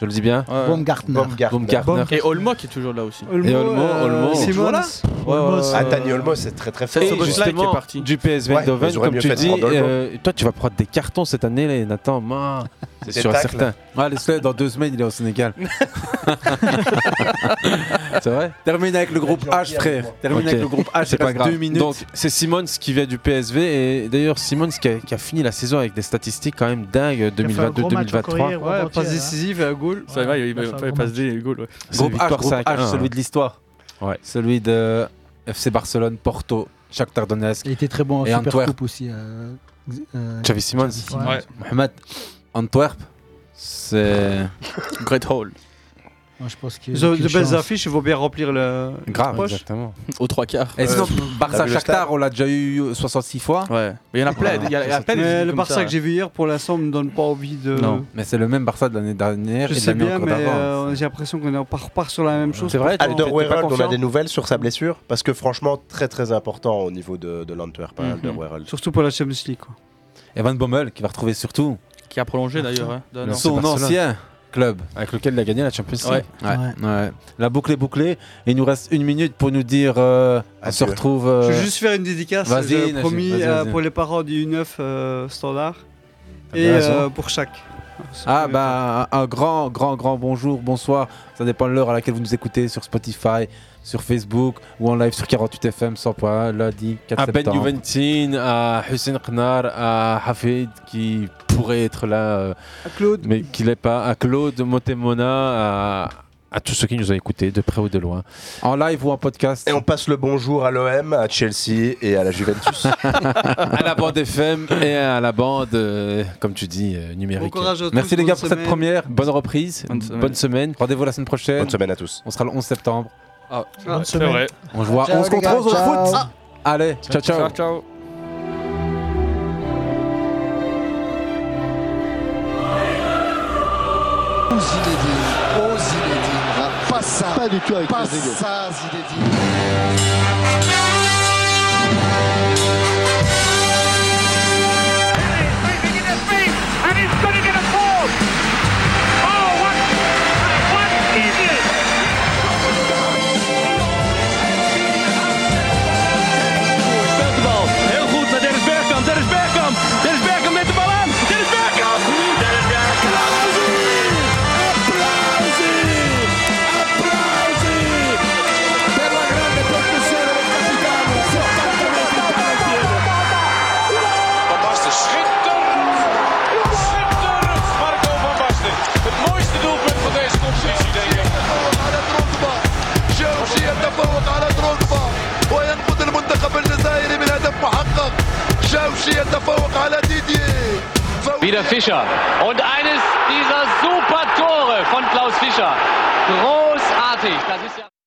S8: Je le dis bien.
S4: euh,
S2: Ouais. Baumgartner.
S9: Baumgartner. Baumgartner.
S4: Et Olmo qui est toujours là aussi.
S8: Olmo, et Olmo, Olmo.
S11: C'est
S8: toujours
S11: là
S9: Ah, Dani Olmo, c'est très très fort.
S8: Et justement, qui est parti. du PSV Eindhoven, ouais, comme tu dis, euh, toi tu vas prendre des cartons cette année, les Nathan. C'est sûr et certain. Ah, laisse-le, dans deux semaines, il est au Sénégal. c'est vrai Termine avec le groupe H, frère. Termine okay. avec le groupe H, c'est pas grave. Deux minutes. Donc, c'est Simons qui vient du PSV. Et d'ailleurs, Simons qui a, qui a, fini la saison avec des statistiques quand même dingues 2022-2023.
S10: Ouais, passe décisive et un goal.
S4: Ça va, il passe des goals. Ah.
S8: Groupe H,
S23: celui de l'histoire.
S8: Ouais. Celui de FC Barcelone, Porto, Shakhtar Donetsk.
S2: Il était très bon en Supercoupe aussi. Euh,
S8: euh, Xavi Simons. Ouais. Mohamed. Antwerp, c'est
S4: Great Hall.
S10: Moi, je pense que de belles affiches, il faut bien remplir le
S8: grave, poche. exactement.
S4: Aux trois quarts.
S8: Et sinon, Barça Shakhtar, on l'a déjà eu 66 fois.
S4: Ouais. Mais il y en a plein. Il y a, plein
S10: mais le Barça que j'ai vu hier, pour l'instant, me donne pas envie de.
S8: Non. Mais c'est le même Barça de l'année dernière.
S10: Je sais bien, mais j'ai l'impression qu'on repart sur la même chose.
S9: C'est vrai. Alderweireld, Ah, on a des nouvelles sur sa blessure parce que franchement, très très important au niveau de, de l'Antwerp,
S10: Surtout pour la Champions League.
S8: Et Van Bommel qui va retrouver surtout
S4: qui a prolongé d'ailleurs. Hein,
S8: non, son ancien club avec lequel il a gagné la Champions League. Ouais. Ouais. Ouais. La boucle est bouclée. Et il nous reste une minute pour nous dire. Euh, on se retrouve. Euh...
S10: Je vais juste faire une dédicace. Vas-y, promis vas -y, vas -y. Euh, pour les parents du U9 standard et pour chaque.
S8: Ah bah un grand grand grand bonjour, bonsoir, ça dépend de l'heure à laquelle vous nous écoutez sur Spotify, sur Facebook ou en live sur 48fm 100.1 lundi 4 à septembre. Ben Juventine, à Hussein Knar, à Hafid qui pourrait être là euh,
S10: à Claude
S8: mais qui l'est pas, à Claude Montemona, à à tous ceux qui nous ont écoutés de près ou de loin, en live ou en podcast.
S9: Et on passe le bonjour à l'OM, à Chelsea et à la Juventus.
S8: à la bande FM et à la bande, euh, comme tu dis, euh, numérique. Bon courage à Merci tous, les gars pour semaine. cette première. Bonne reprise. Bonne semaine. semaine. Rendez-vous la semaine prochaine.
S9: Bonne semaine à tous.
S8: On sera le 11 septembre.
S4: Ah, ah c'est vrai.
S8: On se voit 11 contre 11 au foot. Ah. Allez, ciao, ciao.
S4: ciao, ciao.
S5: ça. Pas du tout avec pas ça, Zinedine.
S6: وينقذ المنتخب الجزائري من هدف محقق جوشي يتفوق على ديدييه
S7: Wieder Fischer. Und eines dieser super Tore von Klaus Fischer. Großartig. Das ist ja